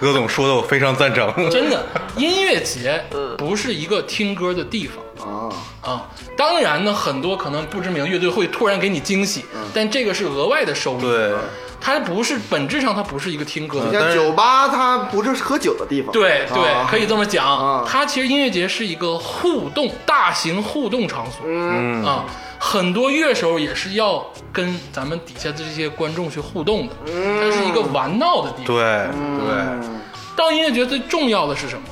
[SPEAKER 3] 葛总说的我非常赞成。
[SPEAKER 1] 真的音乐节
[SPEAKER 3] 嗯
[SPEAKER 1] 不是一个听歌的地方。
[SPEAKER 4] 啊，
[SPEAKER 1] 啊，当然呢，很多可能不知名乐队会突然给你惊喜，但这个是额外的收益。
[SPEAKER 3] 嗯对，嗯
[SPEAKER 1] 它不是本质上它不是一个听歌的地方，
[SPEAKER 4] 像
[SPEAKER 3] 但是
[SPEAKER 4] 酒吧它不是喝酒的地方，
[SPEAKER 1] 对
[SPEAKER 4] 啊
[SPEAKER 1] 对，可以这么讲
[SPEAKER 4] 啊。
[SPEAKER 1] 它其实音乐节是一个互动、大型互动场所
[SPEAKER 3] 嗯
[SPEAKER 1] 啊，很多乐手也是要跟咱们底下的这些观众去互动的，它是一个玩闹的地方。
[SPEAKER 3] 嗯对对，
[SPEAKER 4] 嗯
[SPEAKER 1] 到音乐节最重要的是什么？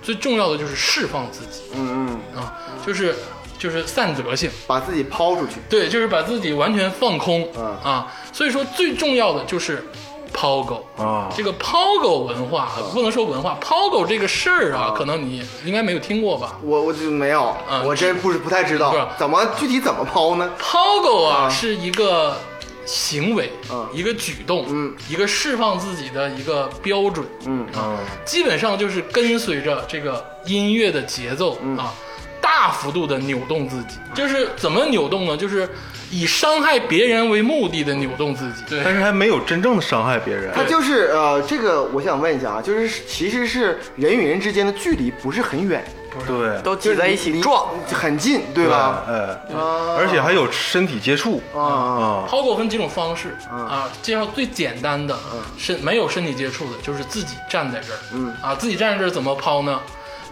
[SPEAKER 1] 最重要的就是释放自己
[SPEAKER 4] 嗯嗯，
[SPEAKER 1] 啊，就是就是散德性。
[SPEAKER 4] 把自己抛出去，
[SPEAKER 1] 对，就是把自己完全放空、
[SPEAKER 4] 嗯
[SPEAKER 1] 啊。所以说最重要的就是抛狗。
[SPEAKER 3] 啊，
[SPEAKER 1] 这个抛狗文化啊不能说文化，抛狗这个事儿啊，可能你应该没有听过吧？
[SPEAKER 4] 我我就没有，我真不是不太知
[SPEAKER 1] 不是
[SPEAKER 4] 道怎么具体怎么抛呢？
[SPEAKER 1] 抛狗啊是一个行为，
[SPEAKER 4] 嗯
[SPEAKER 1] 一个举动，
[SPEAKER 4] 嗯
[SPEAKER 1] 一个释放自己的一个标准，啊
[SPEAKER 4] 嗯
[SPEAKER 3] 嗯
[SPEAKER 1] 基本上就是跟随着这个音乐的节奏、啊，大幅度的扭动自己。就是怎么扭动呢？就是以伤害别人为目的的扭动自己。对
[SPEAKER 3] 但是还没有真正的伤害别人。
[SPEAKER 4] 它就是呃，这个我想问一下啊，就是其实是人与人之间的距离不是很远，
[SPEAKER 3] 对，
[SPEAKER 2] 都
[SPEAKER 4] 就
[SPEAKER 2] 挤
[SPEAKER 4] 是
[SPEAKER 2] 在
[SPEAKER 4] 离
[SPEAKER 2] 一起
[SPEAKER 4] 离
[SPEAKER 2] 撞，
[SPEAKER 4] 很近，对吧？
[SPEAKER 3] 哎，
[SPEAKER 4] 啊
[SPEAKER 3] 而且还有身体接触
[SPEAKER 4] 啊，嗯
[SPEAKER 3] 啊，
[SPEAKER 1] 抛狗分几种方式啊，介绍最简单的，身没有身体接触的，就是自己站在这儿，嗯啊，自己站在这儿怎么抛呢？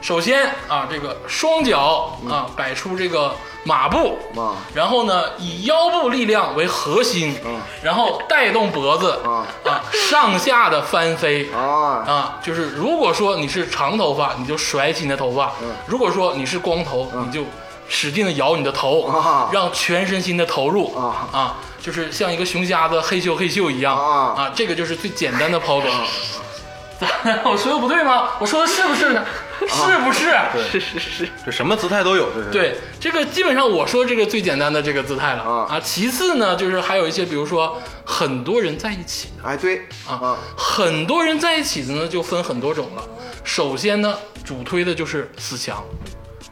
[SPEAKER 1] 首先啊，这个双脚啊摆出这个马步
[SPEAKER 4] 嗯啊，
[SPEAKER 1] 然后呢以腰部力量为核心，然后带动脖子
[SPEAKER 4] 嗯啊
[SPEAKER 1] 啊上下的翻飞
[SPEAKER 4] 啊
[SPEAKER 1] 啊，就是如果说你是长头发，你就甩起你的头发；
[SPEAKER 4] 嗯
[SPEAKER 1] 如果说你是光头，你就使劲的摇你的头
[SPEAKER 4] 啊，
[SPEAKER 1] 让全身心的投入
[SPEAKER 4] 啊
[SPEAKER 1] 啊，就是像一个熊瞎子嘿咻嘿咻一样
[SPEAKER 4] 啊
[SPEAKER 1] 啊，这个就是最简单的抛梗。 我说的不对吗？我说的是不是呢？
[SPEAKER 4] 啊
[SPEAKER 1] 是不是？
[SPEAKER 2] 是是是，
[SPEAKER 3] 这什么姿态都有，这是。
[SPEAKER 1] 对，这个基本上我说这个最简单的这个姿态了
[SPEAKER 4] 啊
[SPEAKER 1] 啊。其次呢，就是还有一些，比如说很多人在一起
[SPEAKER 4] 哎对
[SPEAKER 1] 啊，很多人在一起的呢就分很多种了。首先呢，主推的就是死墙，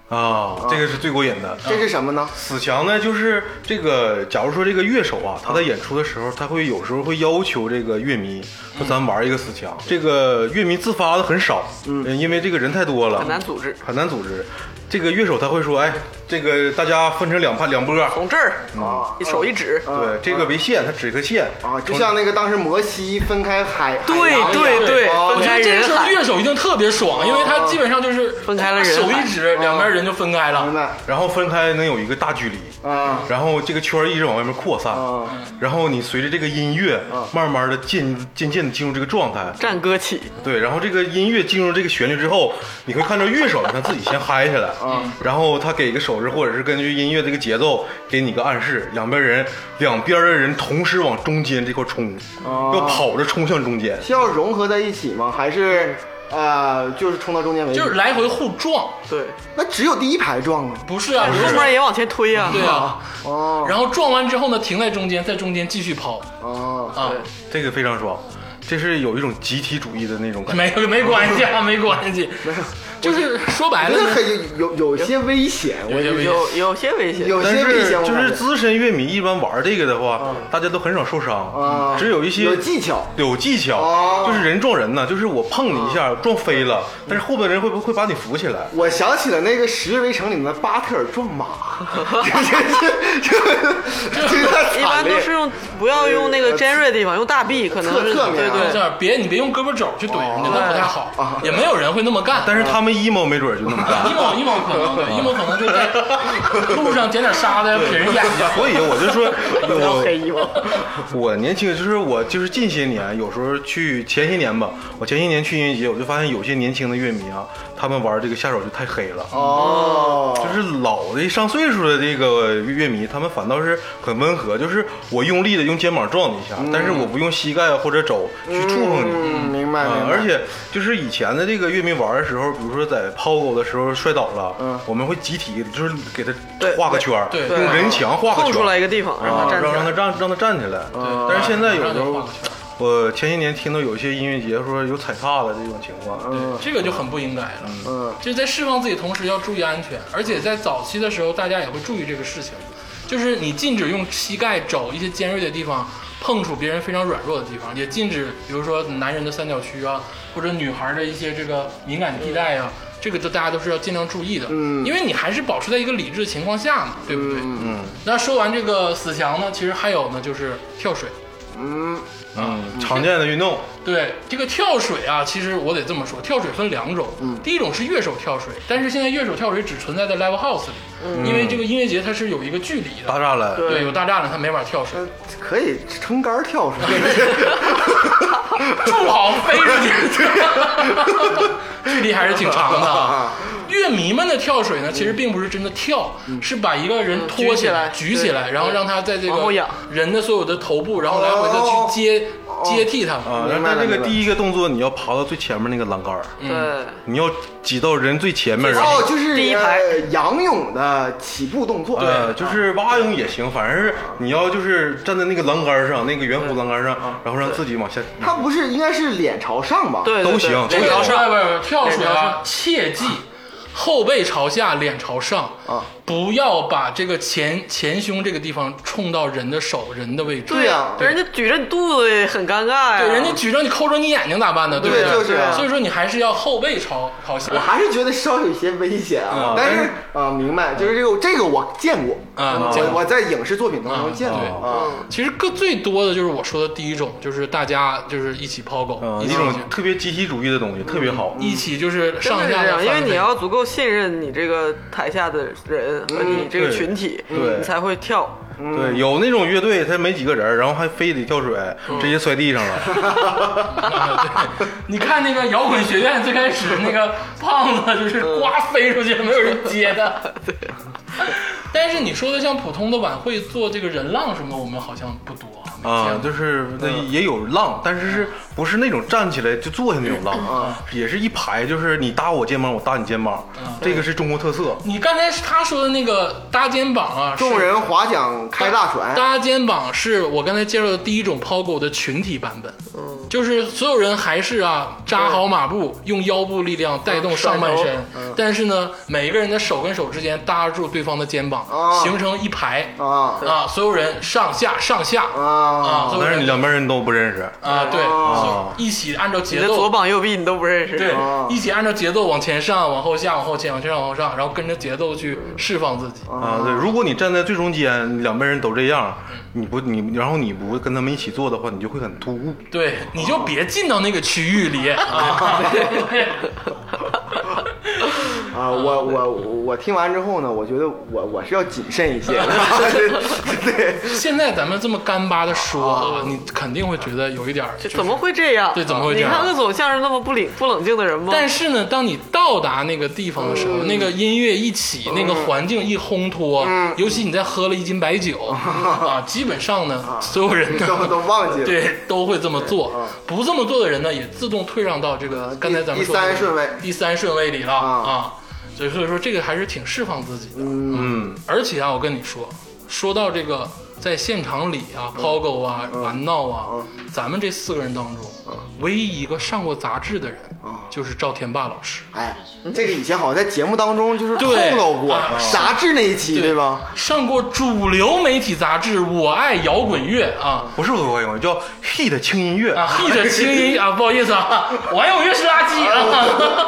[SPEAKER 3] 啊，这个是最过瘾的。
[SPEAKER 4] 这是什么呢？
[SPEAKER 3] 死墙呢，就是这个，假如说这个乐手啊，他在演出的时候，他会有时候会要求这个乐迷说咱玩一个死墙，这个乐迷自发的很少，嗯，因为这个人太多了，
[SPEAKER 2] 很难组织。
[SPEAKER 3] 很难组织。这个乐手他会说，哎，这个大家分成两派两波，
[SPEAKER 2] 从这儿
[SPEAKER 4] 啊
[SPEAKER 2] 一手一指，
[SPEAKER 3] 对，这个为线，他指一个线
[SPEAKER 4] 啊，就像那个当时摩西分开海，
[SPEAKER 2] 对
[SPEAKER 4] 海洋一样
[SPEAKER 2] 对对
[SPEAKER 4] 哦
[SPEAKER 1] 我觉
[SPEAKER 2] 分开
[SPEAKER 1] 得这个
[SPEAKER 2] 人
[SPEAKER 1] 时候
[SPEAKER 2] 海
[SPEAKER 1] 乐手一定特别爽，因为他基本上就是
[SPEAKER 2] 分开了人哦
[SPEAKER 1] 手
[SPEAKER 2] 海
[SPEAKER 1] 一指，两边人就分开
[SPEAKER 4] 明
[SPEAKER 1] 了。
[SPEAKER 4] 白
[SPEAKER 3] 然后分开能有一个大距离，
[SPEAKER 4] 啊
[SPEAKER 3] 然后这个圈儿一直往外面扩散，
[SPEAKER 4] 啊
[SPEAKER 3] 然后你随着这个音乐，慢慢的渐渐渐的进入这个状态，
[SPEAKER 2] 战歌起，
[SPEAKER 3] 对，然后这个音乐进入这个旋律之后，你会看到乐手他自己先嗨起来，
[SPEAKER 4] 嗯
[SPEAKER 3] 然后他给一个手势，或者是根据音乐这个节奏给你一个暗示，两边人两边的人同时往中间这块冲，
[SPEAKER 4] 哦
[SPEAKER 3] 要跑着冲向中间，
[SPEAKER 4] 是要融合在一起吗？还是呃，就是冲到中间为止？
[SPEAKER 1] 就是来回互撞，
[SPEAKER 4] 嗯
[SPEAKER 2] 对，
[SPEAKER 4] 那只有第一排撞啊。
[SPEAKER 1] 不是啊，
[SPEAKER 2] 后
[SPEAKER 1] 就是
[SPEAKER 2] 面也往前推啊，
[SPEAKER 1] 对啊，
[SPEAKER 4] 哦
[SPEAKER 1] 然后撞完之后呢，停在中间，在中间继续抛
[SPEAKER 4] 哦，
[SPEAKER 1] 啊，
[SPEAKER 3] 这个非常爽，这是有一种集体主义的那种感觉。
[SPEAKER 1] 没有没关系啊， 没关系，就是说白了
[SPEAKER 4] 那
[SPEAKER 1] 呢，
[SPEAKER 4] 很有有有些危险，我
[SPEAKER 1] 有些危险
[SPEAKER 2] 有有些危险，
[SPEAKER 4] 有
[SPEAKER 3] 但
[SPEAKER 4] 些危
[SPEAKER 3] 是
[SPEAKER 4] 险我
[SPEAKER 3] 就
[SPEAKER 4] 感
[SPEAKER 3] 是
[SPEAKER 4] 觉
[SPEAKER 3] 资深乐迷一般玩这个的话，大家都很少受伤嗯
[SPEAKER 4] 啊，
[SPEAKER 3] 只有一些
[SPEAKER 4] 有技巧
[SPEAKER 3] 有技巧，
[SPEAKER 4] 哦嗯
[SPEAKER 3] 就是人撞人呢，就是我碰你一下撞飞了，但是后边人会不会把你扶起来？
[SPEAKER 4] 我想起了那个《十月围城》里面的巴特尔撞马， 这这这这太
[SPEAKER 2] 一般
[SPEAKER 4] 惨
[SPEAKER 2] 都
[SPEAKER 4] 烈
[SPEAKER 2] 是用不要用那个
[SPEAKER 4] 呃
[SPEAKER 2] 尖锐的地方，用大臂，可能
[SPEAKER 4] 侧
[SPEAKER 2] 是
[SPEAKER 4] 侧面
[SPEAKER 2] 对
[SPEAKER 4] 啊
[SPEAKER 1] 这
[SPEAKER 2] 对，
[SPEAKER 1] 样别你别用胳膊肘去怼
[SPEAKER 2] 哦
[SPEAKER 1] 人家，那不太好，也没有人会那么干。
[SPEAKER 3] 但是他们 emo 没准就那 么干。
[SPEAKER 1] emo emo 可能对 emo 可能就在路上捡点沙子撇人眼睛。
[SPEAKER 3] 所以我就说，
[SPEAKER 2] 黑
[SPEAKER 3] 我
[SPEAKER 2] 衣服，
[SPEAKER 3] 我年轻就是我就是近些年，有时候去前些年吧，我前些年去音乐节，我就发现有些年轻的乐迷啊，他们玩这个下手就太黑了。
[SPEAKER 4] 哦，
[SPEAKER 3] 就是老的上岁数的这个乐迷，他们反倒是很温和，就是我用力的用肩膀撞你一下，但是我不用膝盖啊或者肘去触碰你。
[SPEAKER 4] 嗯，明白明
[SPEAKER 3] 啊
[SPEAKER 4] 白，，
[SPEAKER 3] 而且就是以前的这个乐迷玩的时候，比如说在抛狗的时候摔倒了，
[SPEAKER 4] 嗯
[SPEAKER 3] 我们会集体就是给他
[SPEAKER 2] 对
[SPEAKER 3] 画个圈儿，
[SPEAKER 1] 对对
[SPEAKER 3] 用人墙画个
[SPEAKER 2] 空
[SPEAKER 3] 圈
[SPEAKER 2] 出来
[SPEAKER 3] 儿，
[SPEAKER 2] 一个地方让
[SPEAKER 3] 然
[SPEAKER 2] 他
[SPEAKER 3] 后
[SPEAKER 2] 站
[SPEAKER 3] 哦让
[SPEAKER 2] 起
[SPEAKER 3] 让他
[SPEAKER 2] 来，
[SPEAKER 1] 嗯
[SPEAKER 3] 站让他站起来。但是现在有时
[SPEAKER 1] 让他
[SPEAKER 3] 候
[SPEAKER 1] 画个圈
[SPEAKER 3] 我前些年听到有些音乐节说有踩踏的这种情况，
[SPEAKER 4] 嗯
[SPEAKER 1] 这个就很不应该了。
[SPEAKER 4] 嗯
[SPEAKER 1] 就是在释放自己同时要注意安全，而且在早期的时候，大家也会注意这个事情，就是你禁止用膝盖找一些尖锐的地方碰触别人非常软弱的地方，也禁止比如说男人的三角区啊，或者女孩的一些这个敏感地带啊，这个都大家都是要尽量注意的，
[SPEAKER 4] 嗯
[SPEAKER 1] 因为你还是保持在一个理智的情况下嘛，对不对？
[SPEAKER 4] 嗯
[SPEAKER 3] 嗯
[SPEAKER 1] 那说完这个死墙呢，其实还有呢就是跳水。
[SPEAKER 4] 嗯
[SPEAKER 3] 嗯，常见的运动，
[SPEAKER 1] 对这个跳水啊，其实我得这么说，跳水分两种，
[SPEAKER 4] 嗯
[SPEAKER 1] 第一种是乐手跳水，但是现在乐手跳水只存在在 live house 里，
[SPEAKER 2] 嗯
[SPEAKER 1] 因为这个音乐节它是有一个距离的，
[SPEAKER 3] 大栅栏，
[SPEAKER 2] 对
[SPEAKER 1] 对，有大栅栏，它没法跳水，
[SPEAKER 4] 嗯，可以撑杆儿跳出 去。
[SPEAKER 1] 助跑飞出去， 距离还是挺长的啊。
[SPEAKER 4] 啊，
[SPEAKER 1] 乐迷们的跳水呢，其实并不是真的跳，
[SPEAKER 4] 嗯
[SPEAKER 1] 是把一个人拖起来、
[SPEAKER 2] 嗯举
[SPEAKER 1] 举
[SPEAKER 2] 起来
[SPEAKER 1] 起来，
[SPEAKER 2] 对
[SPEAKER 1] 然后让他在这
[SPEAKER 2] 往后
[SPEAKER 1] 个
[SPEAKER 2] 仰
[SPEAKER 1] 人的所有的头部，然后来回
[SPEAKER 4] 哦
[SPEAKER 1] 的去接接替他们。
[SPEAKER 3] 啊，
[SPEAKER 4] 明
[SPEAKER 3] 但
[SPEAKER 4] 白
[SPEAKER 3] 但
[SPEAKER 4] 了
[SPEAKER 3] 这
[SPEAKER 4] 明
[SPEAKER 3] 个
[SPEAKER 4] 白
[SPEAKER 3] 第一个动作你要爬到最前面那个栏杆儿，
[SPEAKER 2] 对，
[SPEAKER 3] 你要挤到人最前面，然后
[SPEAKER 4] 哦，就是
[SPEAKER 2] 第一排
[SPEAKER 4] 呃仰泳的起步动作。
[SPEAKER 3] 呃，就是蛙泳也行，反正是你要就是站在那个栏杆上，那个圆弧栏杆上，然后让自己往下，
[SPEAKER 4] 他不是应该是脸朝上吧？，
[SPEAKER 2] 对
[SPEAKER 3] 都行
[SPEAKER 4] 哎
[SPEAKER 1] 这
[SPEAKER 2] 脸
[SPEAKER 1] 个
[SPEAKER 2] 朝上，
[SPEAKER 1] 不是跳水
[SPEAKER 2] 脸朝
[SPEAKER 1] 啊
[SPEAKER 2] 上，
[SPEAKER 1] 切记后背朝下，脸朝上
[SPEAKER 4] 啊，
[SPEAKER 1] 不要把这个前前胸这个地方冲到人的手、人的位置。
[SPEAKER 4] 对呀
[SPEAKER 2] 人家举着你肚子也很尴尬呀，
[SPEAKER 1] 对，人家举着你抠着你眼睛咋办呢？对不
[SPEAKER 4] 对就是啊
[SPEAKER 1] 所以说你还是要后背朝朝下
[SPEAKER 4] 我。还是觉得稍有些危险啊
[SPEAKER 3] 嗯。
[SPEAKER 4] 但
[SPEAKER 3] 但
[SPEAKER 4] 是啊，明白，就是这个这个我见过
[SPEAKER 1] 啊你见
[SPEAKER 4] 我
[SPEAKER 1] 过
[SPEAKER 4] 我在影视作品当中见过
[SPEAKER 1] 啊
[SPEAKER 4] 啊。
[SPEAKER 1] 其实个最多的就是我说的第一种，就是大家就是一起抛狗，
[SPEAKER 3] 嗯，
[SPEAKER 1] 一
[SPEAKER 3] 一
[SPEAKER 1] 起
[SPEAKER 3] 种
[SPEAKER 1] 去
[SPEAKER 3] 特别集体主义的东西，特别好。
[SPEAKER 1] 一起就是
[SPEAKER 2] 真的
[SPEAKER 1] 上
[SPEAKER 2] 是
[SPEAKER 1] 下
[SPEAKER 2] 这
[SPEAKER 1] 的翻飞，
[SPEAKER 2] 样，因为你要足够信任你这个台下的人和
[SPEAKER 1] 嗯
[SPEAKER 2] 你这个
[SPEAKER 3] 对
[SPEAKER 2] 群体，
[SPEAKER 3] 对
[SPEAKER 2] 你才会跳。
[SPEAKER 3] 对，有那种乐队，他没几个人，然后还非得跳水，直接摔地上了。
[SPEAKER 1] 啊 对，你看那个摇滚学院最开始那个胖子就是呱飞出去，没有人接的。对。但是你说的像普通的晚会做这个人浪什么，我们好像不多没见
[SPEAKER 3] 啊，
[SPEAKER 1] 过
[SPEAKER 3] 就是那也有浪，但是是不是那种站起来就坐下那种浪，也是一排，就是你搭我肩膀，我搭你肩膀，这个是中国特色。
[SPEAKER 1] 你刚才他说的那个搭肩膀啊，是
[SPEAKER 4] 众人划桨开大船，
[SPEAKER 1] 搭肩膀是我刚才介绍的第一种抛狗的群体版本，嗯，就是所有人还是啊扎好马步，用腰部力量带动上半身，
[SPEAKER 4] 嗯
[SPEAKER 1] 但是呢，每个人的手跟手之间搭住对方的肩膀，
[SPEAKER 4] 啊
[SPEAKER 1] 形成一排
[SPEAKER 4] 啊
[SPEAKER 1] 啊，所有人上下上下啊，
[SPEAKER 4] 啊
[SPEAKER 1] 所有
[SPEAKER 3] 但是
[SPEAKER 1] 人
[SPEAKER 3] 两边人都不认识，
[SPEAKER 1] 啊对，
[SPEAKER 3] 哦
[SPEAKER 1] 一起按照
[SPEAKER 2] 你
[SPEAKER 1] 节
[SPEAKER 2] 的左
[SPEAKER 1] 奏。
[SPEAKER 2] 膀右臂你都不认识，
[SPEAKER 1] 对
[SPEAKER 4] 哦，
[SPEAKER 1] 一起按照节奏往前上，往后下，往后前，往前上，往后上，然后跟着节奏去释放自己。
[SPEAKER 3] 啊，对，如果你站在最中间，两边人都这样，你不你，然后你不跟他们一起做的话，你就会很突兀。
[SPEAKER 1] 对，你就别进到那个区域里啊。对
[SPEAKER 4] 啊！我我我听完之后呢，我觉得我我是要谨慎一些的。对，
[SPEAKER 1] 现在咱们这么干巴的说，你肯定会觉得有一点儿
[SPEAKER 2] 这怎么会这样？
[SPEAKER 1] 对怎么会这样
[SPEAKER 2] 你看鄂总像是那么不冷不冷静的人吗？
[SPEAKER 1] 但是呢，当你到达那个地方的时候，那个音乐一起，那个环境一烘托，尤其你再喝了一斤白酒啊，基本上呢，所有人呢
[SPEAKER 4] 都都忘记了。
[SPEAKER 1] 对都会这么做，不这么做的人呢，也自动退让到这个刚才咱们说的
[SPEAKER 4] 第第三顺位
[SPEAKER 1] 第三顺位里了啊
[SPEAKER 4] 啊。
[SPEAKER 1] 所以所以说，这个还是挺释放自己的。
[SPEAKER 3] 嗯，
[SPEAKER 1] 而且啊，我跟你说，说到这个在现场里啊，抛狗啊，玩闹啊，咱们这四个人当中，唯一一个上过杂志的人，就是赵天霸老师。
[SPEAKER 4] 哎，这个以前好像在节目当中就是透
[SPEAKER 1] 对
[SPEAKER 4] 露过
[SPEAKER 1] 啊
[SPEAKER 4] 杂志那一期，对吧？？
[SPEAKER 1] 上过主流媒体杂志《我爱摇滚乐》啊
[SPEAKER 3] 不是我会用，叫 hit 轻音乐，
[SPEAKER 1] 啊，hit 轻音啊，不好意思啊，我爱摇滚乐是垃圾啊。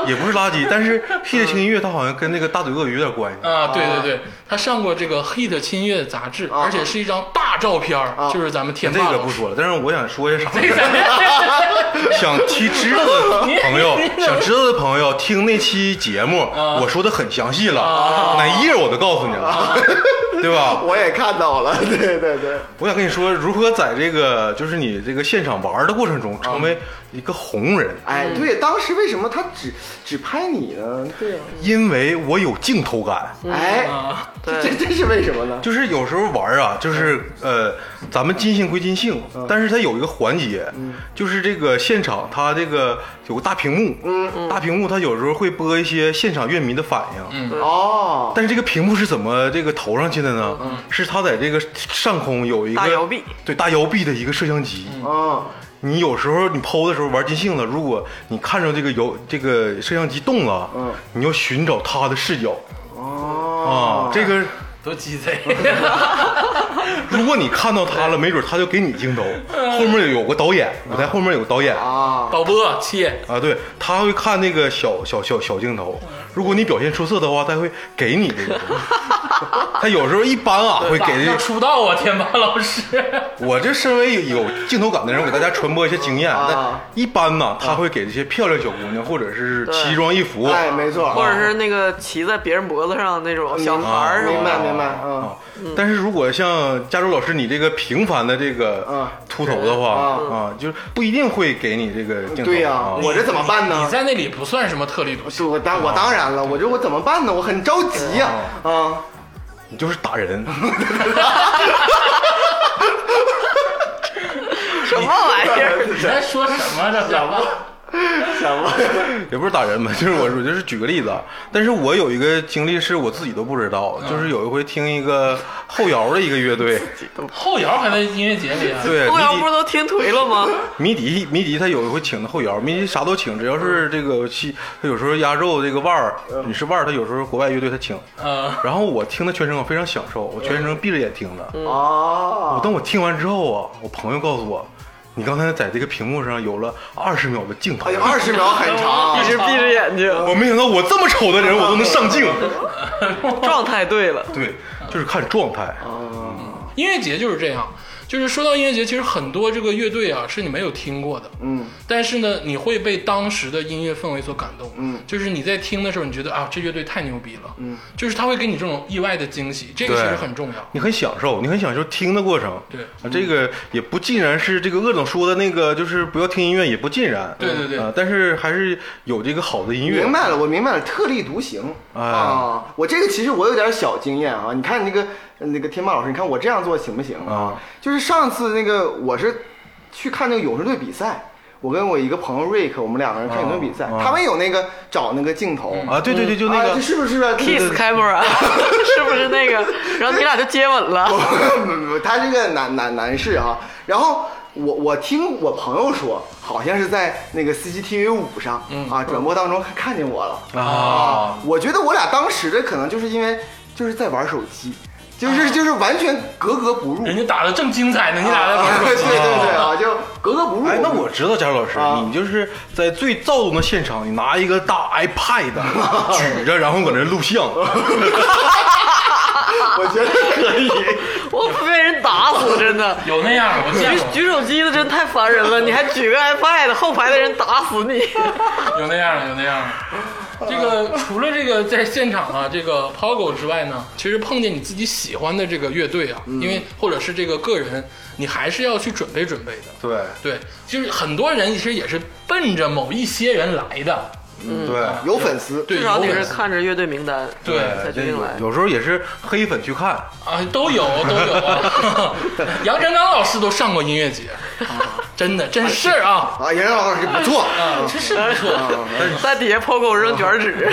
[SPEAKER 3] 也不是垃圾，但是 hit 轻音乐它好像跟那个大嘴鳄鱼有点关系。
[SPEAKER 1] 啊，对对对，他上过这个《hit 轻乐》杂志，
[SPEAKER 4] 啊
[SPEAKER 1] 而且是一张大照片儿，就是咱们天
[SPEAKER 3] 这
[SPEAKER 1] 霸
[SPEAKER 3] 个
[SPEAKER 1] 老
[SPEAKER 3] 不
[SPEAKER 1] 师。
[SPEAKER 3] 说了，但是我想说些啥？ 想提知道的朋友，想知道的朋友听那期节目，我说的很详细了，哪一页我都告诉你了， 对吧？
[SPEAKER 4] 我也看 到了，对对对，
[SPEAKER 3] 我想跟你说，如何在这个就是你这个现场玩的过程中成为一个红人，
[SPEAKER 4] 哎，
[SPEAKER 2] 嗯
[SPEAKER 4] 对，当时为什么他只只拍你呢？对呀、
[SPEAKER 3] 因为我有镜头感。
[SPEAKER 4] 哎，
[SPEAKER 1] 啊，
[SPEAKER 4] 这
[SPEAKER 2] 对
[SPEAKER 4] 这这是为什么呢？
[SPEAKER 3] 就是有时候玩啊，就是呃，咱们尽兴归尽兴，
[SPEAKER 2] 嗯
[SPEAKER 3] 但是它有一个环节，就是这个现场它这个有个大屏幕，
[SPEAKER 2] 嗯
[SPEAKER 3] 大屏幕它有时候会播一些现场乐迷的反应，
[SPEAKER 2] 嗯
[SPEAKER 4] 哦，
[SPEAKER 3] 但是这个屏幕是怎么这个投上去的呢？是它在这个上空有一个
[SPEAKER 2] 大摇臂，
[SPEAKER 3] 对大摇臂的一个摄像机，
[SPEAKER 4] 嗯，
[SPEAKER 3] 你有时候你剖的时候玩尽兴了，如果你看着这个游这个摄像机动了，
[SPEAKER 4] 嗯
[SPEAKER 3] 你要寻找它的视角
[SPEAKER 4] 哦
[SPEAKER 3] 啊，这个。
[SPEAKER 1] 多鸡 贼！
[SPEAKER 3] 如果你看到它了，没准它就给你镜头。 后面有个导演，
[SPEAKER 4] 嗯
[SPEAKER 3] 舞台后面有个导演
[SPEAKER 4] 啊，
[SPEAKER 1] 导播切，
[SPEAKER 3] 啊，对，他会看那个小小小小镜
[SPEAKER 4] 嗯
[SPEAKER 3] 头。如果你表现出色的话，他会给你 这个东西。他有时候一般啊会给啊
[SPEAKER 1] 要出道啊，天霸老师。
[SPEAKER 3] 我这身为有镜头感的人，我给大家传播一些经验。
[SPEAKER 4] 啊
[SPEAKER 3] 但一般呢，他会给这些漂亮小姑娘，或者是
[SPEAKER 2] 对
[SPEAKER 3] 奇装异服，啊
[SPEAKER 4] 哎，没错，
[SPEAKER 2] 或者是那个骑在别人脖子上的那
[SPEAKER 3] 嗯
[SPEAKER 2] 种小孩儿什
[SPEAKER 4] 明
[SPEAKER 2] 么
[SPEAKER 4] 白
[SPEAKER 2] 的，哦
[SPEAKER 4] 明白，嗯
[SPEAKER 3] 啊。但是如果像加州老师你这个平凡的这个
[SPEAKER 4] 嗯
[SPEAKER 3] 秃头的话
[SPEAKER 4] 嗯
[SPEAKER 3] 啊，就是不一定会给你这个镜头。
[SPEAKER 4] 对呀、
[SPEAKER 2] 哦
[SPEAKER 3] 啊
[SPEAKER 4] 我这怎么办
[SPEAKER 1] 你
[SPEAKER 4] 呢？
[SPEAKER 1] 在那里不算什么特 立独行，
[SPEAKER 4] 是我当我当然
[SPEAKER 2] 哦
[SPEAKER 4] 了，我这我怎么办呢？我很着急呀、啊，
[SPEAKER 3] 你就是打人，
[SPEAKER 1] 嗯
[SPEAKER 2] 什么玩意儿？
[SPEAKER 1] 你在说什么呢？小 吧？
[SPEAKER 4] 什么？
[SPEAKER 3] 也不是打人吧，就是我我就是举个例子啊。但是我有一个经历是我自己都不知道，
[SPEAKER 2] 嗯
[SPEAKER 3] 就是有一回听一个后摇的一个乐队，
[SPEAKER 1] 后摇还在音乐节里啊？
[SPEAKER 3] 对，
[SPEAKER 2] 后摇
[SPEAKER 3] 迷笛
[SPEAKER 2] 不是都听颓 了吗？
[SPEAKER 3] 迷笛，迷笛他有一回请的后摇，迷笛啥都请，只要
[SPEAKER 2] 嗯
[SPEAKER 3] 是这个戏，他有时候压轴这个腕儿，你是腕儿，他有时候国外乐队他请。
[SPEAKER 2] 嗯
[SPEAKER 1] 呃，
[SPEAKER 3] 然后我听的全程我非常享受，我全程闭着眼听的。
[SPEAKER 2] 嗯
[SPEAKER 3] 我
[SPEAKER 4] 哦，
[SPEAKER 3] 当我听完之后啊，我朋友告诉我，你刚才在这个屏幕上有了二十秒的镜头
[SPEAKER 4] 哎。呀，二十秒很 长
[SPEAKER 2] 一，直闭着眼
[SPEAKER 1] 哦
[SPEAKER 2] 睛，
[SPEAKER 3] 我没想到我这么丑的人我都能上 镜。
[SPEAKER 2] 状态对了。
[SPEAKER 3] 对，就是看状态。
[SPEAKER 1] 音乐节就是这样。就是说到音乐节，其实很多这个乐队啊是你没有听过的，
[SPEAKER 4] 嗯，
[SPEAKER 1] 但是呢，你会被当时的音乐氛围所感动，嗯，就是你在听的时候，你觉得啊，这乐队太牛逼了，嗯，就是他会给你这种意外的惊喜，这个其实
[SPEAKER 3] 对
[SPEAKER 1] 很重要，
[SPEAKER 3] 你很享受，你很享受听的过程。
[SPEAKER 1] 对
[SPEAKER 3] 啊，这个也不尽然是这个鄂总说的那个，就是不要听音乐，也不尽然。
[SPEAKER 1] 对对对
[SPEAKER 3] 啊，但是还是有这个好的音乐。
[SPEAKER 4] 明白了，我明白了，特立独行
[SPEAKER 3] 哎
[SPEAKER 4] 啊！我这个其实我有点小经验啊，你看那个那个天霸老师，你看我这样做行不行
[SPEAKER 3] 啊？
[SPEAKER 4] 就是上次那个我是去看那个勇士队比赛，我跟我一个朋友瑞克，我们两个人看勇士队比赛，
[SPEAKER 3] 啊
[SPEAKER 4] 他们有那个找那个镜头
[SPEAKER 3] 啊，对对对，就那
[SPEAKER 4] 啊这
[SPEAKER 3] 个
[SPEAKER 4] 是不是 啊
[SPEAKER 2] Kiss camera 是不是那个？然后你俩就接吻了。
[SPEAKER 4] 不他是个男男男士啊。然后我我听我朋友说，好像是在那个 CCTV 五上、啊转播当中看见我了
[SPEAKER 3] 嗯啊，
[SPEAKER 4] 我觉得我俩当时的可能就是因为就是在玩手机，就是、就是完全格格不入。
[SPEAKER 1] 人家打的正精彩呢，你俩在玩手机
[SPEAKER 4] 对对对啊， 就格格不入。
[SPEAKER 3] 哎，那我知道，佳茹老师，
[SPEAKER 4] 啊
[SPEAKER 3] 你就是在最躁动的现场，你拿一个大 iPad 举着，然后搁那录像，
[SPEAKER 4] 我觉得可以。
[SPEAKER 2] 我被人打死，真的。
[SPEAKER 1] 有那样我见
[SPEAKER 2] 举
[SPEAKER 1] 过，
[SPEAKER 2] 举手机的真太烦人了，你还举个 iPad，后排的人打 死你。
[SPEAKER 1] 有那样的，有那样的。这个除了这个在现场啊，这个抛狗之外呢，其实碰见你自己喜欢的这个乐队啊，
[SPEAKER 4] 嗯
[SPEAKER 1] 因为或者是这个个人，你还是要去准备准备的。
[SPEAKER 3] 对
[SPEAKER 1] 对，就是很多人其实也是奔着某一些人来的，
[SPEAKER 3] 对。
[SPEAKER 4] 有粉丝，
[SPEAKER 1] 对，
[SPEAKER 2] 至少
[SPEAKER 1] 有
[SPEAKER 2] 得
[SPEAKER 1] 粉
[SPEAKER 2] 是
[SPEAKER 1] 丝
[SPEAKER 2] 看着乐队名单，
[SPEAKER 1] 对
[SPEAKER 2] 才决定来。
[SPEAKER 3] 有时候也是黑粉去看，
[SPEAKER 1] 啊，都有都有啊。 杨振刚老师都上过音乐节，
[SPEAKER 2] 啊
[SPEAKER 1] 真的真是啊，
[SPEAKER 4] 啊，杨老师不错。
[SPEAKER 1] 啊，真是不错。
[SPEAKER 2] 在底下抛狗扔卷纸，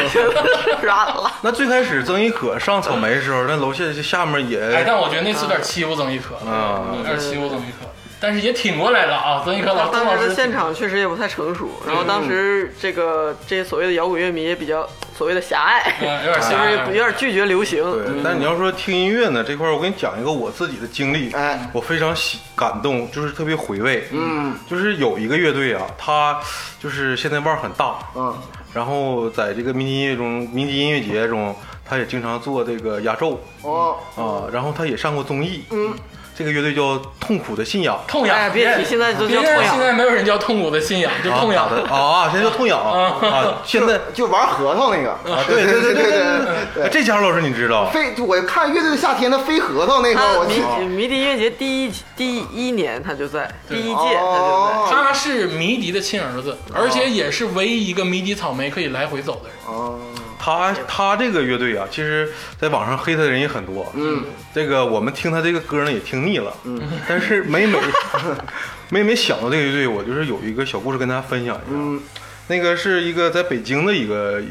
[SPEAKER 2] 软了。
[SPEAKER 3] 那最开始曾轶可上草莓的时候，那楼下下面
[SPEAKER 1] 哎，
[SPEAKER 3] 也
[SPEAKER 1] 但我觉得那次有点欺负曾轶可了，
[SPEAKER 2] 啊
[SPEAKER 3] 嗯
[SPEAKER 1] 有点欺负曾轶可，但是也挺过来了啊。曾轶可老曾老
[SPEAKER 2] 当时
[SPEAKER 1] 师
[SPEAKER 2] 的现场确实也不太成熟，然后当时这个这些所谓的摇滚乐迷也比较所谓的狭隘，
[SPEAKER 1] 嗯有点
[SPEAKER 2] 就
[SPEAKER 1] 吓
[SPEAKER 2] 是有
[SPEAKER 1] 人。
[SPEAKER 2] 点拒绝流行。
[SPEAKER 3] 对，
[SPEAKER 4] 嗯
[SPEAKER 3] 但是你要说听音乐呢这块，儿，我给你讲一个我自己的经历，
[SPEAKER 4] 哎
[SPEAKER 3] 我非常喜感动，就是特别回味。
[SPEAKER 4] 嗯
[SPEAKER 3] 就是有一个乐队啊，他就是现在腕儿很大，
[SPEAKER 4] 嗯
[SPEAKER 3] 然后在这个迷笛音乐中，迷笛音乐节中，他也经常做这个压轴
[SPEAKER 4] 哦，
[SPEAKER 3] 啊，然后他也上过综艺。嗯，这个乐队叫痛苦的信仰。
[SPEAKER 1] 痛
[SPEAKER 2] 哎
[SPEAKER 1] 痒，
[SPEAKER 2] 别提现在就
[SPEAKER 1] 别
[SPEAKER 2] 叫
[SPEAKER 1] 人
[SPEAKER 2] 痛
[SPEAKER 1] 现
[SPEAKER 2] 痒哦
[SPEAKER 1] 在没有人叫痛苦的信仰，就痛痒
[SPEAKER 3] 啊打的啊，现在叫痛痒 啊，现在
[SPEAKER 4] 就玩核桃那个
[SPEAKER 3] 啊，对对对对对对，这家伙老师你知道？
[SPEAKER 4] 飞，就我看《乐队的夏天》的飞核桃那个，
[SPEAKER 2] 他
[SPEAKER 4] 我啊去，
[SPEAKER 2] 迷迷笛音乐节第一第一年他就在，第
[SPEAKER 1] 对
[SPEAKER 2] 一届他
[SPEAKER 4] 哦
[SPEAKER 1] 他是迷笛的亲儿子，而且也是唯一一个迷笛草莓可以来回走的人。
[SPEAKER 4] 哦，
[SPEAKER 3] 他他这个乐队啊，其实在网上黑他的人也很多。嗯，这个我们听他这个歌呢也听腻了。嗯，但是每 每每每想到这个乐队，我就是有一个小故事跟大家分享一下。嗯，那个是一个在北京的一个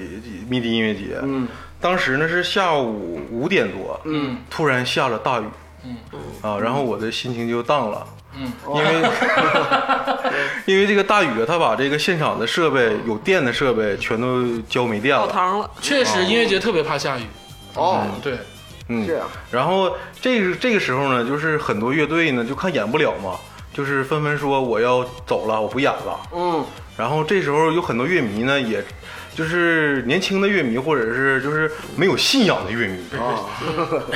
[SPEAKER 3] 迷笛音乐节。嗯，当时呢是下午五点多。嗯，突然下了大雨。嗯啊，然后我的心情就荡了。嗯，因为 因为这个大宇啊，他把这个现场的设备、有电的设备全都浇没电
[SPEAKER 2] 泡
[SPEAKER 3] 了。
[SPEAKER 2] 汤了，
[SPEAKER 1] 确实音乐节特别怕下雨，
[SPEAKER 4] 哦，
[SPEAKER 1] 对，
[SPEAKER 3] 嗯，
[SPEAKER 2] 啊
[SPEAKER 4] 这样
[SPEAKER 3] 然后这个这个时候呢，就是很多乐队呢就看演不了嘛，就是纷纷说我要走了，我不演了。
[SPEAKER 4] 嗯，
[SPEAKER 3] 然后这时候有很多乐迷呢，也就是年轻的乐迷，或者是就是没有信仰的乐迷，
[SPEAKER 2] 啊
[SPEAKER 3] 啊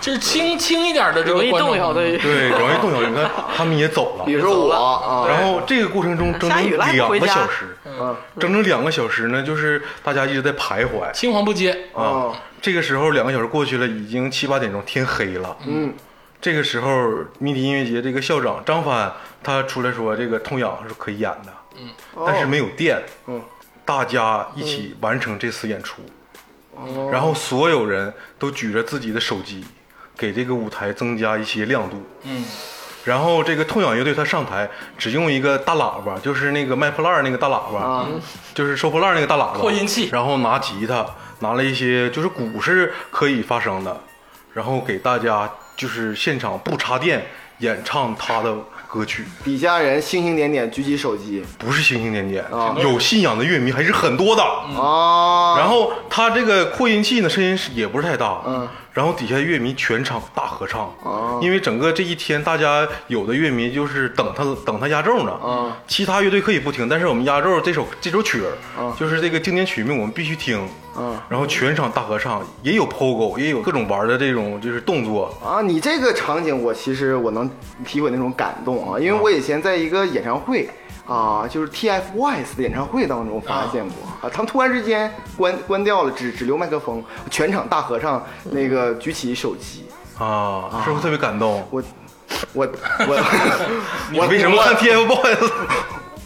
[SPEAKER 1] 就是轻轻一点的这
[SPEAKER 2] 容
[SPEAKER 1] 个
[SPEAKER 2] 易
[SPEAKER 1] 观众
[SPEAKER 2] 动摇的
[SPEAKER 1] 朋友们。
[SPEAKER 3] 对，容易动摇。你看他们也走了
[SPEAKER 4] 比。如说我啊，
[SPEAKER 3] 然后这个过程中整
[SPEAKER 2] 下
[SPEAKER 3] 整
[SPEAKER 2] 雨了还不
[SPEAKER 3] 两
[SPEAKER 2] 回
[SPEAKER 3] 个
[SPEAKER 2] 家
[SPEAKER 3] 小时，
[SPEAKER 4] 嗯
[SPEAKER 3] 整整两个小时呢，就是大家一直在徘徊
[SPEAKER 1] 青黄不接，
[SPEAKER 4] 哦
[SPEAKER 3] 啊。这个时候两个小时过去了，已经七八点钟，天黑了。
[SPEAKER 4] 嗯，
[SPEAKER 3] 这个时候，迷笛音乐节这个校长张帆他出来说，这个痛痒是可以演的，嗯，但是没有电，
[SPEAKER 4] 嗯，
[SPEAKER 3] 大家一起完成这次演出，然后所有人都举着自己的手机，给这个舞台增加一些亮度，
[SPEAKER 1] 嗯，
[SPEAKER 3] 然后这个痛痒乐队他上台只用一个大喇叭，就是那个麦破烂儿那个大喇叭，
[SPEAKER 4] 啊
[SPEAKER 3] 就是收破烂儿那个大喇叭，
[SPEAKER 1] 扩音器
[SPEAKER 3] 然后拿吉他，拿了一些就是鼓是可以发声的，然后给大家就是现场不插电演唱他的歌曲，
[SPEAKER 4] 底下人星星点点举起手机
[SPEAKER 3] 不是星星点点，
[SPEAKER 4] 啊
[SPEAKER 3] 有信仰的乐迷还是很多的。
[SPEAKER 4] 啊，
[SPEAKER 3] 然后他这个扩音器呢，声音是也不是太大，
[SPEAKER 4] 嗯，
[SPEAKER 3] 然后底下乐迷全场大合唱，
[SPEAKER 4] 哦
[SPEAKER 3] 因为整个这一天，大家有的乐迷就是等他等他压轴呢，
[SPEAKER 4] 嗯
[SPEAKER 3] 其他乐队可以不听，但是我们压轴这首这首曲儿，就是这个经典曲目，我们必须听，
[SPEAKER 4] 嗯
[SPEAKER 3] 然后全场大合唱，也有 POGO，也有各种玩的这种就是动作，
[SPEAKER 4] 啊，你这个场景我其实我能体会那种感动啊，因为我以前在一个演唱会啊，就是 TFBOYS 的演唱会当中发现过啊，他们突然之间关关掉了，只只留麦克风，全场大合唱，那个举起手机，
[SPEAKER 3] 啊，是不是特别感动？
[SPEAKER 4] 我我我
[SPEAKER 3] 你为什么看 TFBOYS？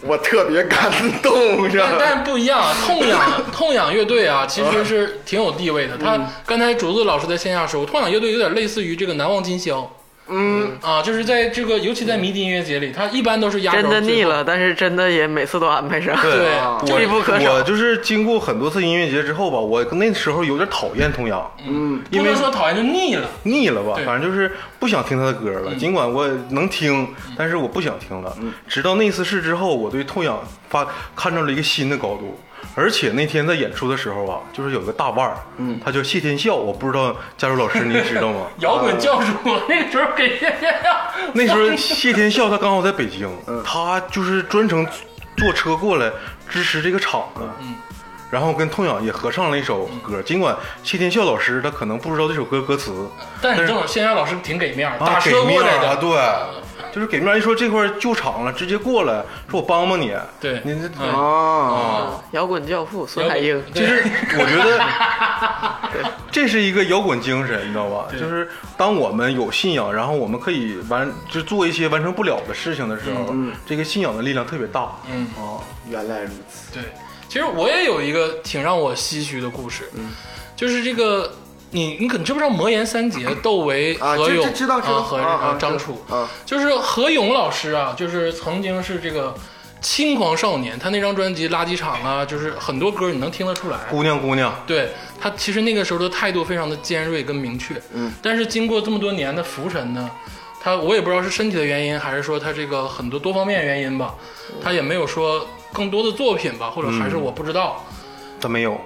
[SPEAKER 4] 我特别感动，是
[SPEAKER 1] 但
[SPEAKER 4] 吧？
[SPEAKER 1] 但不一样啊， 痛痒痛痒乐队啊，其实是挺有地
[SPEAKER 2] 嗯
[SPEAKER 1] 位的。他刚才竹子老师在线下说，痛痒乐队有点类似于这个难忘今宵。嗯啊，就是在这个，尤其在迷笛音乐节里，他一般都是压轴。
[SPEAKER 2] 真的腻。了，但是真的也每次都安排上。
[SPEAKER 3] 对
[SPEAKER 1] 对
[SPEAKER 4] 啊
[SPEAKER 3] 我
[SPEAKER 2] 这必不可少
[SPEAKER 3] 我就是经过很多次音乐节之后吧，我那时候有点讨厌童谣，嗯，
[SPEAKER 1] 不
[SPEAKER 3] 因为
[SPEAKER 1] 能说讨厌就腻了，
[SPEAKER 3] 腻了吧
[SPEAKER 1] 对，
[SPEAKER 3] 反正就是不想听他的歌了。尽管我能听，但是我不想听了。直到那次试之后，我对痛痒发看到了一个新的高度。而且那天在演出的时候啊，就是有一个大腕儿，他叫谢天笑，我不知道佳茹老师您知道吗？
[SPEAKER 1] 摇滚教主那个时候给
[SPEAKER 3] 那时候谢天笑他刚好在北京，他就是专程坐车过来支持这个场子，然后跟痛痒也合唱了一首歌。尽管谢天笑老师他可能不知道这首歌歌词，
[SPEAKER 1] 但是正好线下老师挺给面儿，
[SPEAKER 3] 啊
[SPEAKER 1] 打
[SPEAKER 3] 给
[SPEAKER 1] 车
[SPEAKER 3] 面
[SPEAKER 1] 过来
[SPEAKER 3] 儿啊，
[SPEAKER 1] 的。
[SPEAKER 3] 对，就是给面儿一说这块儿救场了，直接过来说我帮帮你，
[SPEAKER 1] 对
[SPEAKER 3] 你这。
[SPEAKER 1] 嗯
[SPEAKER 4] 啊，
[SPEAKER 2] 摇滚教父孙海英，
[SPEAKER 1] 对
[SPEAKER 3] 其实我觉得这是一个摇滚精神，你知道吧？就是当我们有信仰，然后我们可以完，就做一些完成不了的事情的时候，这个信仰的力量特别大。
[SPEAKER 1] 嗯，
[SPEAKER 4] 哦，原来如此，
[SPEAKER 1] 对，其实我也有一个挺让我唏嘘的故事，
[SPEAKER 4] 嗯
[SPEAKER 1] 就是这个你你可你知不知道魔岩三杰窦唯、
[SPEAKER 4] 啊
[SPEAKER 1] 何
[SPEAKER 4] 这
[SPEAKER 1] 勇
[SPEAKER 4] 这知道知道
[SPEAKER 1] 啊何
[SPEAKER 4] 啊啊
[SPEAKER 1] 张
[SPEAKER 4] 知道
[SPEAKER 1] 楚
[SPEAKER 4] 啊
[SPEAKER 1] 就是何勇老师啊，就是曾经是这个轻狂少年，他那张专辑《垃圾场》啊，就是很多歌你能听得出来。
[SPEAKER 3] 姑娘，姑娘，
[SPEAKER 1] 对他其实那个时候的态度非常的尖锐跟明确，嗯，但是经过这么多年的浮沉呢，他我也不知道是身体的原因，还是说他这个很多多方面原因吧，他也没有说更多的作品吧，或者还是我不知道，
[SPEAKER 3] 他没有，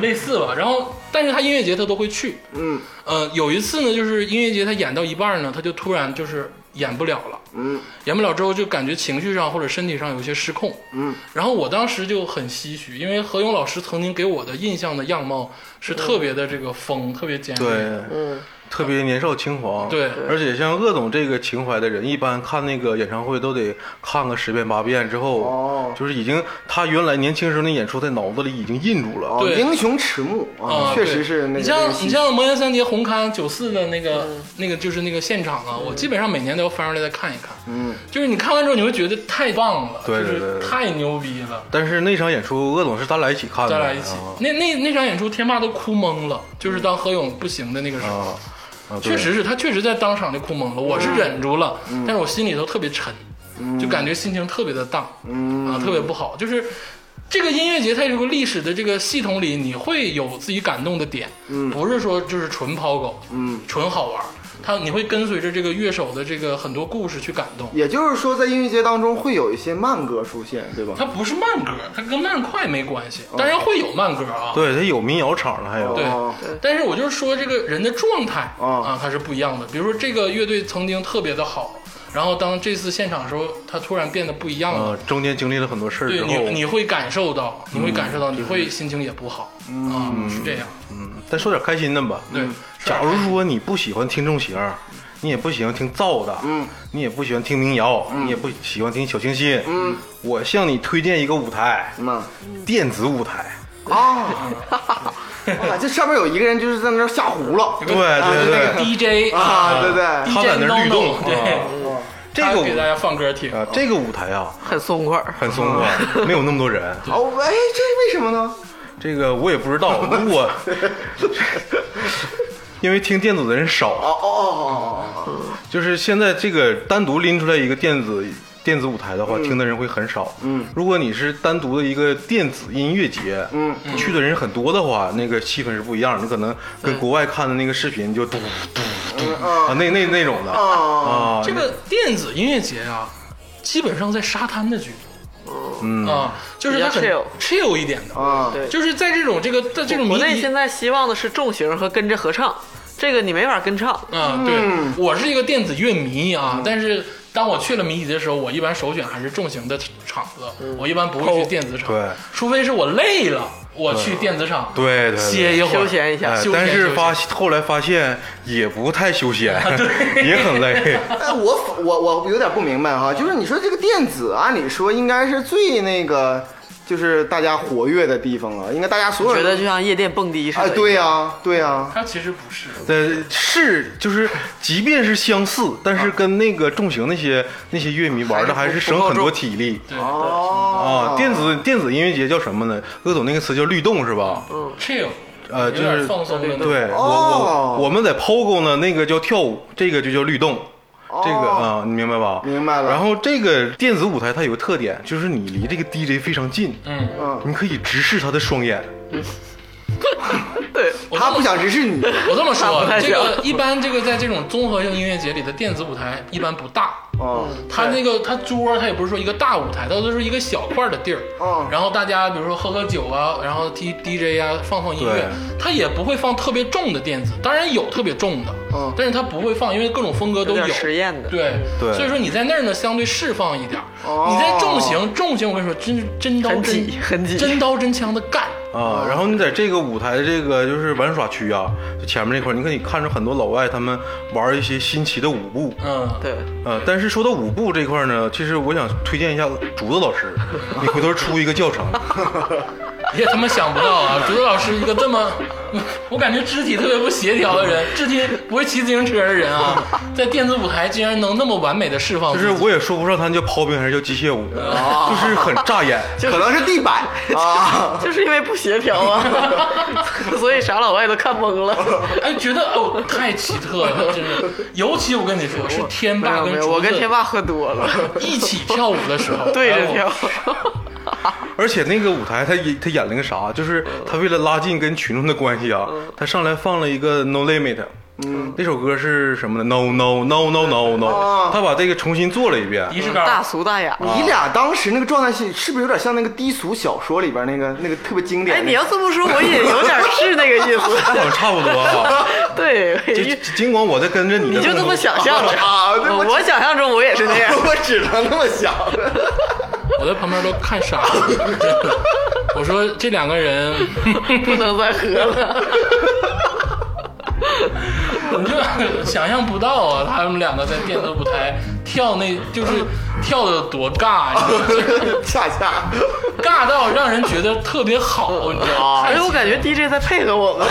[SPEAKER 1] 类似吧。嗯然后，但是他音乐节他都会去，
[SPEAKER 4] 嗯
[SPEAKER 1] 呃，有一次呢，就是音乐节他演到一半呢，他就突然就是演不了了，
[SPEAKER 4] 嗯
[SPEAKER 1] 演不了之后就感觉情绪上或者身体上有一些失控，
[SPEAKER 4] 嗯，
[SPEAKER 1] 然后我当时就很唏嘘，因为何勇老师曾经给我的印象的样貌是特别的这个疯，特别尖锐，啊
[SPEAKER 3] 对，
[SPEAKER 2] 嗯，
[SPEAKER 3] 特别年少轻狂。
[SPEAKER 1] 对
[SPEAKER 3] 而且像鄂总这个情怀的人，一般看那个演唱会都得看个十遍八遍之后，
[SPEAKER 4] 哦
[SPEAKER 3] 就是已经他原来年轻时候那演出在脑子里已经印住了。
[SPEAKER 4] 哦，
[SPEAKER 1] 对
[SPEAKER 4] 英雄迟暮啊，
[SPEAKER 1] 啊
[SPEAKER 4] 确
[SPEAKER 1] 对
[SPEAKER 4] 实是那
[SPEAKER 1] 你
[SPEAKER 4] 个。那个嗯
[SPEAKER 1] 像
[SPEAKER 4] 戏
[SPEAKER 1] 你像魔岩三杰红勘九四的那个、那个就是那个现场啊，
[SPEAKER 4] 嗯
[SPEAKER 1] 我基本上每年都要翻出来再看一看。嗯，就是你看完之后你会觉得太棒了，
[SPEAKER 3] 对对
[SPEAKER 1] 就
[SPEAKER 3] 对
[SPEAKER 1] 是
[SPEAKER 3] 对
[SPEAKER 1] 太牛逼了。
[SPEAKER 3] 但是那场演出，鄂总是咱俩一起看的，
[SPEAKER 1] 咱俩一起
[SPEAKER 4] 嗯
[SPEAKER 3] 啊，
[SPEAKER 1] 那那那场演出，天霸都哭懵了，就是当何勇不行的那个时
[SPEAKER 4] 嗯
[SPEAKER 1] 候，
[SPEAKER 3] 啊，啊
[SPEAKER 1] 确，实是他确实在当场就哭懵了，我是忍住了，嗯但是我心里头特别沉，就感觉心情特别的荡，啊，特别不好，就是这个音乐节它这个历史的这个系统里，你会有自己感动的点，嗯，不是说就是纯抛狗，嗯，纯好玩儿，它你会跟随着这个乐手的这个很多故事去感动。
[SPEAKER 4] 也就是说，在音乐节当中会有一些慢歌出现，对吧？
[SPEAKER 1] 它不是慢歌，它跟慢快没关系，当然会有慢歌啊，
[SPEAKER 3] 对，它有民谣场了，还有
[SPEAKER 1] 对
[SPEAKER 4] 哦
[SPEAKER 1] 但是我就是说这个人的状态、
[SPEAKER 4] 哦
[SPEAKER 1] 啊，它是不一样的。比如说这个乐队曾经特别的好，然后当这次现场的时候，它突然变得不一样了。
[SPEAKER 3] 呃，中间经历了很多事儿
[SPEAKER 1] 对
[SPEAKER 3] 之
[SPEAKER 1] 你
[SPEAKER 3] 后，，
[SPEAKER 1] 你会感受到，你会感受到，你会心情也不好，啊，是这样。
[SPEAKER 3] 嗯，咱说点开心的吧。
[SPEAKER 1] 对
[SPEAKER 3] 嗯，假如说你不喜欢听重型，你也不喜欢听燥的，嗯，你也不喜欢听民谣，你也不喜欢听小清新，嗯，我向你推荐一个舞台，
[SPEAKER 4] 嗯呐
[SPEAKER 3] 电子舞台。
[SPEAKER 4] 啊， 哇这上面有一个人就是在那儿吓糊了
[SPEAKER 1] 对
[SPEAKER 3] 对对
[SPEAKER 1] 那个
[SPEAKER 3] 对，
[SPEAKER 1] DJ
[SPEAKER 4] 啊，对不对？
[SPEAKER 3] 他在那儿律动
[SPEAKER 1] DJ Nono，对
[SPEAKER 3] 啊，这
[SPEAKER 1] 他
[SPEAKER 3] 个
[SPEAKER 1] 给大
[SPEAKER 3] 舞
[SPEAKER 1] 家放歌听，
[SPEAKER 3] 啊，这个舞台啊
[SPEAKER 2] 很松快儿。
[SPEAKER 3] 很松啊快，没有那么多人。
[SPEAKER 4] 哦，哎，这为什么呢？
[SPEAKER 3] 这个我也不知道，如 果因为听电子的人
[SPEAKER 4] 哦
[SPEAKER 3] 少，啊
[SPEAKER 4] 哦哦哦哦
[SPEAKER 3] 就是现在这个单独拎出来一个电子电子舞台的话，听的人会很少。嗯，如果你是单独的一个电子音乐节，嗯，去的人很多的话，那个气氛是不一样的。你可能跟国外看的那个视频就嘟嘟嘟啊，那那那种的
[SPEAKER 4] 哦
[SPEAKER 3] 啊，
[SPEAKER 4] 哦，
[SPEAKER 1] 这个电子音乐节啊，基本上在沙滩的居多，
[SPEAKER 3] 嗯
[SPEAKER 1] 啊，就是它很
[SPEAKER 2] 比较 chill
[SPEAKER 1] chill 一点的，
[SPEAKER 4] 啊，
[SPEAKER 2] 对
[SPEAKER 1] 就是在这种这个在这种
[SPEAKER 2] 国内
[SPEAKER 1] 迷
[SPEAKER 2] 现在希望的是重型和跟着合唱，这个你没法跟唱。
[SPEAKER 1] 啊，
[SPEAKER 3] 嗯
[SPEAKER 1] 对我是一个电子乐迷啊，但是当我去了迷笛的时候，我一般首选还是重型的场子，我一般不会去电子场，
[SPEAKER 3] 嗯对
[SPEAKER 1] 除非是我累了，我去电子场
[SPEAKER 3] 对对对
[SPEAKER 1] 歇一会儿，
[SPEAKER 2] 休闲一下
[SPEAKER 3] 哎
[SPEAKER 1] 休闲
[SPEAKER 3] 但
[SPEAKER 1] 休
[SPEAKER 3] 是
[SPEAKER 1] 闲啊
[SPEAKER 3] 发后来发现也不太休闲， 也很累。
[SPEAKER 4] 哎，我反我我有点不明白哈，就是你说这个电子，按理说应该是最那个，就是大家活跃的地方了，应该大家所有
[SPEAKER 2] 觉
[SPEAKER 4] 人
[SPEAKER 2] 得就像夜店蹦迪似的。
[SPEAKER 4] 哎，对呀、对呀、
[SPEAKER 1] 它其实不是，
[SPEAKER 3] 呃，是就是，即便是相似，但是跟那个重型那些那些乐迷玩的啊还是省很多体力
[SPEAKER 1] 对
[SPEAKER 4] 哦
[SPEAKER 3] 啊。电子电子音乐节叫什么呢？鄂总那个词叫律动是吧？
[SPEAKER 1] ，chill，
[SPEAKER 3] 呃，
[SPEAKER 1] 有
[SPEAKER 3] 就
[SPEAKER 1] 点
[SPEAKER 3] 是
[SPEAKER 1] 放松的那种
[SPEAKER 3] 对我
[SPEAKER 4] 嗯哦
[SPEAKER 3] 我我们在 POGO 呢，那个叫跳舞，这个就叫律动。这个啊、你明白吧？
[SPEAKER 4] 哦明白了
[SPEAKER 3] 然后这个电子舞台它有个特点，就是你离这个 DJ 非常近，
[SPEAKER 1] 嗯，
[SPEAKER 4] 嗯，
[SPEAKER 3] 你可以直视他的双眼。
[SPEAKER 2] 对，
[SPEAKER 1] 我
[SPEAKER 4] 他
[SPEAKER 1] 这么
[SPEAKER 4] 不想直视你，
[SPEAKER 1] 我这么说
[SPEAKER 2] 不，太
[SPEAKER 1] 这
[SPEAKER 2] 像
[SPEAKER 1] 个一般这个在这种综合性音乐节里的电子舞台一般不大，
[SPEAKER 4] 哦，
[SPEAKER 1] 它那个它桌它也不是说一个大舞台，它都是一个小块的地儿。
[SPEAKER 4] 嗯
[SPEAKER 1] 然后大家比如说喝喝酒啊，然后 T DJ 啊，放放音乐
[SPEAKER 3] 对，
[SPEAKER 1] 它也不会放特别重的电子，当然有特别重的，
[SPEAKER 4] 嗯
[SPEAKER 1] 但是它不会放，因为各种风格
[SPEAKER 2] 有
[SPEAKER 1] 都有。
[SPEAKER 2] 点实验的。
[SPEAKER 1] 对
[SPEAKER 3] 对
[SPEAKER 1] 所以说你在那儿呢，相对释放一点儿。
[SPEAKER 4] 哦
[SPEAKER 1] 你在重型，重型我跟你说，真真刀
[SPEAKER 2] 很
[SPEAKER 1] 真
[SPEAKER 2] 挤很挤
[SPEAKER 1] 真刀真枪的干。
[SPEAKER 3] 啊，
[SPEAKER 4] 哦
[SPEAKER 3] 然后你在这个舞台的这个就是玩耍区啊，就前面这块儿，你可以看着很多老外他们玩一些新奇的舞步。
[SPEAKER 1] 嗯，
[SPEAKER 2] 对，
[SPEAKER 3] 呃，但是说到舞步这块儿呢，其实我想推荐一下竹子老师，你回头出一个教程，
[SPEAKER 1] 也他妈想不到啊！竹子老师一个这么，我感觉肢体特别不协调的人，肢体不会骑自行车的人啊，在电子舞台竟然能那么完美的释放
[SPEAKER 3] 就
[SPEAKER 1] 自
[SPEAKER 3] 是
[SPEAKER 1] 己，
[SPEAKER 2] 哦
[SPEAKER 3] 我也说不上他叫刨冰还是叫机械舞， 就是很扎眼。
[SPEAKER 4] 可能是地板啊，
[SPEAKER 2] 就是因为不协调 啊，所以啥老外都看懵 了。
[SPEAKER 1] 哎，觉得哦太奇特了，真是。尤其我跟你说，是天
[SPEAKER 2] 没
[SPEAKER 1] 霸
[SPEAKER 2] 有
[SPEAKER 1] 跟
[SPEAKER 2] 没有，
[SPEAKER 1] 竹
[SPEAKER 2] 我跟
[SPEAKER 1] 子
[SPEAKER 2] 天霸喝多 了，
[SPEAKER 1] 一起跳舞的时候，
[SPEAKER 2] 对着
[SPEAKER 1] 哎
[SPEAKER 2] 跳。哦
[SPEAKER 3] 而且那个舞台他演他演了个啥，就是
[SPEAKER 2] 嗯
[SPEAKER 3] 他为了拉近跟群众的关系啊，他上来放了一个 No Limit。嗯，那首歌是什么呢？No No No No No No，
[SPEAKER 4] 啊
[SPEAKER 3] 他把这个重新做了一遍
[SPEAKER 1] 我。仪式
[SPEAKER 2] 嗯大哦
[SPEAKER 1] 感，
[SPEAKER 2] 俗大雅。
[SPEAKER 4] 你俩当时那个状态是是不是有点像那个低俗小说里边那个那个特别经典
[SPEAKER 2] 哎，
[SPEAKER 4] 的？
[SPEAKER 2] 你要这么说，我也有点是那个意
[SPEAKER 3] 那
[SPEAKER 2] 思。
[SPEAKER 3] 好像差不多啊。
[SPEAKER 2] 对，
[SPEAKER 3] 尽尽管我在跟着你的
[SPEAKER 2] 你
[SPEAKER 3] 动作，
[SPEAKER 2] 就这么想象着
[SPEAKER 4] 啊对我
[SPEAKER 2] 我想象中我也是那 样。
[SPEAKER 4] 我只能那么想。
[SPEAKER 1] 我在旁边都看傻了。真的我说这两个人，
[SPEAKER 2] 不能再喝了。
[SPEAKER 1] 你就想象不到啊，他们两个在电子舞台跳那，就是跳的多尬，你知道吗
[SPEAKER 4] 恰恰，
[SPEAKER 1] 尬到让人觉得特别好，你知道吗？
[SPEAKER 2] 哎而且我感觉 DJ 在配合我们，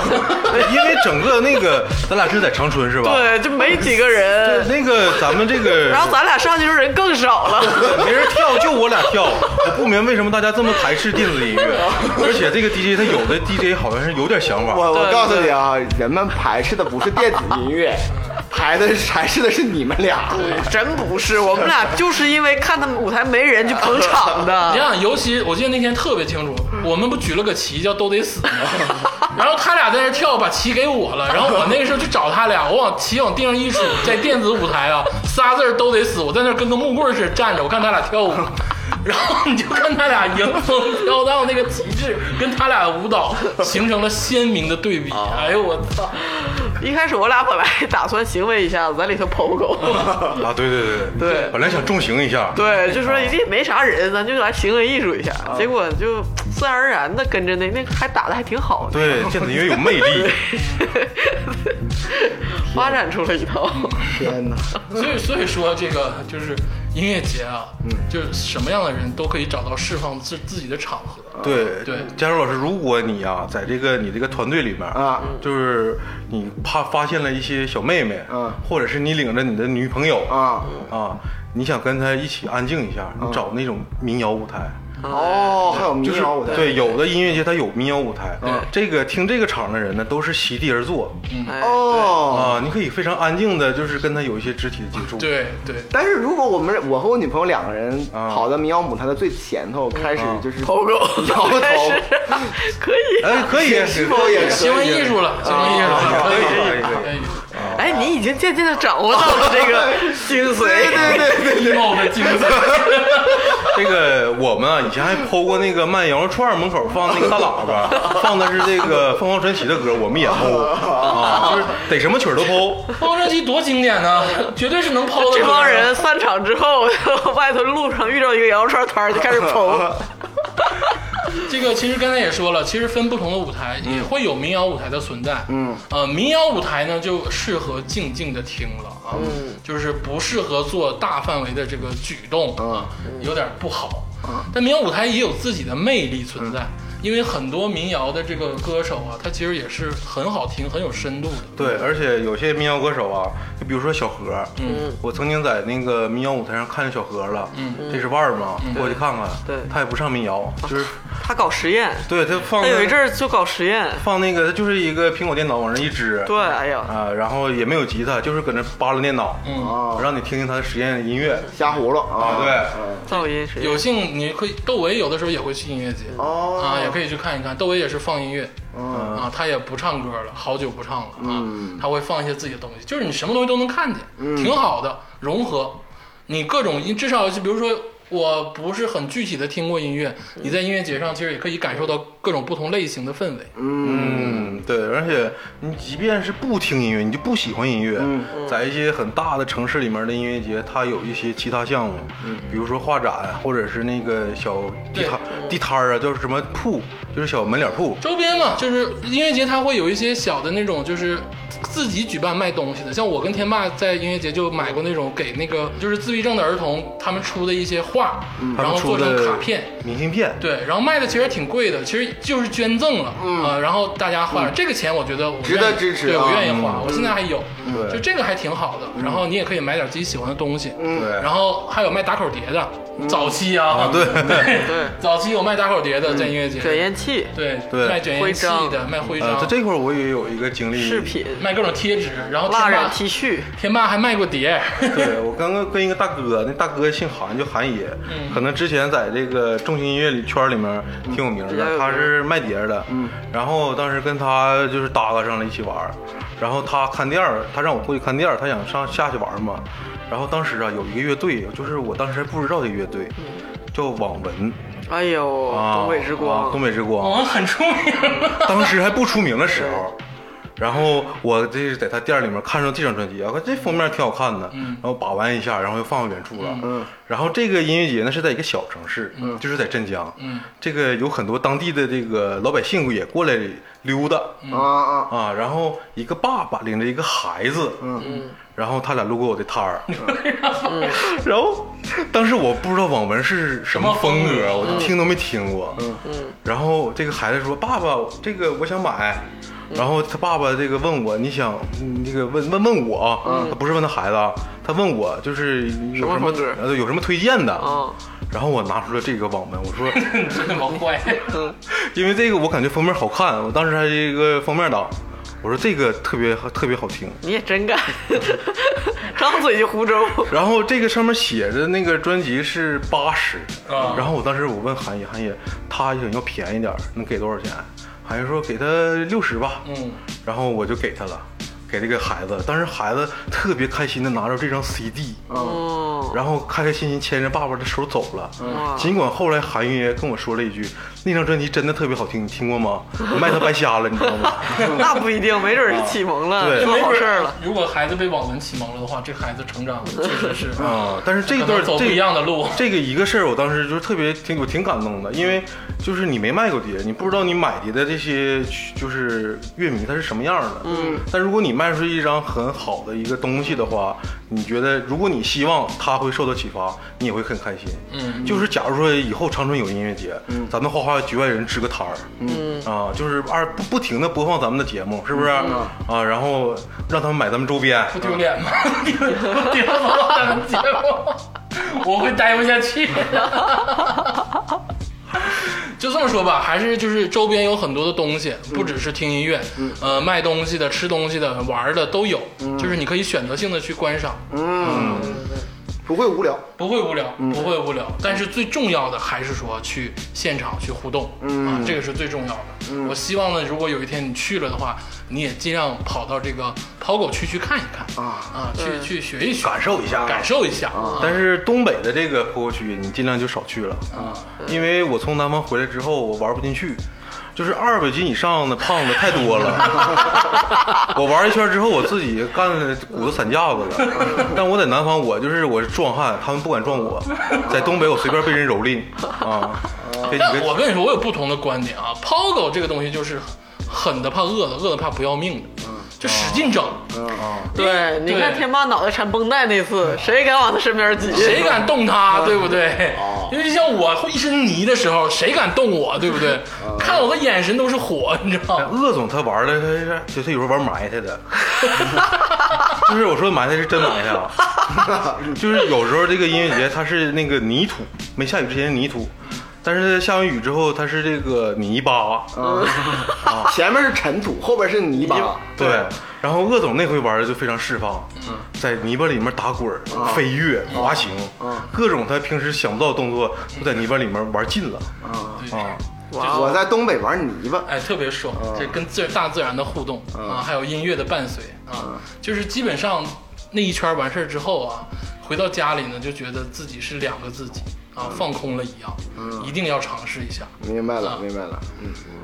[SPEAKER 3] 因为整个那个咱俩是在长春是吧？
[SPEAKER 2] 对，就没几个
[SPEAKER 3] 对。
[SPEAKER 2] 人。
[SPEAKER 3] 那个咱们这个，
[SPEAKER 2] 然后咱俩上去的时候人更少了。
[SPEAKER 3] 没人跳，就我俩跳。我不明白为什么大家这么排斥电子音乐，而且这个 DJ 他有的 DJ 好像是有点想法。
[SPEAKER 4] 我我
[SPEAKER 2] 对
[SPEAKER 4] 告诉你啊，人们排斥的不是电子音乐，排的排斥的是你们俩，
[SPEAKER 2] 真不是，我们俩就是因为看他们舞台没人就捧场
[SPEAKER 1] 你
[SPEAKER 2] 的。
[SPEAKER 1] 想，尤其我记得那天特别清楚，我们不举了个旗叫“都得死”吗？然后他俩在那儿跳，把旗给我了。然后我那个时候就找他俩，我往旗往地上一杵，在电子舞台啊，仨字儿都得死。我在那儿跟个木棍儿似的站着，我看他俩跳舞。然后你就看他俩迎风飘荡那个旗帜，跟他俩舞蹈形成了鲜明的对比。哎呦我操！
[SPEAKER 2] 一开始我俩本来打算行为一下子，在里头剖狗，
[SPEAKER 3] 啊，对对对
[SPEAKER 2] 对
[SPEAKER 3] 本来想重刑一下，
[SPEAKER 2] 对，就说一定没啥人，咱就来行为艺术一下。结果就自然而然的跟着那那还打的还挺好的，
[SPEAKER 3] 对，电子音乐有魅力，
[SPEAKER 2] 发展出了一套。
[SPEAKER 4] 天哪！
[SPEAKER 1] 所以所以说这个就是音乐节啊，就是什么样的人都可以找到释放自自己的场合。
[SPEAKER 3] 对
[SPEAKER 1] 对
[SPEAKER 3] 佳茹老师，如果你啊，在这个你这个团队里面
[SPEAKER 4] 啊，
[SPEAKER 3] 就是你怕发现了一些小妹妹，
[SPEAKER 4] 嗯
[SPEAKER 3] 或者是你领着你的女朋友
[SPEAKER 4] 啊，
[SPEAKER 3] 啊，你想跟她一起安静一下，你找那种民谣舞台，
[SPEAKER 4] 哦，还有民
[SPEAKER 3] 就是
[SPEAKER 4] 谣舞台，嗯
[SPEAKER 3] 对，有的音乐节它有民谣舞台
[SPEAKER 1] 对，
[SPEAKER 3] 这个听这个场的人呢，都是席地而坐
[SPEAKER 2] 哎，
[SPEAKER 4] 哦。
[SPEAKER 3] 啊，你可以非常安静的，就是跟他有一些肢体的接触，
[SPEAKER 1] 对对，
[SPEAKER 4] 但是如果我们我和我女朋友两个人
[SPEAKER 3] 啊
[SPEAKER 4] 跑到民谣舞台的最前头，开始就是
[SPEAKER 2] 剖狗，
[SPEAKER 4] 摇头，
[SPEAKER 2] 但是 可以。
[SPEAKER 3] 哎，可以，
[SPEAKER 4] 是否也可以
[SPEAKER 1] 行为艺术了，行为艺术了，
[SPEAKER 3] 可以
[SPEAKER 1] 以
[SPEAKER 3] 啊可以可以。
[SPEAKER 1] 可以。
[SPEAKER 2] 哎，你已经渐渐的掌握到了这个精
[SPEAKER 4] 对
[SPEAKER 2] 髓。
[SPEAKER 4] 对对对，
[SPEAKER 1] emo 的精髓，
[SPEAKER 3] 这个我们啊，以前还剖过那个卖羊肉串，门口放那个大喇叭，放的是这个凤凰传奇的歌，我们也 剖啊，就是得什么曲儿都剖。
[SPEAKER 1] 包装机多经典呢， 绝对是能抛的。
[SPEAKER 2] 这帮人散场之后，外头路上遇到一个羊肉串摊儿就开始 剖。
[SPEAKER 1] 这个其实刚才也说了，其实分不同的舞台
[SPEAKER 2] 嗯
[SPEAKER 1] 也会有民谣舞台的存在。
[SPEAKER 4] 嗯，
[SPEAKER 1] 呃，民谣舞台呢就适合静静的听了啊，
[SPEAKER 2] 嗯
[SPEAKER 1] 就是不适合做大范围的这个举动
[SPEAKER 2] 嗯
[SPEAKER 1] 啊，有点不好。但民谣舞台也有自己的魅力存在，因为很多民谣的这个歌手啊，他其实也是很好听、很有深度的。
[SPEAKER 3] 对，而且有些民谣歌手啊，就比如说小何，
[SPEAKER 1] 嗯，
[SPEAKER 3] 我曾经在那个民谣舞台上看见小何了，嗯，这是腕儿嘛，过去看看，
[SPEAKER 2] 嗯对
[SPEAKER 3] 他也不唱民 谣，就是
[SPEAKER 2] 他搞实验，
[SPEAKER 3] 对他放
[SPEAKER 2] 他有一
[SPEAKER 3] 那
[SPEAKER 2] 阵儿就搞实验。
[SPEAKER 3] 放那个，他就是一个苹果电脑往上一支，
[SPEAKER 2] 对，哎呀，
[SPEAKER 3] 啊，然后也没有吉他，就是搁那扒拉电脑，
[SPEAKER 1] 嗯，
[SPEAKER 4] 啊，
[SPEAKER 3] 让你听听他的实验音乐，
[SPEAKER 4] 瞎胡了啊，
[SPEAKER 3] 对
[SPEAKER 4] 嗯，
[SPEAKER 2] 噪音实验
[SPEAKER 1] 有。幸你可以，窦唯有的时候也会去音乐节。
[SPEAKER 4] 哦，
[SPEAKER 1] 啊，也可以去看一看。窦唯也是放音乐，
[SPEAKER 4] 嗯
[SPEAKER 1] 啊，他也不唱歌了，好久不唱了啊，他会放一些自己的东西，就是你什么东西都能看见，
[SPEAKER 4] 嗯
[SPEAKER 1] 挺好的，融合。你各种音，至少就比如说，我不是很具体的听过音乐，你在音乐节上其实也可以感受到各种不同类型的氛围。
[SPEAKER 3] 嗯，对，而且你即便是不听音乐，你就不喜欢音乐，
[SPEAKER 1] 嗯
[SPEAKER 3] 在一些很大的城市里面的音乐节，它有一些其他项目，
[SPEAKER 1] 嗯
[SPEAKER 3] 比如说画展，啊或者是那个小地摊地摊儿啊，就是什么铺，就是小门脸铺。
[SPEAKER 1] 周边嘛，就是音乐节，它会有一些小的那种，就是自己举办卖东西的。像我跟天霸在音乐节就买过那种给那个就是自闭症的儿童他们出的一些画，
[SPEAKER 3] 嗯他
[SPEAKER 1] 嗯然
[SPEAKER 3] 们
[SPEAKER 1] 后
[SPEAKER 3] 出
[SPEAKER 1] 做
[SPEAKER 3] 的
[SPEAKER 1] 成卡片。
[SPEAKER 3] 明信片，
[SPEAKER 1] 对，然后卖的其实挺贵的，其实就是捐赠了，嗯、然后大家
[SPEAKER 3] 嗯
[SPEAKER 1] 花、这个钱，我觉得我愿意
[SPEAKER 4] 值得支持
[SPEAKER 1] 对
[SPEAKER 4] 啊
[SPEAKER 1] 我愿意花，我现在还有，
[SPEAKER 3] 嗯对嗯
[SPEAKER 1] 就这个还挺好的。然后你也可以买点自己喜欢的东西，
[SPEAKER 3] 对
[SPEAKER 1] 然后还有卖打口碟的，早期啊，
[SPEAKER 3] 啊对嗯
[SPEAKER 2] 对
[SPEAKER 1] 早期有卖打口碟的，在音乐节，
[SPEAKER 2] 卷烟器、
[SPEAKER 1] 对
[SPEAKER 3] 对
[SPEAKER 1] 卖卷烟器
[SPEAKER 2] 徽
[SPEAKER 1] 的，卖徽
[SPEAKER 3] 呃，
[SPEAKER 1] 章，
[SPEAKER 3] 在这块儿我也有一个经历，
[SPEAKER 2] 饰品、
[SPEAKER 1] 卖各种贴纸，然后
[SPEAKER 2] 蜡
[SPEAKER 1] 天
[SPEAKER 2] 染
[SPEAKER 1] 霸
[SPEAKER 2] T 恤，
[SPEAKER 1] 天霸还卖过碟，
[SPEAKER 3] 对我刚刚跟一个大哥，那大哥姓韩，叫韩爷，
[SPEAKER 2] 嗯
[SPEAKER 3] 可能之前在这个重型音乐里圈里面挺有名
[SPEAKER 2] 比较有
[SPEAKER 3] 的，
[SPEAKER 2] 名
[SPEAKER 3] 他是卖碟的。嗯，然后当时跟他就是搭个上了一起玩儿，然后他看店儿，他让我过去看店儿，他想上下去玩儿嘛。然后当时啊，有一个乐队，就是我当时还不知道这乐队，叫网文
[SPEAKER 2] 哎呦，
[SPEAKER 3] 啊，
[SPEAKER 2] 嗯
[SPEAKER 4] 哦
[SPEAKER 2] 东北之
[SPEAKER 3] 啊
[SPEAKER 2] 光
[SPEAKER 3] 东，北之光，
[SPEAKER 1] 我们很出 名。
[SPEAKER 3] 当时还不出名的时候。然后我这是在他店里面看上这张专辑啊，我看这封面挺好看的，然后把玩一下，然后又放到远处了。嗯，然后这个音乐节呢是在一个小城市，就是在镇江。
[SPEAKER 1] 嗯，
[SPEAKER 3] 这个有很多当地的这个老百姓也过来溜达
[SPEAKER 4] 啊啊，
[SPEAKER 3] 啊。然后一个爸爸领着一个孩子，嗯，然后他俩路过我的摊儿， 然后当时我不知道网文是什么风
[SPEAKER 1] 什么风
[SPEAKER 3] 格，
[SPEAKER 1] 格
[SPEAKER 3] 我就听都没听过。嗯然后这个孩子说：“爸爸，这个我想买。”然后他爸爸这个问我：“你想嗯那个问问问我啊？”他不是问他孩子啊，他问我就是有
[SPEAKER 2] 么
[SPEAKER 3] 什么
[SPEAKER 2] 风格
[SPEAKER 3] 呃有什么推荐的
[SPEAKER 4] 哦
[SPEAKER 2] 啊。
[SPEAKER 3] 然后我拿出了这个网文，我说
[SPEAKER 1] 你真他妈坏！
[SPEAKER 2] 嗯
[SPEAKER 4] 嗯
[SPEAKER 3] 因为这个我感觉封面好看，我当时还是一个封面党，我说这个特别特别好听。
[SPEAKER 2] 你也真敢， 张嘴就胡诌。
[SPEAKER 3] 然后这个上面写着那个专辑是八十、
[SPEAKER 1] 啊
[SPEAKER 3] 然后我当时我问韩野，韩野他想要便宜点儿，能给多少钱？韩野说给他六十吧，
[SPEAKER 1] 嗯，
[SPEAKER 3] 然后我就给他了，给这个孩子。当时孩子特别开心的拿着这张 CD，
[SPEAKER 1] 啊
[SPEAKER 4] 嗯
[SPEAKER 2] 哦，
[SPEAKER 3] 然后开开心心牵着爸爸的手走了。
[SPEAKER 1] 嗯
[SPEAKER 2] 嗯哇
[SPEAKER 3] 尽管后来韩爷跟我说了一句，那张专辑真的特别好听，你听过吗？卖他白瞎了，你知道吗？
[SPEAKER 2] 那不一定，没准是启蒙了，
[SPEAKER 3] 对
[SPEAKER 2] 做
[SPEAKER 1] 没
[SPEAKER 2] 好
[SPEAKER 1] 准
[SPEAKER 2] 事儿了。。
[SPEAKER 1] 如果孩子被网文启蒙了的话，这孩子成长确实是
[SPEAKER 3] 啊、但是这
[SPEAKER 1] 可
[SPEAKER 3] 段
[SPEAKER 1] 能走不
[SPEAKER 3] 这
[SPEAKER 1] 一样的路。
[SPEAKER 3] 这个一个事儿，我当时就是特别挺我挺感动的，因为就是你没卖过碟，你不知道你买碟的这些就是乐迷他是什么样的。嗯，但如果你卖出一张很好的一个东西的话，你觉得如果你希望他会受到启发，你也会很开心。
[SPEAKER 1] 嗯，
[SPEAKER 3] 就是假如说以后长春有音乐节，咱们花花局外人支个摊儿，嗯啊，就是二不不停的播放咱们的节目，是不是、啊？然后让他们买咱们周边，
[SPEAKER 1] 不丢脸吗？ 丢丢不咱们节目，我会待不下去。 就这么说吧，还是就是周边有很多的东西，不只是听音乐，呃，卖东西的、吃东西的、玩儿的都有，就是你可以选择性的去观赏，
[SPEAKER 4] 嗯，不会无聊。
[SPEAKER 1] 不会无聊，不会无聊。但是最重要的还是说去现场去互动，啊，这个是最重要的。我希望呢，如果有一天你去了的话，你也尽量跑到这个跑狗区去看一看啊，去去学一学，
[SPEAKER 3] 感受一下
[SPEAKER 1] 感受一下啊。
[SPEAKER 3] 但是东北的这个坡区，你尽量就少去了，因为我从南方回来之后，我玩不进去，就是二百斤以上的胖子太多了。我玩一圈之后，我自己干了骨头散架子了。但我在南方，我就是我是壮汉，他们不敢撞我。在东北，我随便被人蹂躏啊。这几
[SPEAKER 1] 但
[SPEAKER 3] 个
[SPEAKER 1] 我跟你说，我有不同的观点啊。抛狗这个东西就是狠的怕饿的，饿的怕不要命的，就使劲整，
[SPEAKER 2] 对，你看天霸脑袋缠绷带那次，谁敢往他身边挤？
[SPEAKER 1] 谁敢动它，对不对？ 因为就像我一身泥的时候，谁敢动我，对不对？看我的眼神都是火， 你知道吗？
[SPEAKER 3] 鄂总他玩的，他是就他有时候 玩埋汰的，就是我说埋汰是真埋汰啊， 就是有时候这个音乐节它是那个泥土，没下雨之前是泥土，但是下完雨之后它是这个泥巴，
[SPEAKER 4] 前面是尘土，后边是泥
[SPEAKER 1] 嗯
[SPEAKER 4] 巴。
[SPEAKER 3] 对。然后鄂总那回玩的就非常释放，在泥巴里面打滚儿、
[SPEAKER 1] 嗯
[SPEAKER 3] 飞跃、滑行，各种他平时想不到的动作都在泥巴里面玩尽了
[SPEAKER 1] 嗯
[SPEAKER 3] 啊。
[SPEAKER 2] 哇
[SPEAKER 4] 我
[SPEAKER 2] 哦，
[SPEAKER 4] 在东北玩泥巴，
[SPEAKER 1] 哎，特别爽，这跟自大自然的互动啊，还有音乐的伴随啊，就是基本上那一圈完事儿之后啊，回到家里呢，就觉得自己是两个自己啊，放空了一样，一定要尝试一下。
[SPEAKER 4] 明白了，明白了。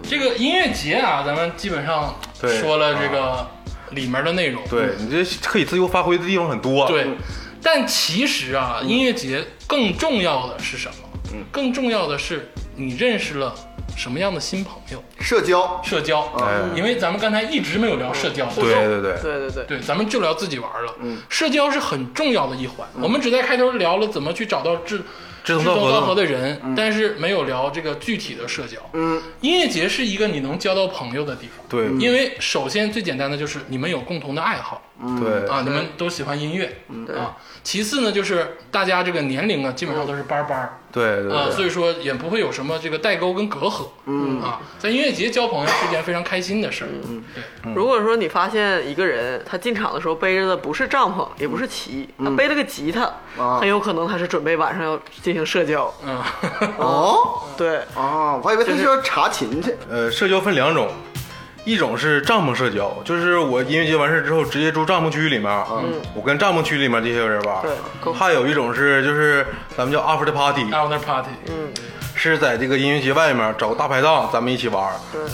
[SPEAKER 1] 这个音乐节啊，咱们基本上
[SPEAKER 3] 对啊
[SPEAKER 1] 说了这个里面的内容。
[SPEAKER 3] 对你这可以自由发挥的地方很多，
[SPEAKER 1] 嗯
[SPEAKER 3] 啊
[SPEAKER 1] 对，但其实啊，音乐节更重要的是什么？嗯，更重要的是你认识了什么样的新朋友，
[SPEAKER 4] 社交，
[SPEAKER 1] 社交。
[SPEAKER 3] 哎
[SPEAKER 1] 因为咱们刚才一直没有聊社交，
[SPEAKER 3] 对对对。
[SPEAKER 2] 对对对，
[SPEAKER 1] 对，咱们就聊自己玩了。嗯，社交是很重要的一环。我们只在开头聊了怎么去找到志
[SPEAKER 3] 嗯志
[SPEAKER 1] 同
[SPEAKER 3] 同道合的嗯
[SPEAKER 1] 道合的人，但是没有聊这个具体的社交。嗯，音乐节是一个你能交到朋友的地方。
[SPEAKER 3] 对
[SPEAKER 1] 因为首先最简单的就是你们有共同的爱好
[SPEAKER 3] 嗯对
[SPEAKER 1] 啊，你们都喜欢音乐啊。其次呢，就是大家这个年龄啊，基本上都是班儿班儿
[SPEAKER 3] 对对
[SPEAKER 1] 啊，
[SPEAKER 3] 对
[SPEAKER 1] 所以说也不会有什么这个代沟跟隔阂。嗯啊，在音乐节交朋友是一件非常开心的事儿。嗯，对。
[SPEAKER 2] 如果说你发现一个人他进场的时候背着的不是帐篷，也不是旗，他背了个吉他，
[SPEAKER 4] 啊
[SPEAKER 2] 很有可能他是准备晚上要进行社交。
[SPEAKER 1] 嗯，
[SPEAKER 4] 哦
[SPEAKER 2] 对，
[SPEAKER 4] 哦，我还以为他是要查琴去。
[SPEAKER 3] 呃，社交分两种，一种是帐篷社交，就是我音乐节完事之后直接住帐篷区里面，啊我跟帐篷区里面这些人玩
[SPEAKER 2] 对够。
[SPEAKER 3] 还有一种是就是咱们叫 after party，、
[SPEAKER 1] after party。嗯，
[SPEAKER 3] 是在这个音乐节外面找个大排档，咱们一起玩。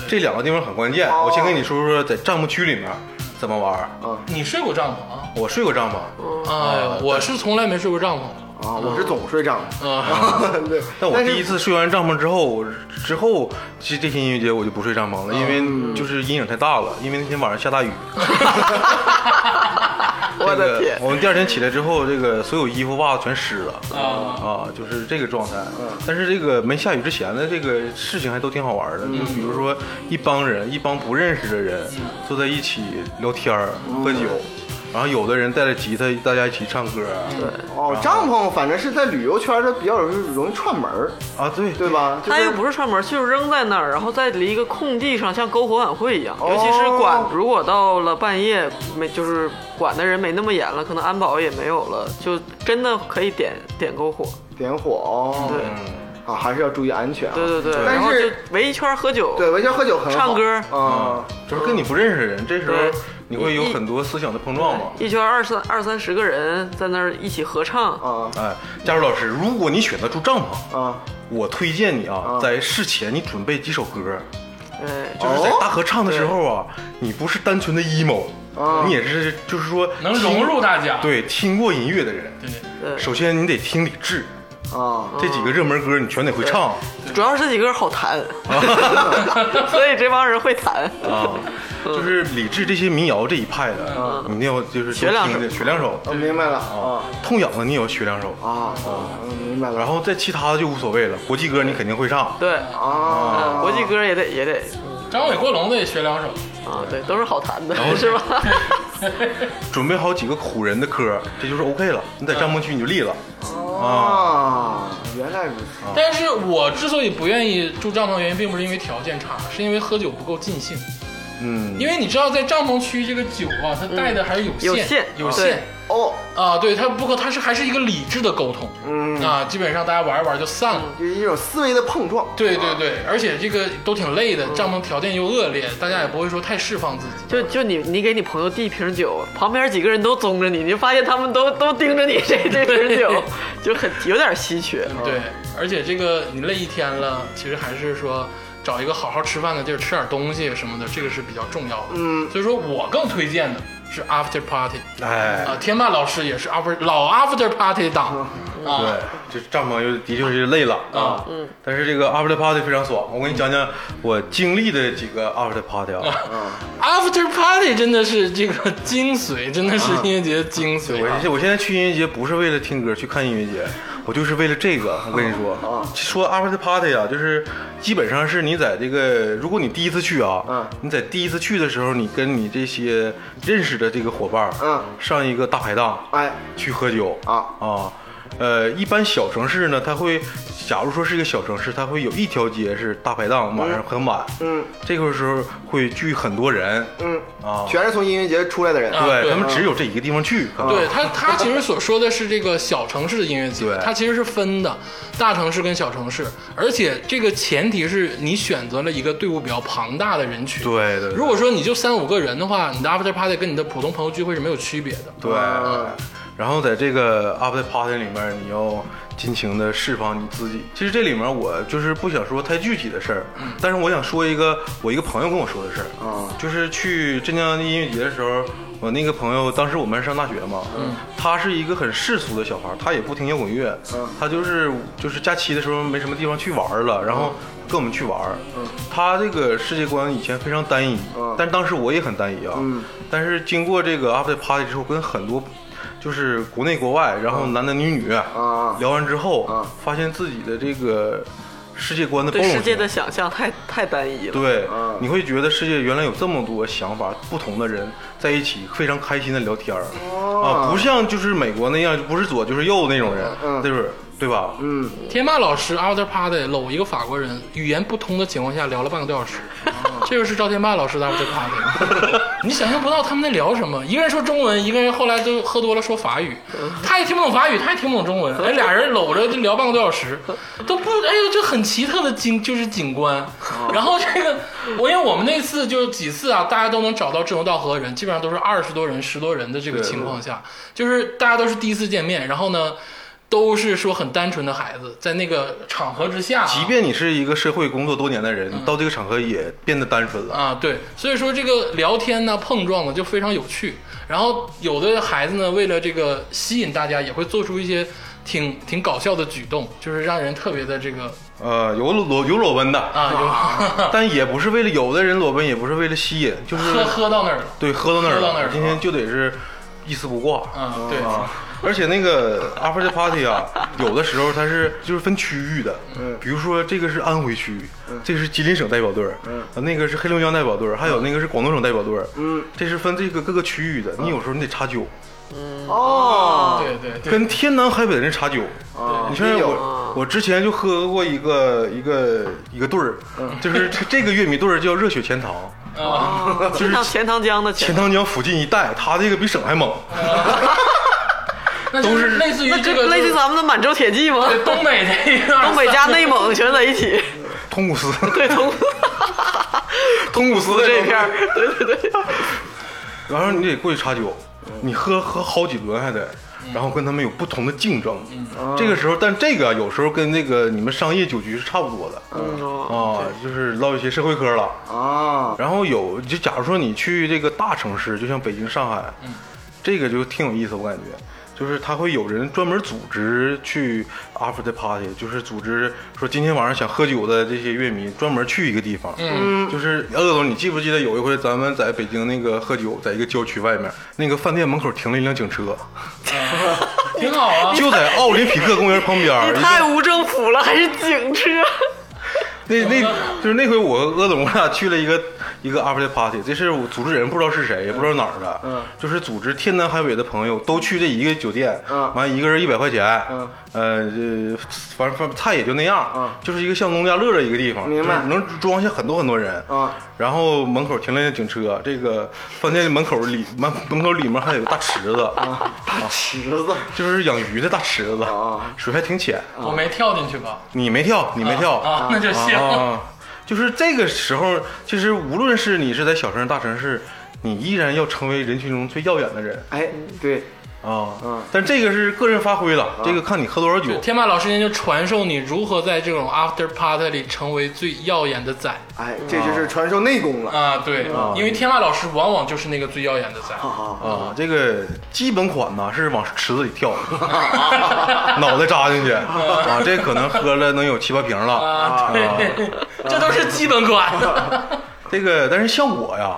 [SPEAKER 3] 这两个地方很关键。我先跟你说说在帐篷区里面怎么玩。
[SPEAKER 1] 你睡过帐篷啊？
[SPEAKER 3] 我睡过帐篷，
[SPEAKER 1] 哎呦，我是从来没睡过帐篷
[SPEAKER 4] 啊，我是总睡帐篷。
[SPEAKER 1] 啊。
[SPEAKER 4] 对，
[SPEAKER 3] 但我第一
[SPEAKER 4] 次
[SPEAKER 3] 次睡完帐篷之后，我之后这这些音乐节我就不睡帐篷了，因
[SPEAKER 2] 嗯
[SPEAKER 3] 为就是阴影太大了，因为那天晚上下大雨。
[SPEAKER 2] 我
[SPEAKER 3] 这个
[SPEAKER 2] 的天，
[SPEAKER 3] 我们第二天起来之后，这个所有衣服袜子全湿了
[SPEAKER 1] 啊
[SPEAKER 3] 啊，就是这个状态。
[SPEAKER 2] 嗯
[SPEAKER 3] 但是这个没下雨之前的这个事情还都挺好玩
[SPEAKER 2] 嗯
[SPEAKER 3] 的，就比如说
[SPEAKER 2] 嗯
[SPEAKER 3] 一帮人，一帮不认识的人坐在一起聊天儿、喝酒。然后有的人带着吉他，大家一起唱歌啊。
[SPEAKER 2] 对，
[SPEAKER 4] 哦，帐篷反正是在旅游圈儿，它比较容易串门儿，
[SPEAKER 3] 啊，对
[SPEAKER 4] 对？吧？就
[SPEAKER 2] 它
[SPEAKER 4] 是
[SPEAKER 2] 又不是串门，就是扔在那儿，然后再离一个空地上，像篝火晚会一样。
[SPEAKER 4] 哦
[SPEAKER 2] 尤其是管，如果到了半夜没，就是管的人没那么严了，可能安保也没有了，就真的可以点点篝火。
[SPEAKER 4] 点火哦，
[SPEAKER 2] 对，
[SPEAKER 4] 啊，还是要注意安全啊。
[SPEAKER 2] 对对对，
[SPEAKER 4] 但
[SPEAKER 2] 然后就是围一圈喝酒。
[SPEAKER 4] 对，围圈喝酒很好，
[SPEAKER 2] 唱歌
[SPEAKER 4] 啊，
[SPEAKER 3] 就是跟你不认识的人，这时候
[SPEAKER 2] 对
[SPEAKER 3] 你会有很多思想的碰撞嘛。
[SPEAKER 2] 一圈二三二三十个人在那儿一起合唱，
[SPEAKER 4] 啊
[SPEAKER 3] 哎，佳茹老师，如果你选择住帐篷，
[SPEAKER 4] 啊，
[SPEAKER 3] 我推荐你啊
[SPEAKER 4] 啊，
[SPEAKER 3] 在事前你准备几首歌，
[SPEAKER 2] 哎，
[SPEAKER 3] 就是在
[SPEAKER 4] 哦
[SPEAKER 3] 大合唱的时候啊，你不是单纯的 emo，
[SPEAKER 4] 啊
[SPEAKER 3] 你也是就是说
[SPEAKER 1] 能
[SPEAKER 3] 听
[SPEAKER 1] 融入大家。
[SPEAKER 3] 对听过音乐的人。
[SPEAKER 1] 对
[SPEAKER 2] 对，
[SPEAKER 3] 首先你得听李志
[SPEAKER 4] 啊，
[SPEAKER 3] 这几个热门歌，你全得会唱
[SPEAKER 2] 主要是这几个人好弹， 所以这帮人会弹。
[SPEAKER 3] 啊。就是李志这些民谣这一派的，你一定要就是
[SPEAKER 2] 学两
[SPEAKER 3] 听
[SPEAKER 2] 首
[SPEAKER 3] 学两首
[SPEAKER 4] 我明白了啊
[SPEAKER 3] 痛痒的你也要学两首，
[SPEAKER 4] 啊啊，嗯明白
[SPEAKER 3] 然
[SPEAKER 4] 了
[SPEAKER 3] 后再其他的就无所谓了。国际歌你肯定会唱，
[SPEAKER 2] 对，
[SPEAKER 4] 啊
[SPEAKER 2] 嗯，，国际歌也得也得
[SPEAKER 1] 张伟、郭龙的也学两首，
[SPEAKER 2] 啊，对，都是好弹的
[SPEAKER 3] 然后，
[SPEAKER 2] 是吧？
[SPEAKER 3] 准备好几个唬人的歌，这就是 OK 了。你在帐篷区你就立了啊。
[SPEAKER 4] 啊，原来如此
[SPEAKER 1] 但是我之所以不愿意住帐篷，原因并不是因为条件差，是因为喝酒不够尽兴。
[SPEAKER 3] 嗯，
[SPEAKER 1] 因为你知道，在帐篷区这个酒啊，它带的还是有限，
[SPEAKER 2] 嗯有
[SPEAKER 1] 有
[SPEAKER 2] 限对
[SPEAKER 4] 哦，
[SPEAKER 1] 啊，对，它不过它是还是一个理智的沟通，
[SPEAKER 4] 嗯
[SPEAKER 1] 啊，基本上大家玩一玩就散了。
[SPEAKER 2] 嗯
[SPEAKER 4] 就是一种思维的碰撞，
[SPEAKER 1] 对对对，而且这个都挺累的，帐篷条件又恶劣，大家也不会说太释放自己。
[SPEAKER 2] 就就你你给你朋友递一瓶酒，旁边几个人都棕着你，你就发现他们都都盯着你这这瓶酒，就很有点稀缺。
[SPEAKER 1] 对，而且这个你累一天了，其实还是说找一个好好吃饭的地儿，吃点东西什么的，这个是比较重要的。
[SPEAKER 4] 嗯
[SPEAKER 1] 所以说我更推荐的是 after party
[SPEAKER 3] 哎
[SPEAKER 1] 啊、，天霸老师也是 after 老 after party 党、啊，
[SPEAKER 3] 对，这帐篷又的确是累了啊。嗯，但是这个 after party 非常爽，我给你讲讲我经历的几个 after party
[SPEAKER 1] 嗯
[SPEAKER 3] 啊。
[SPEAKER 1] after party 真的是这个精髓，真的是音乐节的精髓、啊
[SPEAKER 3] 啊我我现在去音乐节不是为了听歌，去看音乐节，我就是为了这个。我跟你说，说 after party 啊，就是基本上是你在这个，如果你第一次去啊
[SPEAKER 4] 嗯，
[SPEAKER 3] 你在第一次去的时候，你跟你这些认识的这个伙伴，
[SPEAKER 4] 嗯，
[SPEAKER 3] 上一个大排档，
[SPEAKER 4] 哎
[SPEAKER 3] 去喝酒
[SPEAKER 4] 啊
[SPEAKER 3] 啊。呃，一般小城市呢，它会，假如说是一个小城市，它会有一条街是大排档，晚上很晚，
[SPEAKER 4] 嗯
[SPEAKER 3] 这个时候会聚很多人，
[SPEAKER 4] 嗯，
[SPEAKER 3] 啊，
[SPEAKER 4] 全是从音乐节出来的人，
[SPEAKER 1] 啊对
[SPEAKER 3] 对啊他们只有这一个地方去，可能
[SPEAKER 1] 对他，他其实所说的是这个小城市的音乐节
[SPEAKER 3] 对，
[SPEAKER 1] 它其实是分的，大城市跟小城市，而且这个前提是你选择了一个队伍比较庞大的人群。
[SPEAKER 3] 对对对
[SPEAKER 1] 如果说你就三五个人的话，你的 after party 跟你的普通朋友聚会是没有区别的。
[SPEAKER 3] 对，
[SPEAKER 4] 啊
[SPEAKER 3] 然后在这个 after party 里面，你要尽情的释放你自己。其实这里面我就是不想说太具体的事儿，但是我想说一个我一个朋友跟我说的事儿
[SPEAKER 4] 嗯啊
[SPEAKER 3] 就是去镇江音乐节的时候，我那个朋友当时我们上大学嘛，他是一个很世俗的小孩儿，他也不听摇滚乐，他就是就是假期的时候没什么地方去玩儿了，然后跟我们去玩儿。他这个世界观以前非常单一，
[SPEAKER 4] 嗯
[SPEAKER 3] 但当时我也很单一啊。
[SPEAKER 4] 嗯
[SPEAKER 3] 但是经过这个 after party 之后，跟很多就是国内国外，然后男男女女、
[SPEAKER 4] 啊
[SPEAKER 3] 聊完之后，
[SPEAKER 4] 啊
[SPEAKER 3] 发现自己的这个世界观的包
[SPEAKER 2] 对
[SPEAKER 3] 容
[SPEAKER 2] 世界
[SPEAKER 3] 性
[SPEAKER 2] 的。想象太太单一了。
[SPEAKER 3] 对，
[SPEAKER 4] 啊
[SPEAKER 3] 你会觉得世界原来有这么多想法，不同的人在一起非常开心的聊天儿、啊，不像就是美国那样，就不是左就是右那种人，
[SPEAKER 4] 嗯
[SPEAKER 3] 就是对吧？
[SPEAKER 4] 嗯，
[SPEAKER 1] 天霸老师 after party 搂一个法国人，语言不通的情况下聊了半个多小时，这就是赵天霸老师的 after party。你想象不到他们在聊什么，一个人说中文，一个人后来都喝多了说法语，他也听不懂法语，他也听不懂中文，哎，俩人搂着就聊半个多小时，都不，哎呦，这很奇特的景就是景观。然后这个我因为我们那次就几次啊，大家都能找到志同道合的人，基本上都是二十多人、十多人的这个
[SPEAKER 3] 对
[SPEAKER 1] 情况下，就是大家都是第一次见面，然后呢。都是说很单纯的孩子，在那个场合之下啊、
[SPEAKER 3] 即便你是一个社会工作多年的人，到这个场合也变得单纯了。
[SPEAKER 1] 啊，对，所以说这个聊天呢、碰撞呢就非常有趣。然后有的孩子呢，为了这个吸引大家，也会做出一些挺挺搞笑的举动，就是让人特别的这个
[SPEAKER 3] 呃，有裸有裸奔的，
[SPEAKER 1] 啊，
[SPEAKER 3] 但也不是为了有的人裸奔，也不是为了吸引，就
[SPEAKER 1] 就是嗯喝喝到那儿了。
[SPEAKER 3] 对喝到那儿
[SPEAKER 1] 喝到那儿
[SPEAKER 3] 了，
[SPEAKER 1] 了
[SPEAKER 3] 今天就得是一丝不挂
[SPEAKER 1] 啊，对，
[SPEAKER 3] 啊。而且那个 after party 啊，有的时候它是就是分区域的，
[SPEAKER 4] 嗯
[SPEAKER 3] 比如说这个是安徽区，这个是吉林省代表队，嗯，那个是黑龙江代表队，还有那个是广东省代表队，
[SPEAKER 4] 嗯，
[SPEAKER 3] 这是分这个各个区域的。你有时候你得查酒，
[SPEAKER 4] 哦，
[SPEAKER 1] 对对对，
[SPEAKER 3] 跟天南海北的人查酒。
[SPEAKER 4] 啊，
[SPEAKER 3] 你像
[SPEAKER 4] 也有
[SPEAKER 3] 我，我之前就喝过一个一个一个队儿，
[SPEAKER 4] 嗯
[SPEAKER 3] 就是这这个乐迷队儿叫热血钱塘，
[SPEAKER 1] 啊，
[SPEAKER 3] 就是
[SPEAKER 2] 像钱塘江的
[SPEAKER 3] 钱
[SPEAKER 2] 钱，
[SPEAKER 3] 塘江附近一带，他这个比省还猛。
[SPEAKER 1] 那都是类似于
[SPEAKER 2] 那
[SPEAKER 1] 这个
[SPEAKER 2] 这类似咱们的满洲铁骑吗？
[SPEAKER 1] 对东北那一个
[SPEAKER 2] 东北加内蒙全在一起，
[SPEAKER 3] 通古斯，
[SPEAKER 2] 对，从
[SPEAKER 3] 通古斯
[SPEAKER 2] 这片儿，对
[SPEAKER 3] 然后你得过去查酒，你喝喝好几轮还得，然后跟他们有不同的竞争。这个时候，但这个有时候跟那个你们商业酒局是差不多的
[SPEAKER 1] 哦
[SPEAKER 2] 嗯
[SPEAKER 3] 啊，就是唠一些社会嗑了。
[SPEAKER 4] 啊，
[SPEAKER 3] 然后有就假如说你去这个大城市，就像北京、上海，这个就挺有意思，我感觉。就是他会有人专门组织去 after party，就是组织说今天晚上想喝酒的这些乐迷专门去一个地方。嗯，就是鄂总，你记不记得有一回咱们在北京那个喝酒，在一个郊区外面那个饭店门口停了一辆警车，
[SPEAKER 1] 挺好啊，
[SPEAKER 3] 就在奥林匹克公园旁边儿。一
[SPEAKER 2] 你
[SPEAKER 3] 个
[SPEAKER 2] 太无政府了，还是警车？
[SPEAKER 3] 那那就是那回我和鄂总我俩去了一个一个 after party，这是我组织人不知道是谁，也不知道哪儿的，
[SPEAKER 4] 嗯
[SPEAKER 3] 就是组织天南海北的朋友都去这一个酒店，
[SPEAKER 4] 嗯
[SPEAKER 3] 完一个人一百块钱，
[SPEAKER 4] 嗯
[SPEAKER 3] 呃，这反正反正菜也就那样，
[SPEAKER 4] 嗯
[SPEAKER 3] 就是一个像农家乐的一个地方，
[SPEAKER 4] 明白
[SPEAKER 3] 就是能装下很多很多人，
[SPEAKER 4] 啊
[SPEAKER 3] 然后门口停了一辆警车，这个饭店门口里门门口里面还有个大池子，
[SPEAKER 4] 嗯大池子，
[SPEAKER 3] 就是养鱼的大池子，
[SPEAKER 4] 啊
[SPEAKER 3] 水还挺浅，
[SPEAKER 1] 我没跳进去吧？
[SPEAKER 3] 你没跳，你没跳
[SPEAKER 4] 哦
[SPEAKER 1] 啊，那就行。
[SPEAKER 3] 啊，就是这个时候，其实无论是你是在小城、大城市，你依然要成为人群中最耀眼的人
[SPEAKER 4] 哎，对，
[SPEAKER 3] 啊。
[SPEAKER 4] 嗯
[SPEAKER 3] 但这个是个人发挥了，这个看你喝多少酒。
[SPEAKER 1] 天霸老师今天就传授你如何在这种 after party 里成为最耀眼的仔
[SPEAKER 4] 哎，这就是传授内功了，
[SPEAKER 1] 啊！对，因为天霸老师往往就是那个最耀眼的仔。
[SPEAKER 4] 啊，
[SPEAKER 3] 啊，这个基本款呢是往池子里跳，脑袋扎进去啊，这可能喝了能有七八瓶了。
[SPEAKER 1] 啊，对， 这都是基本款。
[SPEAKER 3] 这个，但是像我呀，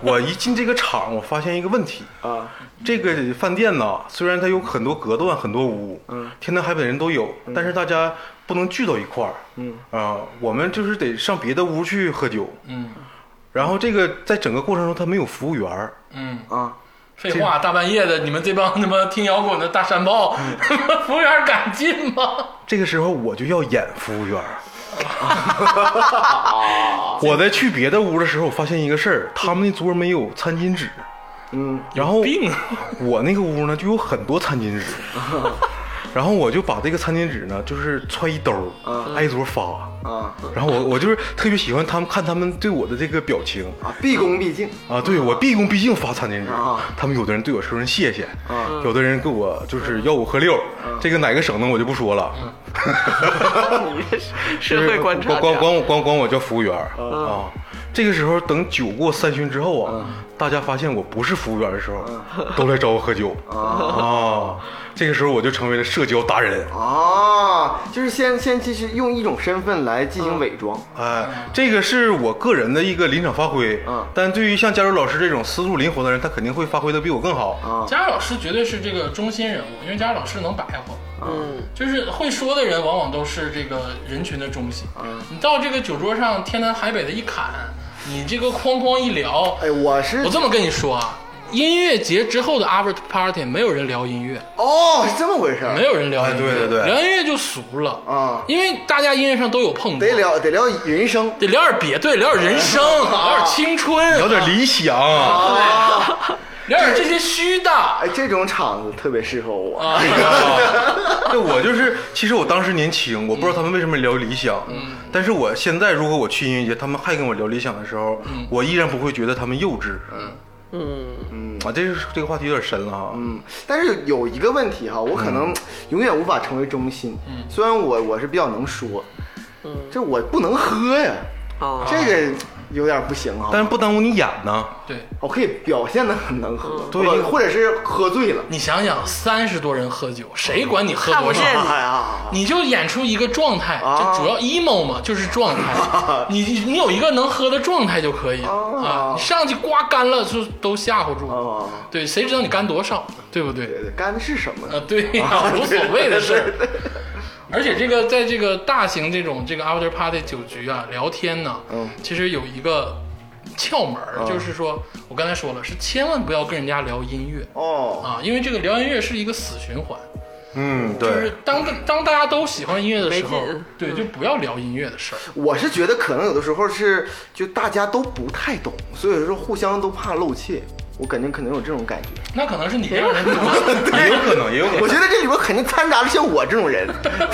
[SPEAKER 3] 我一进这个场，我发现一个问题，
[SPEAKER 4] 啊，
[SPEAKER 3] 这个饭店呢，虽然它有很多隔断、很多屋，
[SPEAKER 4] 嗯，
[SPEAKER 3] 天南海北人都有，但是大家不能聚到一块儿，嗯啊、我们就是得上别的屋去喝酒，
[SPEAKER 1] 嗯
[SPEAKER 3] 然后这个在整个过程中，他没有服务员儿，
[SPEAKER 1] 嗯，
[SPEAKER 4] 啊，
[SPEAKER 1] 废话，大半夜的，你们这帮他妈听摇滚的大山 炮，服务员敢进吗？
[SPEAKER 3] 这个时候我就要演服务员 儿。我在去别的屋的时候，我发现一个事儿，他们那桌没有餐巾纸，
[SPEAKER 4] 嗯，
[SPEAKER 3] 然后
[SPEAKER 1] 病啊！
[SPEAKER 3] 我那个屋呢就有很多餐 巾纸，然后我就把这个餐巾纸呢就是揣一兜儿，
[SPEAKER 4] 嗯
[SPEAKER 3] 挨桌发。
[SPEAKER 4] 啊，
[SPEAKER 3] 然后我我就是特别喜欢他们看他们对我的这个表情
[SPEAKER 4] 啊，毕恭毕敬，
[SPEAKER 3] 啊，对我毕恭毕敬发餐巾纸
[SPEAKER 4] 啊，
[SPEAKER 3] 他们有的人对我说声谢谢
[SPEAKER 4] 啊，
[SPEAKER 3] 有的人给我就是吆五喝六，这个哪个省的我就不说
[SPEAKER 4] 嗯
[SPEAKER 3] 了，
[SPEAKER 2] 你这是
[SPEAKER 1] 嗯
[SPEAKER 3] 就
[SPEAKER 2] 社
[SPEAKER 3] 是
[SPEAKER 2] 会观察嗯家
[SPEAKER 3] 管管管我管管我叫服务员儿啊。这个时候等酒过三巡之后
[SPEAKER 2] 嗯
[SPEAKER 3] 啊，大家发现我不是服务员的时候， 都来找我 喝酒
[SPEAKER 2] 哦
[SPEAKER 3] 啊。这个时候我就成为了社交达人。
[SPEAKER 4] 啊，就是先先其实用一种身份来进行伪装，
[SPEAKER 3] 哎，这个是我个人的一个临场发挥，
[SPEAKER 4] 嗯
[SPEAKER 3] 但对于像加州老师这种思路灵活的人，他肯定会发挥的比我更好。
[SPEAKER 2] 嗯
[SPEAKER 4] 啊
[SPEAKER 1] 佳老师绝对是这个中心人物，因为佳老师能白活。
[SPEAKER 4] 啊
[SPEAKER 2] 嗯，
[SPEAKER 1] 就是会说的人，往往都是这个人群的中心。
[SPEAKER 4] 啊
[SPEAKER 1] 你到这个酒桌上，天南海北的一侃，你这个哐哐一聊，
[SPEAKER 4] 哎，我是
[SPEAKER 1] 我这么跟你说啊，音乐节之后的 after party 没有人聊音乐，
[SPEAKER 4] 哦，是这么回事儿，
[SPEAKER 1] 没有人聊音乐，
[SPEAKER 3] 哎对对对
[SPEAKER 1] 聊音乐就俗了
[SPEAKER 4] 啊
[SPEAKER 1] 因为大家音乐上都有碰撞，
[SPEAKER 4] 得聊得聊人生
[SPEAKER 1] 得聊点别，对，聊点人生，聊点青春，
[SPEAKER 3] 聊点理想，
[SPEAKER 2] 哦
[SPEAKER 4] 啊，
[SPEAKER 1] 聊点这些虚的。
[SPEAKER 4] 哎，这种场子特别适合我
[SPEAKER 1] 啊，
[SPEAKER 3] 哎对我 就是，其实我当时年轻，我不知道他们为什么聊理想，但是我现在如果我去音乐节，他们还跟我聊理想的时候，我依然不会觉得他们幼稚。嗯啊，这是这个话题有点深了哈。
[SPEAKER 4] 嗯，但是有一个问题哈，我可能永远无法成为中心。虽然我我是比较能说，这我不能喝呀，
[SPEAKER 2] 哦，
[SPEAKER 4] 这个有点不行哈。啊
[SPEAKER 3] 但是不耽误你演呢。
[SPEAKER 1] 对
[SPEAKER 4] 我可以表现的很能喝，
[SPEAKER 3] 对
[SPEAKER 4] 不或者是喝醉了，
[SPEAKER 1] 你想想，三十多人喝酒，谁管你喝
[SPEAKER 2] 看
[SPEAKER 1] 多
[SPEAKER 2] 不
[SPEAKER 1] 少？
[SPEAKER 2] 见
[SPEAKER 4] 哎呀，
[SPEAKER 1] 你就演出一个状态，就主要 emo 嘛，就是状态。你你你有一个能喝的状态就可以啊
[SPEAKER 4] 哦。
[SPEAKER 1] 你上去刮干了就都吓唬住，
[SPEAKER 4] 哦，
[SPEAKER 1] 对，谁知道你干多少呢？对不对？
[SPEAKER 4] 对对，干的是什么呢？
[SPEAKER 1] 啊，对呀、无所谓的事儿。而且这个在这个大型这种这个 after party 酒局啊，聊天呢，
[SPEAKER 4] 嗯
[SPEAKER 1] 其实有一个窍门儿，就是说我刚才说了，是千万不要跟人家聊音乐
[SPEAKER 4] 哦，
[SPEAKER 1] 啊，因为这个聊音乐是一个死循环。
[SPEAKER 3] 嗯，
[SPEAKER 1] 就
[SPEAKER 3] 对
[SPEAKER 1] 是，当当大家都喜欢音乐的时候
[SPEAKER 2] 没劲，嗯
[SPEAKER 1] 对，就不要聊音乐的事儿。
[SPEAKER 4] 我是觉得可能有的时候是就大家都不太懂，所以说互相都怕露怯，我感觉可能有这种感觉。
[SPEAKER 1] 那可能是你这样 人多，
[SPEAKER 3] 也有可能，也有可 能。
[SPEAKER 4] 我觉得这里边肯定掺杂着像我这种人，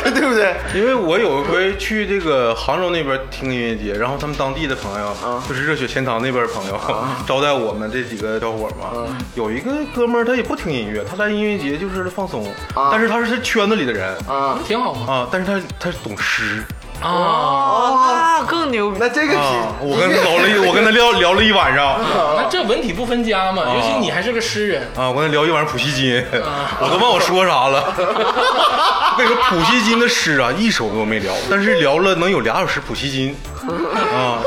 [SPEAKER 4] 对对不对？
[SPEAKER 3] 因为我有一回去这个杭州那边听音乐节，然后他们当地的朋友，
[SPEAKER 4] 啊
[SPEAKER 3] 就是热血钱塘那边朋友、 招待我们这几个小伙嘛。
[SPEAKER 4] 啊
[SPEAKER 3] 有一个哥们儿他也不听音乐，他来音乐节就是放松，
[SPEAKER 4] 啊
[SPEAKER 3] 但是他是圈子里的人
[SPEAKER 4] 啊，
[SPEAKER 1] 挺好嘛。
[SPEAKER 3] 啊，但是他他懂诗
[SPEAKER 1] 啊，
[SPEAKER 2] 哦，那更牛逼
[SPEAKER 4] 那。这个 是
[SPEAKER 3] 啊，我跟他聊了一，我跟他聊聊了一晚上
[SPEAKER 1] 那这文体不分家嘛，
[SPEAKER 3] 啊
[SPEAKER 1] 尤其你还是个诗人，
[SPEAKER 3] 啊，我跟他聊一晚上普希金，
[SPEAKER 1] 啊
[SPEAKER 3] 我都忘我说啥了。 我跟你说，普希金的诗啊，一首都没聊，但是聊了能有俩小时普希金 啊，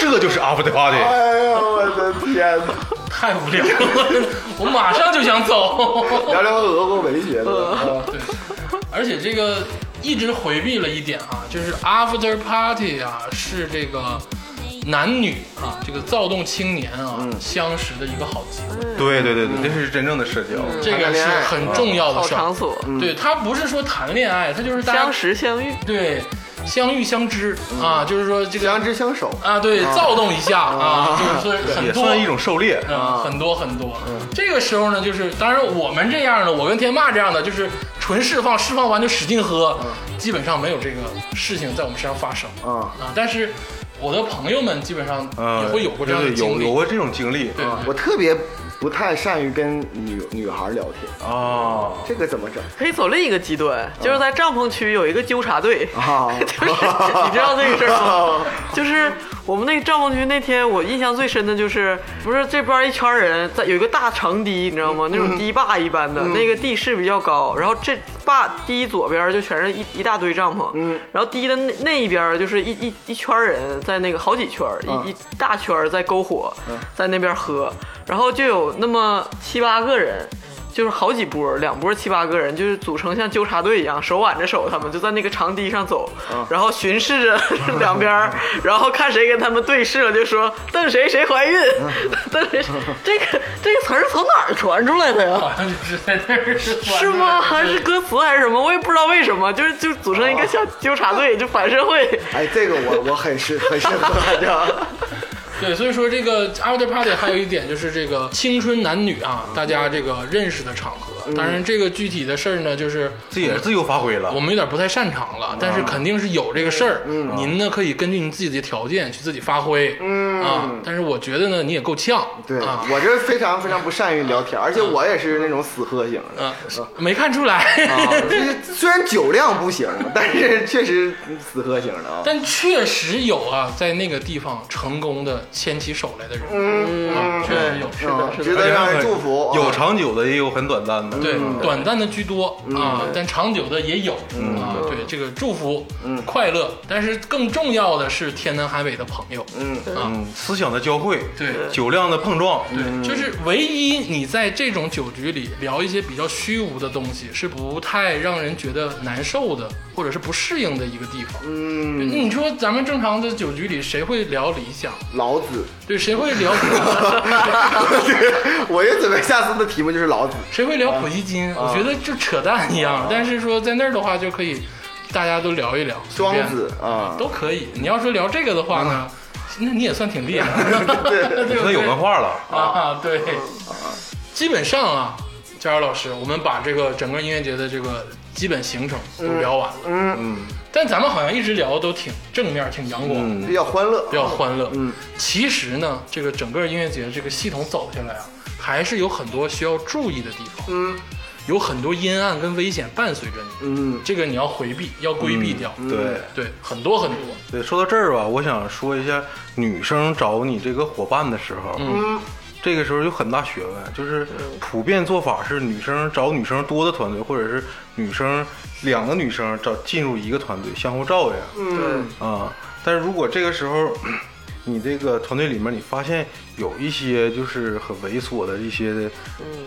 [SPEAKER 3] 这就是 after party。
[SPEAKER 4] 哎呀，我的天哪！
[SPEAKER 1] 太无聊了， 我马上就想走。
[SPEAKER 4] 聊聊俄国文学啊的，
[SPEAKER 1] 对，而且这个一直回避了一点啊，就是 after party 啊，是这个男女啊，这个躁动青年啊、相识的一个好机会，
[SPEAKER 3] 对对对对，这是真正的社交。
[SPEAKER 1] 这个是很重要的
[SPEAKER 2] 好
[SPEAKER 1] 事儿
[SPEAKER 2] 场。所，
[SPEAKER 1] 对他不是说谈恋爱，他就是大家
[SPEAKER 2] 相识相遇，
[SPEAKER 1] 对，相遇相知啊，就是说这个
[SPEAKER 4] 相知相守，
[SPEAKER 1] 啊，对，躁动一下啊，就是说很
[SPEAKER 3] 也
[SPEAKER 1] 多
[SPEAKER 3] 算一种狩猎，
[SPEAKER 1] 啊，很多很多。
[SPEAKER 3] 嗯
[SPEAKER 1] 这个时候呢，就是当然我们这样的，我跟天霸这样的，就是纯释放，释放完就使劲喝，
[SPEAKER 3] 嗯
[SPEAKER 1] 基本上没有这个事情在我们身上发生
[SPEAKER 4] 啊
[SPEAKER 1] 啊。但是我的朋友们基本上
[SPEAKER 3] 嗯，
[SPEAKER 1] 也会有过这样的
[SPEAKER 3] 对对
[SPEAKER 1] 经
[SPEAKER 3] 有有嗯
[SPEAKER 1] 历，
[SPEAKER 3] 过这种经历
[SPEAKER 1] 对，
[SPEAKER 4] 我特别不太善于跟女女孩聊天，
[SPEAKER 3] 啊。
[SPEAKER 4] 这个怎么整
[SPEAKER 2] 可以走另一个极端，就是在帐篷区有一个纠察队，
[SPEAKER 4] 啊？
[SPEAKER 2] 就是你知道这个事儿吗？就是我们那个帐篷区那天，我印象最深的就是，不是这边一圈人在有一个大长堤，你知道吗？那种堤坝一般的，那个地势比较高，然后这坝堤左边就全是一一大堆帐篷，嗯，然后堤的那那一边就是一一一圈人在那个好几圈，一一大圈在篝火，在那边喝，然后就有那么七八个人。就是好几波，两波七八个人，就是组成像纠察队一样，手挽着手，他们就在那个长堤上走，
[SPEAKER 1] 嗯
[SPEAKER 2] 然后巡视 着两边儿，然后看谁跟他们对视了，就说瞪谁谁怀孕，
[SPEAKER 1] 嗯
[SPEAKER 2] 瞪谁谁。这个这个词儿从哪儿传出来 的呀？
[SPEAKER 1] 好像就是在那儿
[SPEAKER 2] 是吗？还是歌词还是什么？我也不知道为什么，就是就组成一
[SPEAKER 1] 哦
[SPEAKER 2] 个像纠察队，就反社 会。
[SPEAKER 4] 哎，这个我我很适很适合大家，
[SPEAKER 1] 对，所以说这个 after party 还有一点就是这个青春男女啊，大家这个认识的场
[SPEAKER 3] 嗯
[SPEAKER 1] 合。当然，这个具体的事儿呢，就是
[SPEAKER 3] 这也是自由发挥了
[SPEAKER 1] 我。们有点不太擅长了，但是肯定是有这个事儿。您呢可以根据你自己的条件去自己发挥。嗯啊，但是我觉得呢，你也够呛。
[SPEAKER 4] 对
[SPEAKER 1] 啊，
[SPEAKER 4] 我这非常非常不善于聊天，而且我也是那种死喝型的。
[SPEAKER 1] 啊，没看出来，
[SPEAKER 4] 啊，就是虽然酒量不行，但是确实死喝型的啊。
[SPEAKER 1] 但确实有啊，在那个地方成功的牵起手来的人。嗯啊，确实有。
[SPEAKER 4] 是的，嗯值
[SPEAKER 3] 而
[SPEAKER 4] 得
[SPEAKER 3] 且
[SPEAKER 4] 让
[SPEAKER 3] 很
[SPEAKER 4] 人祝福。啊
[SPEAKER 3] 有长久的，也有很短暂的。
[SPEAKER 1] 对，短暂的居多啊，但长久的也有啊。对，嗯这个祝福，快乐，但是更重要的是天南海北的朋友。
[SPEAKER 4] 嗯，
[SPEAKER 1] 啊，
[SPEAKER 3] 嗯，思想的交汇，
[SPEAKER 1] 对
[SPEAKER 3] 酒量的碰撞，
[SPEAKER 4] 嗯
[SPEAKER 1] 对，就是唯一你在这种酒局里聊一些比较虚无的东西，是不太让人觉得难受的，或者是不适应的一个地方。
[SPEAKER 4] 嗯，
[SPEAKER 1] 你说咱们正常的酒局里，谁会聊理想？
[SPEAKER 4] 老子，
[SPEAKER 1] 对，谁会聊？
[SPEAKER 4] 我就准备下次的题目就是老子。
[SPEAKER 1] 谁会聊普希金？
[SPEAKER 4] 啊
[SPEAKER 1] 我觉得就扯淡一样。但是说在那儿的话，就可以大家都聊一聊，随
[SPEAKER 4] 庄
[SPEAKER 1] 便
[SPEAKER 4] 子啊，
[SPEAKER 1] 都可以。你要说聊这个的话呢，那你也算挺厉害的，
[SPEAKER 4] 啊
[SPEAKER 1] 对不
[SPEAKER 3] 那
[SPEAKER 1] 对
[SPEAKER 3] 嗯有文化了。
[SPEAKER 1] 啊，对，
[SPEAKER 4] 嗯
[SPEAKER 1] 基本上啊，佳瑶老师，我们把这个整个音乐节的这个基本行程都聊完了，
[SPEAKER 4] 嗯
[SPEAKER 1] 嗯，但咱们好像一直聊的都挺正面、挺阳光、
[SPEAKER 3] 嗯
[SPEAKER 4] 比较欢乐
[SPEAKER 1] 比。较欢乐，
[SPEAKER 4] 嗯，
[SPEAKER 1] 其实呢，这个整个音乐节这个系统走下来啊，还是有很多需要注意的地方，
[SPEAKER 4] 嗯，
[SPEAKER 1] 有很多阴暗跟危险伴随着你，
[SPEAKER 4] 嗯，
[SPEAKER 1] 这个你要回避，要规避掉。
[SPEAKER 3] 对
[SPEAKER 1] 对，很多很多。
[SPEAKER 3] 对，说到这儿吧，我想说一下女生找你这个伙伴的时候，嗯，这个时候有很大学问，就是普遍做法是女生找女生多的团队，或者是女生两个女生找进入一个团队相互照应，
[SPEAKER 2] 对，
[SPEAKER 3] 啊、但是如果这个时候 你这个团队里面你发现有一些就是很猥琐的一些的，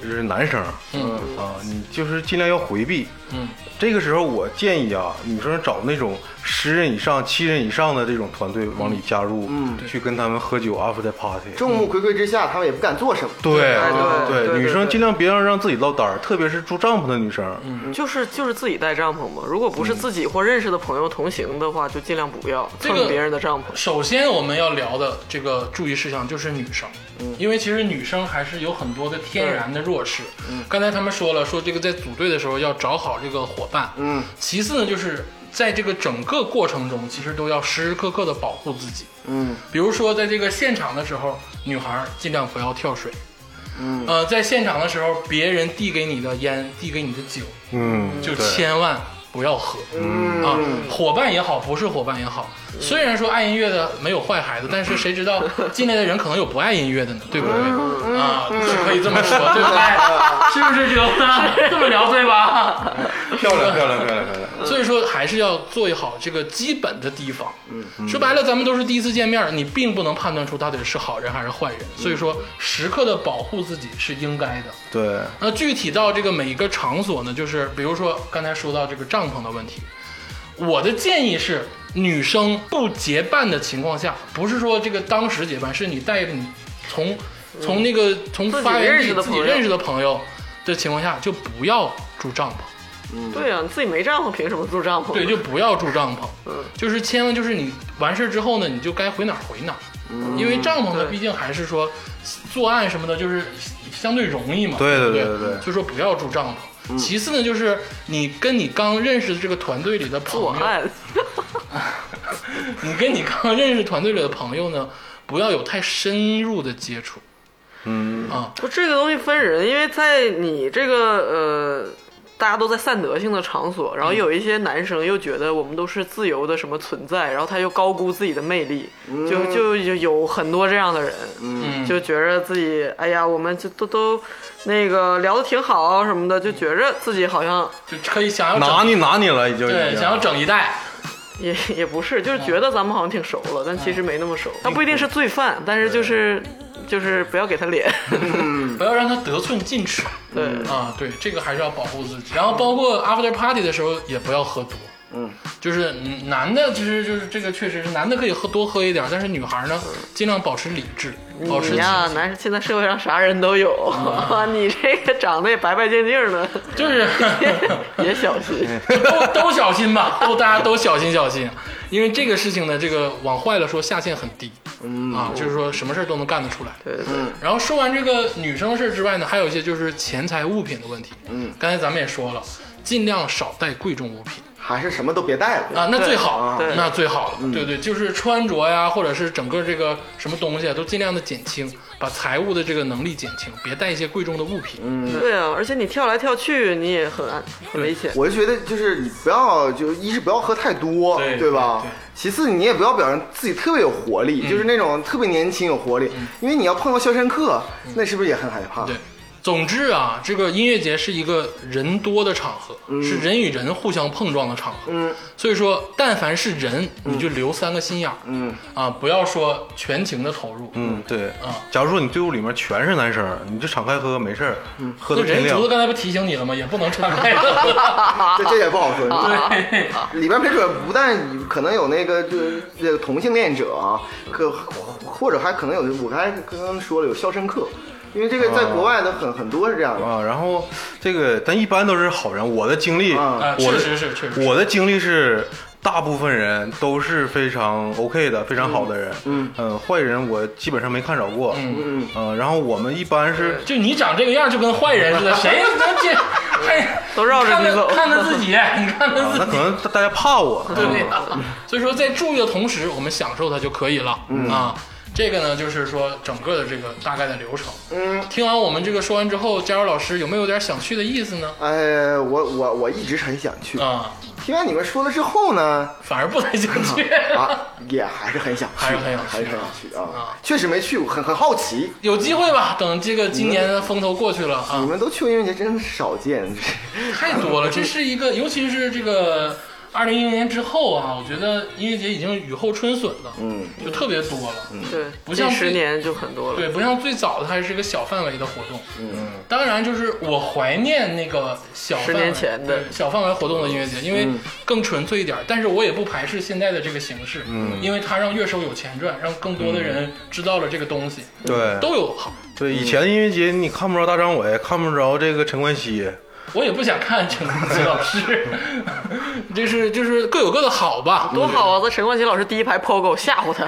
[SPEAKER 3] 就是男生，
[SPEAKER 1] 嗯
[SPEAKER 3] 啊、你就是尽量要回避。
[SPEAKER 1] 嗯，
[SPEAKER 3] 这个时候我建议啊，女生找那种十人以上、七人以上的这种团队往里加入，
[SPEAKER 4] 嗯
[SPEAKER 3] 去跟他们喝酒 after party。
[SPEAKER 4] 众目睽睽之下，他们也不敢做什么。
[SPEAKER 3] 对
[SPEAKER 2] 哎对对对
[SPEAKER 3] 女生
[SPEAKER 2] 对
[SPEAKER 3] 尽量别让让自己落单儿，特别是住帐篷的女生。
[SPEAKER 2] 就是就是自己带帐篷嘛。如果不是
[SPEAKER 1] 嗯
[SPEAKER 2] 自己或认识的朋友同行的话，就尽量不要
[SPEAKER 1] 这个
[SPEAKER 2] 蹭别人的帐篷。
[SPEAKER 1] 首先我们要聊的这个注意事项就是女生，
[SPEAKER 4] 嗯
[SPEAKER 1] 因为其实女生还是有很多的天然的弱势。
[SPEAKER 4] 嗯
[SPEAKER 1] 刚才他们说了，说这个在组队的时候要找好这个伙伴。
[SPEAKER 4] 嗯，
[SPEAKER 1] 其次呢，就是在这个整个过程中，其实都要时时刻刻的保护自己。
[SPEAKER 4] 嗯
[SPEAKER 1] 比如说在这个现场的时候，女孩儿尽量不要跳水。
[SPEAKER 4] 嗯，
[SPEAKER 1] 呃，在现场的时候，别人递给你的烟、递给你的酒，
[SPEAKER 3] 嗯，
[SPEAKER 1] 就
[SPEAKER 3] 对
[SPEAKER 1] 千万不要喝。啊
[SPEAKER 4] 嗯，
[SPEAKER 1] 伙伴也好，不是伙伴也好，虽然说爱音乐的没有坏孩子，但是谁知道进来的人可能有不爱音乐的呢，对不对？啊，是可以这么说，对不对？是不是这个这么聊对吧？
[SPEAKER 3] 漂亮漂亮漂亮漂亮。
[SPEAKER 1] 所以说还是要做好这个基本的提防。嗯，说白了，咱们都是第一次见面，你并不能判断出到底是好人还是坏人，所以说时刻的保护自己是应该的。
[SPEAKER 3] 对，
[SPEAKER 1] 那具体到这个每一个场所呢，就是比如说刚才说到这个帐篷的问题，我的建议是，女生不结伴的情况下，不是说这个当时结伴，是你带着你从从那个从
[SPEAKER 2] 嗯自己
[SPEAKER 1] 发源
[SPEAKER 2] 认
[SPEAKER 1] 地
[SPEAKER 2] 识的
[SPEAKER 1] 自己
[SPEAKER 2] 朋友
[SPEAKER 1] 认识的朋友的情况下，就不要住帐篷，
[SPEAKER 2] 对啊呀、你自己没帐篷，凭什么住帐篷？
[SPEAKER 1] 对，就不要住帐篷，
[SPEAKER 2] 嗯
[SPEAKER 1] 就是千万就是你完事之后呢，你就该回哪儿回哪儿，因为帐篷它
[SPEAKER 2] 对
[SPEAKER 1] 毕竟还是说作案什么的，就是相对容易嘛。
[SPEAKER 3] 对对
[SPEAKER 1] 对
[SPEAKER 3] 对对对
[SPEAKER 1] 所以说不要住帐篷。其次呢，就是你跟你刚认识的这个团队里的朋
[SPEAKER 2] 做
[SPEAKER 1] 友，
[SPEAKER 2] 爱，
[SPEAKER 1] 你跟你刚认识团队里的朋友呢，不要有太深入的接触
[SPEAKER 3] 嗯，
[SPEAKER 1] 啊。
[SPEAKER 2] 不，这个东西分人，因为在你这个呃。大家都在散德性的场所，
[SPEAKER 1] 嗯
[SPEAKER 2] 然后有一些男生又觉得我们都是自由的什么存在，然后他又高估自己的魅力，就就就有很多这样的人，
[SPEAKER 1] 嗯，
[SPEAKER 2] 就觉着自己哎呀，我们就都都那个聊的挺好什么的，就觉着自己好像
[SPEAKER 1] 就可以想要
[SPEAKER 3] 拿
[SPEAKER 1] 整
[SPEAKER 3] 你拿你了，已经
[SPEAKER 1] 对，想要整一代，
[SPEAKER 2] 也也不是，就是觉得咱们好像挺熟了，但其实没那么熟。
[SPEAKER 1] 嗯
[SPEAKER 2] 他不一定是罪犯，但是就是就是不要给他脸。
[SPEAKER 1] 嗯不要让他得寸进尺
[SPEAKER 2] 对，
[SPEAKER 1] 啊。对，这个还是要保护自己。然后包括 after party 的时候，也不要喝多。
[SPEAKER 4] 嗯，
[SPEAKER 1] 就是嗯男的，其实就是这个，确实是男的可以喝多喝一点，但是女孩呢，尽量保持理智，保持
[SPEAKER 2] 你
[SPEAKER 1] 清
[SPEAKER 2] 呀、
[SPEAKER 1] 醒
[SPEAKER 2] 男现在社会上啥人都有，
[SPEAKER 1] 嗯
[SPEAKER 2] 你这个长得也白白净净 的，
[SPEAKER 1] 就是
[SPEAKER 2] 也小心。
[SPEAKER 1] 嗯都都小心吧，都大家都小心小心，因为这个事情呢，这个往坏了说下限很低，啊，就是说什么事儿都能干得出来。
[SPEAKER 2] 对对
[SPEAKER 1] 然后说完这个女生事儿之外呢，还有一些就是钱财物品的问题。嗯，刚才咱们也说了，尽量少带贵重物品
[SPEAKER 4] 还是什么都别带了。
[SPEAKER 1] 啊，那最好
[SPEAKER 4] 啊，
[SPEAKER 2] 对
[SPEAKER 1] 那最好了，对对，就是穿着呀，或者是整个这个什么东西啊，都尽量的减轻，把财务的这个能力减轻，别带一些贵重的物品。嗯，
[SPEAKER 2] 对，对啊！而且你跳来跳去，你也很安很危险。
[SPEAKER 4] 我就觉得就是你不要，就一是不要喝太多，
[SPEAKER 1] 对
[SPEAKER 4] 吧
[SPEAKER 1] 对对
[SPEAKER 4] 其次你也不要表现自己特别有活力，就是那种特别年轻有活力，因为你要碰到肖申克，那是不是也很害怕？
[SPEAKER 1] 对。总之啊，这个音乐节是一个人多的场合，是人与人互相碰撞的场合。
[SPEAKER 4] 嗯，
[SPEAKER 1] 所以说，但凡是人，你就留三个心眼儿。嗯啊，不要说全情的投入。
[SPEAKER 3] 嗯，对
[SPEAKER 1] 啊。
[SPEAKER 3] 假如说你队伍里面全是男生，你就敞开喝没事儿，喝
[SPEAKER 1] 那
[SPEAKER 3] 的
[SPEAKER 1] 嗯
[SPEAKER 3] 天
[SPEAKER 1] 人
[SPEAKER 3] 亮
[SPEAKER 1] 竹子。刚才不提醒你了吗？也不能敞开了。
[SPEAKER 4] 这这也不好说。
[SPEAKER 1] 对，
[SPEAKER 4] 里边没准不但可能有那个就是这个同性恋者啊，可或者还可能有我刚才刚刚说了有肖申克，因为这个在
[SPEAKER 1] 哦
[SPEAKER 4] 国外的很很多是这样的。
[SPEAKER 3] 啊，然后这个，但一般都是好人。我的经历，
[SPEAKER 4] 啊
[SPEAKER 1] 啊，
[SPEAKER 3] 我
[SPEAKER 1] 确
[SPEAKER 3] 的
[SPEAKER 1] 实是，确实是。
[SPEAKER 3] 我的经历是，大部分人都是非常 OK 的，非常好的人。嗯嗯，坏人我基本上没看着过。
[SPEAKER 1] 嗯
[SPEAKER 3] 嗯然后我们一般是，
[SPEAKER 1] 就你长这个样，就跟坏人似的， 谁能见？嘿，
[SPEAKER 2] 都绕着你走嗯
[SPEAKER 1] 看着看着自己，哎你看着
[SPEAKER 3] 啊
[SPEAKER 1] 自
[SPEAKER 3] 那
[SPEAKER 1] 己。
[SPEAKER 3] 可能大家怕我。嗯
[SPEAKER 2] 嗯
[SPEAKER 1] 对、所以说在注意的同时，我们享受它就可以了、啊。这个呢，就是说整个的这个大概的流程。
[SPEAKER 4] 嗯，
[SPEAKER 1] 听完我们这个说完之后，佳茹老师有没有点想去的意思呢？
[SPEAKER 4] 哎，我我我一直很想去，
[SPEAKER 1] 啊，
[SPEAKER 4] 听完你们说了之后呢，
[SPEAKER 1] 反而不太想去。
[SPEAKER 2] 嗯
[SPEAKER 4] 啊，也还是很想去，
[SPEAKER 1] 还是很想去
[SPEAKER 4] 还是很想去啊
[SPEAKER 1] 啊！
[SPEAKER 4] 确实没去过，很很好奇。
[SPEAKER 1] 有机会吧，等这个今
[SPEAKER 2] 嗯
[SPEAKER 1] 年的风头过去了啊
[SPEAKER 4] 你，们都去过音乐节，真少见。
[SPEAKER 2] 嗯
[SPEAKER 1] 太多了。这是一个，尤其是这个二零一零年之后啊，我觉得音乐节已经雨后春笋了，
[SPEAKER 4] 嗯，
[SPEAKER 1] 就特别多了。嗯，
[SPEAKER 2] 对，
[SPEAKER 1] 不
[SPEAKER 2] 近
[SPEAKER 1] 像
[SPEAKER 2] 十
[SPEAKER 1] 最
[SPEAKER 2] 年就很多了。
[SPEAKER 1] 对，不像最早的它是一个小范围的活动。嗯，当然就是我怀念那个小
[SPEAKER 2] 十
[SPEAKER 1] 范
[SPEAKER 2] 年
[SPEAKER 1] 围
[SPEAKER 2] 前的
[SPEAKER 1] 对小范围活动的音乐节，因为更纯粹一点儿。但是我也不排斥现在的这个形式，嗯，因为它让乐手有钱赚，让更多的人知道了这个东西，
[SPEAKER 3] 对
[SPEAKER 1] 都有好。
[SPEAKER 3] 对，以前的音乐节你看不着大张伟，看不着这个陈冠希，
[SPEAKER 1] 我也不想看陈冠希老师， 就是就是各有各的好吧。
[SPEAKER 2] 多好啊！在陈冠希老师第一排 POGO 吓 唬他，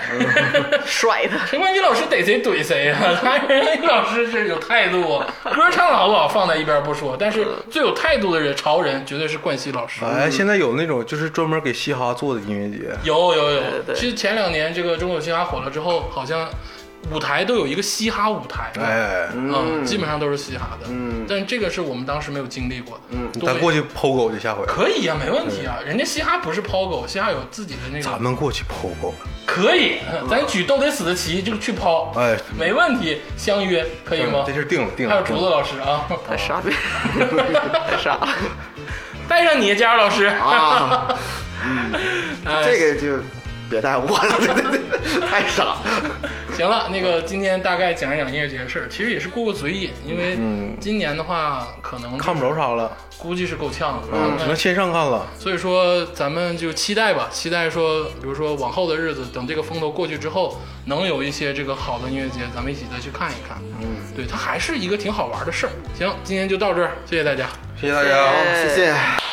[SPEAKER 2] 甩他。
[SPEAKER 1] 陈冠希老师逮谁怼谁啊！ 他陈冠希老师是有态度啊，歌唱的好不好放在一边不说，但是最有态度的人潮人绝对是冠希老师。
[SPEAKER 3] 哎，现在有那种就是专门给嘻哈做的音乐节，
[SPEAKER 1] 有有有
[SPEAKER 2] 对，对
[SPEAKER 1] 其实前两年这个中国有嘻哈火了之后，好像舞台都有一个嘻哈舞台，
[SPEAKER 3] 哎，
[SPEAKER 1] 嗯，基本上都是嘻哈的，
[SPEAKER 4] 嗯
[SPEAKER 1] 但这个是我们当时没有经历过的，嗯，
[SPEAKER 3] 咱过去剖狗去，下回
[SPEAKER 1] 可以呀、没问题啊，人家嘻哈不是抛狗，嘻哈有自己的那
[SPEAKER 3] 咱
[SPEAKER 1] 个，
[SPEAKER 3] 们过去剖狗，
[SPEAKER 1] 可以，咱举斗得死的旗，这个去抛，
[SPEAKER 3] 哎，
[SPEAKER 1] 没问题，相约可以吗
[SPEAKER 3] 这？事儿定了定
[SPEAKER 1] 还有
[SPEAKER 3] 了。
[SPEAKER 1] 竹子老师啊，
[SPEAKER 2] 太傻逼，太 傻了。
[SPEAKER 1] 带上你，佳儿老师
[SPEAKER 4] 啊，
[SPEAKER 1] 哎
[SPEAKER 4] 这个就别带我了， 对对对，太傻了。
[SPEAKER 1] 行了，那个今天大概讲一讲音乐节的事儿，其实也是过过嘴瘾，因为今年的话可能就是
[SPEAKER 3] 看不着啥了，
[SPEAKER 1] 估计是够呛的。
[SPEAKER 3] 嗯，只能线上看了。
[SPEAKER 1] 所以说，咱们就期待吧，期待说，比如说往后的日子，等这个风头过去之后，能有一些这个好的音乐节，咱们一起再去看一看。嗯，对，它还是一个挺好玩的事儿。行，今天就到这儿，谢谢大家。
[SPEAKER 3] 谢谢大家。
[SPEAKER 4] 哎好，谢谢。